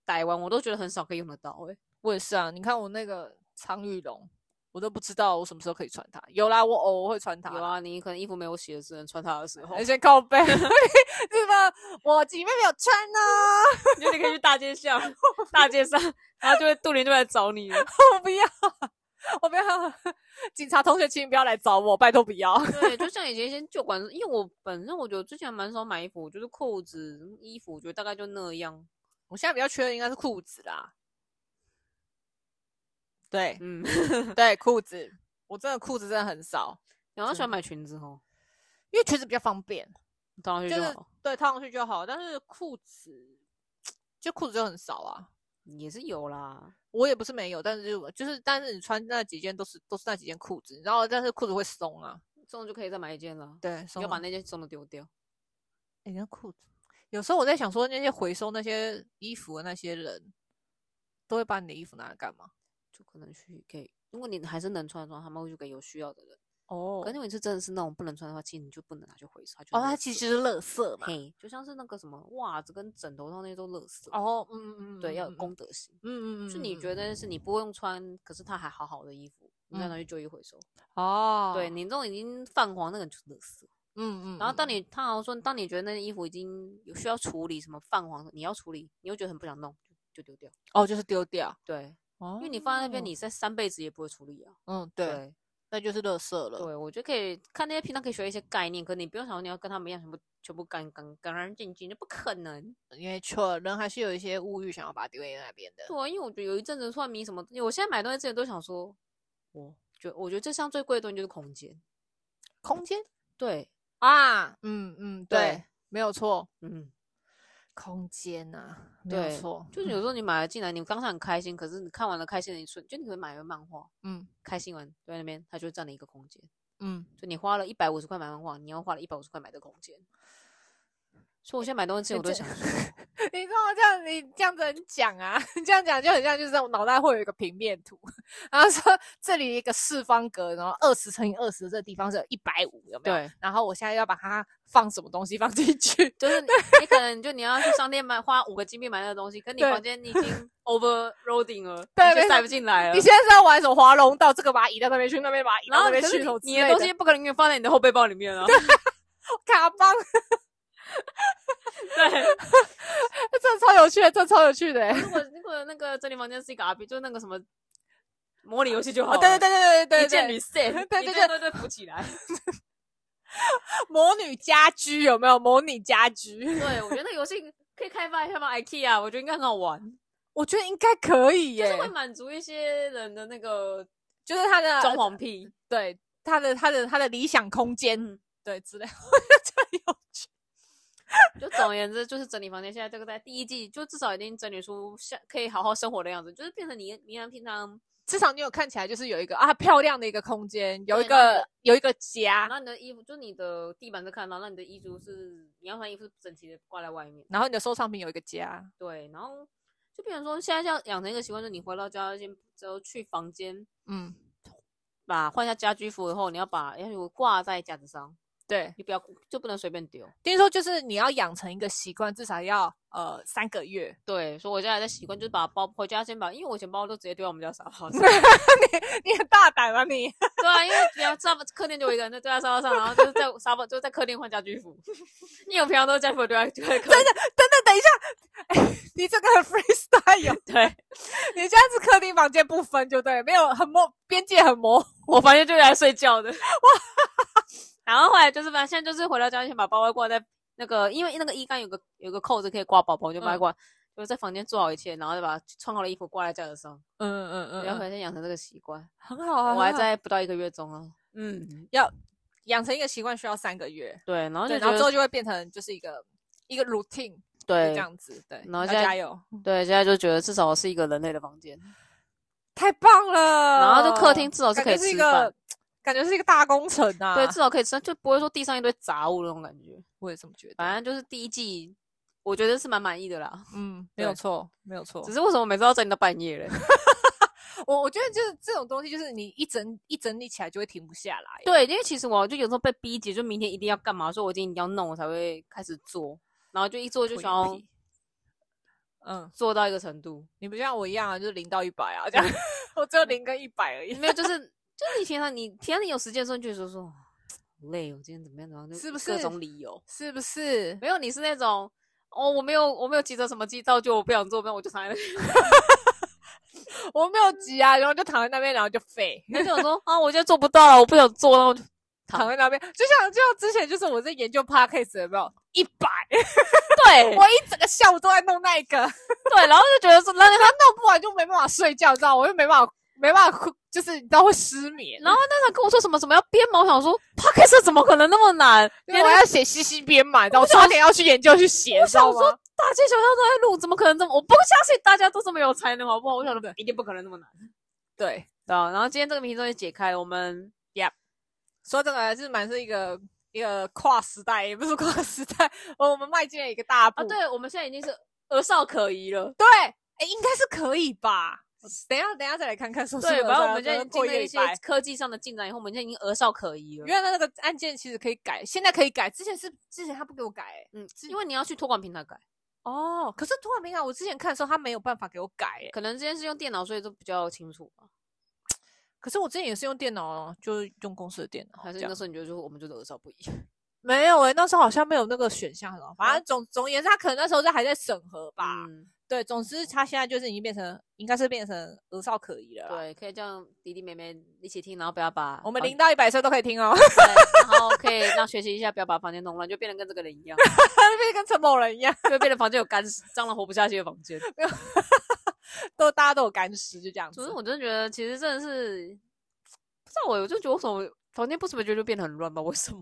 [SPEAKER 2] 台湾，我都觉得很少可以用得到、欸。哎，
[SPEAKER 1] 我也是啊，你看我那个长羽绒，我都不知道我什么时候可以穿它。有啦，我偶尔会穿它
[SPEAKER 2] 有
[SPEAKER 1] 啦。
[SPEAKER 2] 啊，哎你可能衣服没有洗的只能穿它的时候
[SPEAKER 1] 而，且靠背， 对吧？我姐妹没有穿哦呢、
[SPEAKER 2] 就你可以去大街巷、 大街上，然后就会杜林就来找你了。
[SPEAKER 1] 我不要，我不要。警察同学，请你不要来找我，拜托不要。
[SPEAKER 2] 对，就像以前一些旧馆子，因为我本身我觉得之前蛮少买衣服，我就是裤子、衣服，我觉得大概就那样。
[SPEAKER 1] 我现在比较缺的应该是裤子啦。对
[SPEAKER 2] 嗯，
[SPEAKER 1] 对，裤子，我真的裤子真的很少，
[SPEAKER 2] 然后喜欢
[SPEAKER 1] 真
[SPEAKER 2] 买裙子哦，
[SPEAKER 1] 因为裙子比较方便，
[SPEAKER 2] 当然
[SPEAKER 1] 就
[SPEAKER 2] 就是哦好。
[SPEAKER 1] 对套上去就好。但是裤子，就裤子就很少啊。
[SPEAKER 2] 也是有啦，
[SPEAKER 1] 我也不是没有，但是就就是，但是你穿那几件都是都是那几件裤子，然后但是裤子会松啊，
[SPEAKER 2] 这种就可以再买一件了。
[SPEAKER 1] 对，
[SPEAKER 2] 你
[SPEAKER 1] 松
[SPEAKER 2] 要把
[SPEAKER 1] 啊
[SPEAKER 2] 那件松的丢掉。
[SPEAKER 1] 哎、那裤子，有时候我在想说，那些回收那些衣服的那些人，都会把你的衣服拿来干嘛？
[SPEAKER 2] 就可能去给，如果你还是能穿的话，他们会去给有需要的人。
[SPEAKER 1] 哦
[SPEAKER 2] 可是你是真的是那种不能穿的话，其实你就不能拿去回收。就
[SPEAKER 1] 哦，
[SPEAKER 2] 是
[SPEAKER 1] 它
[SPEAKER 2] 垃
[SPEAKER 1] 其
[SPEAKER 2] 圾
[SPEAKER 1] 实是垃圾嘛。
[SPEAKER 2] 嘿，就像是那个什么袜子跟枕头上那些都垃圾。，
[SPEAKER 1] 哦，嗯嗯，
[SPEAKER 2] 对，要有
[SPEAKER 1] 嗯，
[SPEAKER 2] 公德心。
[SPEAKER 1] 嗯嗯嗯，
[SPEAKER 2] 就你觉
[SPEAKER 1] 得
[SPEAKER 2] 得是你不用穿，可是它还好好的衣服，你再拿去旧衣回收。
[SPEAKER 1] 哦，
[SPEAKER 2] 对你这种已经泛黄那个就是垃圾。
[SPEAKER 1] 嗯嗯，
[SPEAKER 2] 然后当
[SPEAKER 1] 你
[SPEAKER 2] 你他好像说，当你觉得那件衣服已经有需要处理什么泛黄，你要处理，你又觉得很不想弄，就就丢掉。
[SPEAKER 1] 哦就是丢掉，
[SPEAKER 2] 对，
[SPEAKER 1] 哦，
[SPEAKER 2] 因为你放在那边，你在三辈子也不会处理啊。
[SPEAKER 1] 嗯对，那就是垃圾了。
[SPEAKER 2] 对，我觉得可以看那些频道，可以学一些概念，可你不用想你要跟他们一样全部全部干干干干净净，那不可能。
[SPEAKER 1] 没错，人还是有一些物欲想要把它丢在那边的。
[SPEAKER 2] 对啊，因为我觉得有一阵子突然迷什么，因为我现在买东西之前都想说，我觉我觉得这项最贵的东西就是空间。
[SPEAKER 1] 空间
[SPEAKER 2] 对，
[SPEAKER 1] 啊，嗯嗯，
[SPEAKER 2] 对
[SPEAKER 1] 对，没有错，
[SPEAKER 2] 嗯，
[SPEAKER 1] 空间呐，没
[SPEAKER 2] 对
[SPEAKER 1] 有错，
[SPEAKER 2] 就是啊有时候你买了进来，你当下很开心，可是你看完了开心的一瞬，就你会买个漫画，
[SPEAKER 1] 嗯
[SPEAKER 2] 开心完对那边它就占了一个空间，
[SPEAKER 1] 嗯，
[SPEAKER 2] 就你花了一百五十块买漫画，你要花了一百五十块买这个空间。所以我现在买东西之前我都
[SPEAKER 1] 这
[SPEAKER 2] 想说，
[SPEAKER 1] 你跟我这样，你这样子很讲啊，你这样讲就很像，就是我脑袋会有一个平面图，然后说这里一个四方格，然后二十乘以二十这地方是有一百五，有没有？
[SPEAKER 2] 对，
[SPEAKER 1] 然后我现在要把它放什么东西放进 去？
[SPEAKER 2] 就是你，你可能就你要去商店买花五个金币买那个东西，可你
[SPEAKER 1] 对
[SPEAKER 2] 房间你已 经 overloading 了，
[SPEAKER 1] 对
[SPEAKER 2] 你
[SPEAKER 1] 没
[SPEAKER 2] 就
[SPEAKER 1] 错
[SPEAKER 2] 塞不进来了
[SPEAKER 1] 你。现哦在是要玩什么华容道？这个把它移到那边去，那边把它移
[SPEAKER 2] 啊然
[SPEAKER 1] 到
[SPEAKER 2] 后
[SPEAKER 1] 那
[SPEAKER 2] 可
[SPEAKER 1] 边
[SPEAKER 2] 是
[SPEAKER 1] 去，
[SPEAKER 2] 你
[SPEAKER 1] 什么之
[SPEAKER 2] 你的
[SPEAKER 1] 类
[SPEAKER 2] 东西不可能给你放在你的后背包里面啊。
[SPEAKER 1] 卡邦，
[SPEAKER 2] 对，
[SPEAKER 1] 这超有趣的，这超有趣的、欸。
[SPEAKER 2] 如果 如果那个整理房间是一个 RP，就是那个什么模拟游戏就好
[SPEAKER 1] 哦，
[SPEAKER 2] 了。
[SPEAKER 1] 对对对对对
[SPEAKER 2] 一键
[SPEAKER 1] 对对，
[SPEAKER 2] reset，
[SPEAKER 1] 对
[SPEAKER 2] 一
[SPEAKER 1] 对
[SPEAKER 2] 键对对 扶起来。
[SPEAKER 1] 魔女家居有没有？模拟家居，
[SPEAKER 2] 对，我觉得那个游戏可以开发一下吧，IKEA，我觉得 E 应该很好玩，
[SPEAKER 1] 我觉得应该可以
[SPEAKER 2] 就
[SPEAKER 1] 耶、
[SPEAKER 2] 是会满足一些人的那个
[SPEAKER 1] 就是他的
[SPEAKER 2] 装潢癖。
[SPEAKER 1] 对他的他的他的理想空间，
[SPEAKER 2] 嗯
[SPEAKER 1] 对之类， 我觉得这有趣。
[SPEAKER 2] 就总而言之，就是整理房间。现在这个在第一季就至少已经整理出像可以好好生活的样子，就是变成你你看平常，
[SPEAKER 1] 至少你有看起来就是有一个啊漂亮的一个空间，有一
[SPEAKER 2] 对那
[SPEAKER 1] 个有一个家
[SPEAKER 2] 然，啊后你的衣服就是你的地板是看到，那你的衣橱是你要穿衣服是整齐的挂在外面，
[SPEAKER 1] 然后你的收藏品有一个家，
[SPEAKER 2] 对，然后。就变成说，现在要养成一个习惯，就是你回到家先之后去房间
[SPEAKER 1] 嗯，
[SPEAKER 2] 把换一下家居服以后，你要把要有挂在架子上，
[SPEAKER 1] 对，
[SPEAKER 2] 你不要就不能随便丢。
[SPEAKER 1] 听说就是你要养成一个习惯，至少要呃三个月。
[SPEAKER 2] 对，所以我现在在习惯，就是把包回家先把，因为我以前包都直接丢到我们家沙发上。
[SPEAKER 1] 你很大胆啊你！
[SPEAKER 2] 对啊，因为比较沙发客厅就我一个人在丢在沙发上，然后就是在沙发就在客厅换家居服， 因为我平常都是家居服丢在丢在客厅。
[SPEAKER 1] 等等等一下， 哎，你这个很 freestyle，哦
[SPEAKER 2] 对，
[SPEAKER 1] 你这样子客厅房间不分就对了，没有很模边界很模糊。
[SPEAKER 2] 我房间就是来睡觉的。哇！ 然后后来就是，反正现在就是回到家先把包包挂在那个，因为那个衣杆有个有个扣子可以挂包包，我就
[SPEAKER 1] 嗯
[SPEAKER 2] 把它挂。就在房间做好一切，然后再把穿好的衣服挂在架子上，
[SPEAKER 1] 嗯嗯嗯
[SPEAKER 2] 然后回先养成这个习惯。
[SPEAKER 1] 很好啊。
[SPEAKER 2] 我还
[SPEAKER 1] 很好
[SPEAKER 2] 在不到一个月中啊，嗯，
[SPEAKER 1] 要养成一个习惯需要三个月，
[SPEAKER 2] 对，然后就
[SPEAKER 1] 对，
[SPEAKER 2] 觉
[SPEAKER 1] 然后
[SPEAKER 2] 得
[SPEAKER 1] 之后就会变成就是一个一个 routine，就
[SPEAKER 2] 对
[SPEAKER 1] 这样子，对，
[SPEAKER 2] 然
[SPEAKER 1] 要
[SPEAKER 2] 后现在
[SPEAKER 1] 加油，
[SPEAKER 2] 对，现在就觉得至少是一个人类的房间，
[SPEAKER 1] 太棒了。
[SPEAKER 2] 然后就客厅至少是
[SPEAKER 1] 感
[SPEAKER 2] 可以
[SPEAKER 1] 觉是一
[SPEAKER 2] 吃
[SPEAKER 1] 个
[SPEAKER 2] 饭，，
[SPEAKER 1] 感觉是一个大工程啊。
[SPEAKER 2] 对，至少可以吃，就不会说地上一堆杂物那种感觉。
[SPEAKER 1] 我也这么觉得。
[SPEAKER 2] 反正就是第一季，我觉得是蛮满意的啦。
[SPEAKER 1] 嗯，没
[SPEAKER 2] 对
[SPEAKER 1] 有错，没有错
[SPEAKER 2] 只。是为什么每次都要整理到半夜嘞？
[SPEAKER 1] 我我觉得就是这种东西，就是你一整一整理起来就会停不下来。
[SPEAKER 2] 对，因为其实我就有时候被逼急，就明天一定要干嘛，所以我今天一定要弄，我才会开始做，然后就一做就
[SPEAKER 1] 我
[SPEAKER 2] 想要
[SPEAKER 1] 屁嗯，
[SPEAKER 2] 做到一个程度，
[SPEAKER 1] 你不像我一样啊，就是零到一百啊， 这样我只有零跟一百而已，
[SPEAKER 2] 没有，就是就是你平常你平常你有时间的时候，你就觉得说说好累哦，今天怎么样怎么样，就是
[SPEAKER 1] 不
[SPEAKER 2] 各
[SPEAKER 1] 是
[SPEAKER 2] 种理由？
[SPEAKER 1] 是不是？
[SPEAKER 2] 没有，你是那种哦，我没有我没有急着什么急造就我不想做，不然我就躺在那 里。
[SPEAKER 1] 我没有急啊，然后就躺在那边，然后就废。
[SPEAKER 2] 那种说啊，我现在做不到了，我不想做，然后就
[SPEAKER 1] 躺在那边，就像就像之前就是我在研究 podcast 有没有一百，
[SPEAKER 2] 对
[SPEAKER 1] 我一整个下午都在弄那一个，
[SPEAKER 2] 对，然后就觉得说，然后
[SPEAKER 1] 他弄不完就没办法睡觉，你知道吗，我又没办法没办法哭，就是你知道会失眠，
[SPEAKER 2] 然后那时候跟我说什么什么要编码，我想说 p o d c a s 怎么可能那么难？
[SPEAKER 1] 因为我要写西西编码，你知道我
[SPEAKER 2] 我想
[SPEAKER 1] 差点要去研究去写，
[SPEAKER 2] 我
[SPEAKER 1] 你知道
[SPEAKER 2] 想
[SPEAKER 1] 吗
[SPEAKER 2] 说？大街小巷都在录，怎么可能这么？我不相信大家都这么有才能，好不好？我想说一定不可能那么难。
[SPEAKER 1] 对，
[SPEAKER 2] 对啊，然后今天这个谜题终于解开了，我们
[SPEAKER 1] 说这个是蛮是一个一个跨时代，也不是跨时代， 我们迈进了一个大步。
[SPEAKER 2] 啊，对，我们现在已经是儿少可疑了。
[SPEAKER 1] 对，哎，应该是可以吧？等一下等一下再来看看，说是
[SPEAKER 2] 对，
[SPEAKER 1] 不
[SPEAKER 2] 然
[SPEAKER 1] 是
[SPEAKER 2] 后我们现在已经
[SPEAKER 1] 过一
[SPEAKER 2] 经
[SPEAKER 1] 个
[SPEAKER 2] 历一
[SPEAKER 1] 礼
[SPEAKER 2] 些
[SPEAKER 1] 拜
[SPEAKER 2] 科技上的进展以后，我们现在已经儿少可疑了。
[SPEAKER 1] 原来那个案件其实可以改，现在可以改，之前是之前他不给我改、欸，
[SPEAKER 2] 嗯，因为你要去托管平台改，
[SPEAKER 1] 哦，可是突然没改，我之前看的时候他没有办法给我改、欸，
[SPEAKER 2] 可能之前是用电脑，所以都比较清 楚吧。
[SPEAKER 1] 可是我之前也是用电脑哦，就是用公司的电脑，
[SPEAKER 2] 还是
[SPEAKER 1] 这样
[SPEAKER 2] 那时候你觉得说我们就是儿少不宜？
[SPEAKER 1] 没有诶、那时候好像没有那个选项了，反正总总而言之，他可能那时候在还在审核吧，
[SPEAKER 2] 嗯，
[SPEAKER 1] 对，总之他现在就是已经变成，应该是变成额少可疑了啦，
[SPEAKER 2] 对，啊可以这样弟弟妹妹一起听，然后不要把
[SPEAKER 1] 我们
[SPEAKER 2] 房
[SPEAKER 1] 零到一百岁都可以听哦，
[SPEAKER 2] 对然后可以让学习一下，不要把房间弄乱，就变得跟这个人一样，
[SPEAKER 1] 变跟陈某人一样，
[SPEAKER 2] 就会变得房间有干尸，蟑螂活不下去的房间。
[SPEAKER 1] 都大家都有干尸，就这样
[SPEAKER 2] 总
[SPEAKER 1] 子
[SPEAKER 2] 之，。我真的觉得其实真的是不知道欸我，我就觉得为什么房间不知不觉就变得很乱吧？为什么？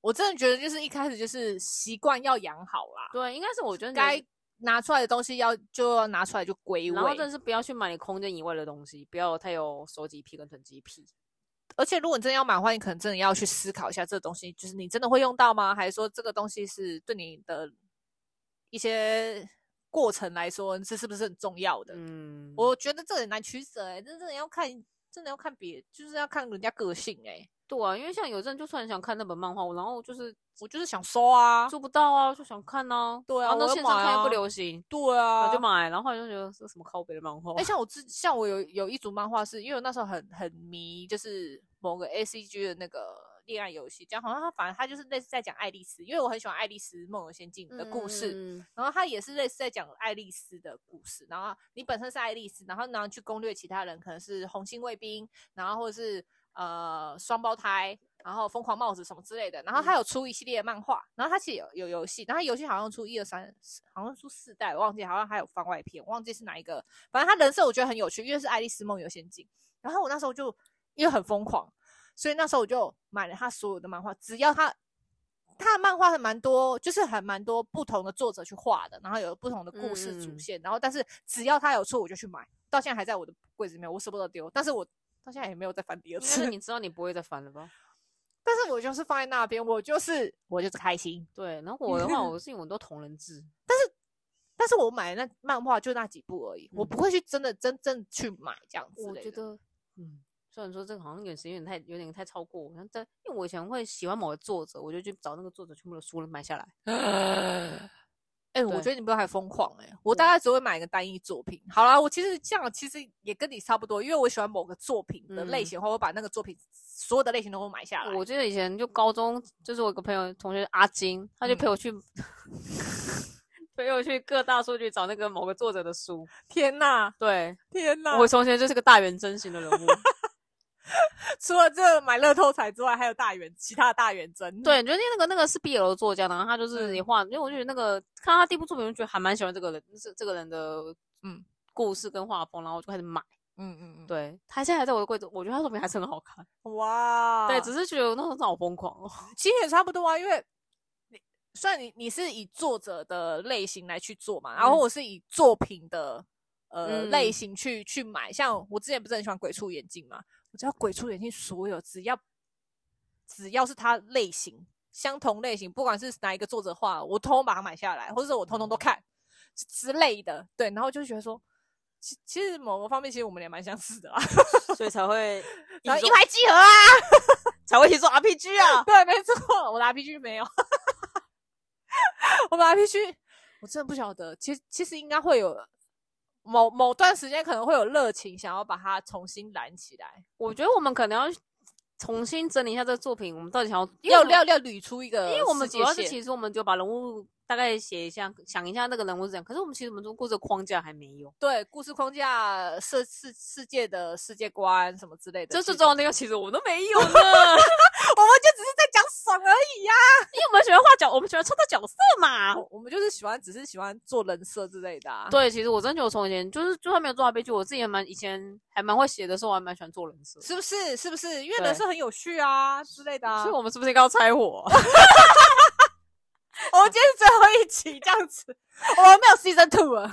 [SPEAKER 1] 我真的觉得就是一开始就是习惯要养好啦，
[SPEAKER 2] 对，应该是我觉得你
[SPEAKER 1] 该拿出来的东西要就要拿出来就归
[SPEAKER 2] 然后真的
[SPEAKER 1] 位。
[SPEAKER 2] 是不要去买你空间以外的东西，不要太有收集癖跟囤积癖。
[SPEAKER 1] 而且如果你真的要买的话，你可能真的要去思考一下这个东西，就是你真的会用到吗？还是说这个东西是对你的一些过程来说，这是不是很重要的？
[SPEAKER 2] 嗯，
[SPEAKER 1] 我觉得这个很难取舍、欸，这真的要看，真的要看别，就是要看人家个性、欸。
[SPEAKER 2] 对啊，因为像有阵就突然想看那本漫画，我然后就是
[SPEAKER 1] 我就是想收啊，
[SPEAKER 2] 做不到啊，就想看啊，
[SPEAKER 1] 对啊
[SPEAKER 2] 然后
[SPEAKER 1] 我
[SPEAKER 2] 那
[SPEAKER 1] 要
[SPEAKER 2] 线上看又
[SPEAKER 1] 买
[SPEAKER 2] 不
[SPEAKER 1] 啊
[SPEAKER 2] 流行，
[SPEAKER 1] 对啊，
[SPEAKER 2] 我就。买，然后后来就觉得这什么靠北的漫画
[SPEAKER 1] 哎、，像我之像我有有一组漫画是，因为我那时候很很迷，就是某个 A C G 的那个恋爱游戏，讲好像他反正他就是类似在讲爱丽丝，因为我很喜欢《爱丽丝梦游仙境》的故事，
[SPEAKER 2] 嗯，
[SPEAKER 1] 然后他也是类似在讲爱丽丝的故事，然后你本身是爱丽丝，然后然后去攻略其他人，可能是红心卫兵，然后或者是呃双胞胎，然后疯狂帽子什么之类的。然后他有出一系列的漫画，然后他其实有有游戏，然后它游戏好像出一二三，四好像出四代，我忘记，好像还有番外篇，我忘记是哪一个。反正他人设我觉得很有趣，因为是《爱丽丝梦游仙境》。然后我那时候就因为很疯狂，所以那时候我就买了他所有的漫画，只要他他的漫画还蛮多，就是还蛮多不同的作者去画的，然后有不同的故事
[SPEAKER 2] 嗯
[SPEAKER 1] 主线，然后但是只要他有出我就去买，到现在还在我的柜子里面，我舍不得丢，但是我到现在也没有再翻第二
[SPEAKER 2] 应该是
[SPEAKER 1] 次，
[SPEAKER 2] 你知道你不会再翻了吧？
[SPEAKER 1] 但是我就是放在那边，我就是我就是开心，
[SPEAKER 2] 对，然后我的话，我是因为我都同人志，
[SPEAKER 1] 但但是我买的那漫画就那几部而已，我不会去真的真正去买这样子。
[SPEAKER 2] 嗯我觉得，嗯，虽然说这个好像有时有点太有点太超过我，但但因为我以前会喜欢某个作者，我就去找那个作者全部的书了买下来。
[SPEAKER 1] 哎、我
[SPEAKER 2] 对
[SPEAKER 1] 觉得你不要太疯狂哎、我大概只会买一个单一作品。好啦，我其实这样其实也跟你差不多，因为我喜欢某个作品的类型的话，我把那个作品所有的类型都会买下来。
[SPEAKER 2] 我记得以前就高中，就是我有个朋友同学阿金，他就陪我去、 陪我去各大书局找那个某个作者的书。
[SPEAKER 1] 天哪，
[SPEAKER 2] 对，
[SPEAKER 1] 天哪！
[SPEAKER 2] 我
[SPEAKER 1] 我
[SPEAKER 2] 从前就是个大圆真型的人物。
[SPEAKER 1] 除了这个买乐透彩之外，还有大圆，其他的大圆针。，
[SPEAKER 2] 对，就是那个那个是 BL 的作家，然后他就是
[SPEAKER 1] 嗯
[SPEAKER 2] 也画，因为我就觉得那个看他第一部作品，我就觉得还蛮喜欢这个人，这这个人的
[SPEAKER 1] 嗯
[SPEAKER 2] 嗯故事跟画风，然后我就开始买。
[SPEAKER 1] 嗯嗯嗯，
[SPEAKER 2] 对，他现在还在我的柜子，我觉得他作品还是很好看。
[SPEAKER 1] 哇，
[SPEAKER 2] 对，只是觉得那时候真的好疯狂哦。
[SPEAKER 1] 其实也差不多啊，因为你虽然你你是以作者的类型来去做嘛，然后
[SPEAKER 2] 嗯
[SPEAKER 1] 我是以作品的呃、
[SPEAKER 2] 嗯
[SPEAKER 1] 类型去去买，像我之前不是很喜欢鬼畜眼镜嘛，我只要鬼畜眼镜所有只要只要是它类型相同类型，不管是哪一个作者画的，我通通把它买下来，或者是我通通都看之之类的，对，然后就觉得说。其其实某个方面，其实我们也蛮相似的啦，
[SPEAKER 2] 所以才 会
[SPEAKER 1] 然后一
[SPEAKER 2] 一
[SPEAKER 1] 拍即合啊！
[SPEAKER 2] 才会一起做 RPG 啊。
[SPEAKER 1] 对，没错，我的 RPG 没有， 我的 RPG 我真的不晓得，其实其实应该会有某某段时间可能会有热情，想要把它重新燃起来，
[SPEAKER 2] 我觉得我们可能要重新整理一下这个作品，我们到底想要因为
[SPEAKER 1] 要
[SPEAKER 2] 我们
[SPEAKER 1] 要要捋出一个世界
[SPEAKER 2] 因
[SPEAKER 1] 线，
[SPEAKER 2] 为我们主要是其实我们就把人物大概写一下，想一下那个人物是怎样。可是我们其实我们中故事的框架还没有，
[SPEAKER 1] 对故事框架、世世世界的世界观什么之类的，
[SPEAKER 2] 这
[SPEAKER 1] 其
[SPEAKER 2] 最
[SPEAKER 1] 实
[SPEAKER 2] 重要的那个其实我们都没有呢，因
[SPEAKER 1] 我们就只是在讲爽而已呀、
[SPEAKER 2] 为我们喜欢画角，我们喜欢创造角色嘛。
[SPEAKER 1] 我我们就是喜欢，只是喜欢做人设之类的、啊。，
[SPEAKER 2] 对，其实我真的觉得我从以前就是就算没有做到悲剧，我自己也蛮以前还蛮会写的时候，我还蛮喜欢做人设。
[SPEAKER 1] 是不是？是不是？因为
[SPEAKER 2] 对
[SPEAKER 1] 人设很有趣啊之类的啊。
[SPEAKER 2] 所以我们是不是应该要拆 火？
[SPEAKER 1] 我们今天是最后一集这样子，我们没有 season two 了。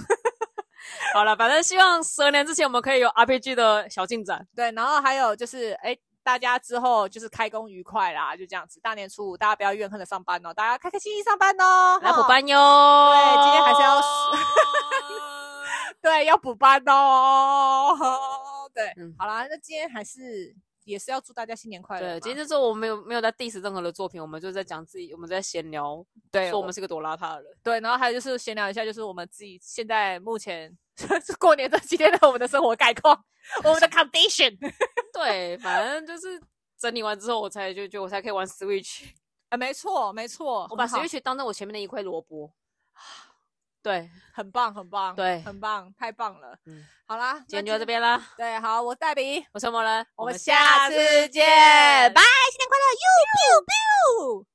[SPEAKER 2] 好了，反正希望十二年之前我们可以有 RPG 的小进展。
[SPEAKER 1] 对，然后还有就是，哎，大家之后就是开工愉快啦，就这样子。大年初五大家不要怨恨的上班哦，大家开开心心上班哦，
[SPEAKER 2] 来
[SPEAKER 1] 哈
[SPEAKER 2] 补。班哟！
[SPEAKER 1] 对
[SPEAKER 2] 对
[SPEAKER 1] 今天还是要 对，要补班哦。 对，
[SPEAKER 2] 嗯
[SPEAKER 1] 好啦，那今天还是也是要祝大家新年快乐嘛。
[SPEAKER 2] 对，今天这周我们没有没有在 diss 任何的作品，我们就在讲自己，我们在闲聊，
[SPEAKER 1] 对
[SPEAKER 2] 说我们是个多邋遢的人。
[SPEAKER 1] 对，然后还有就是闲聊一下，就是我们自己现在目前 过年这几天的我们的生活概 况，我们的 condition。
[SPEAKER 2] 对，反正就是整理完之后，我才就就我才可以玩 Switch，
[SPEAKER 1] 啊，没错，没错，
[SPEAKER 2] 我把
[SPEAKER 1] 哦很好
[SPEAKER 2] Switch 当成我前面的一块萝卜。对，
[SPEAKER 1] 很棒，很棒，
[SPEAKER 2] 对
[SPEAKER 1] 很棒，太棒了。
[SPEAKER 2] 嗯，
[SPEAKER 1] 好啦，
[SPEAKER 2] 今天
[SPEAKER 1] 那
[SPEAKER 2] 就到这。边啦，
[SPEAKER 1] 对，好，我是黛比，
[SPEAKER 2] 我是莫人，
[SPEAKER 1] 我们下次见，拜，新年快乐，you you you。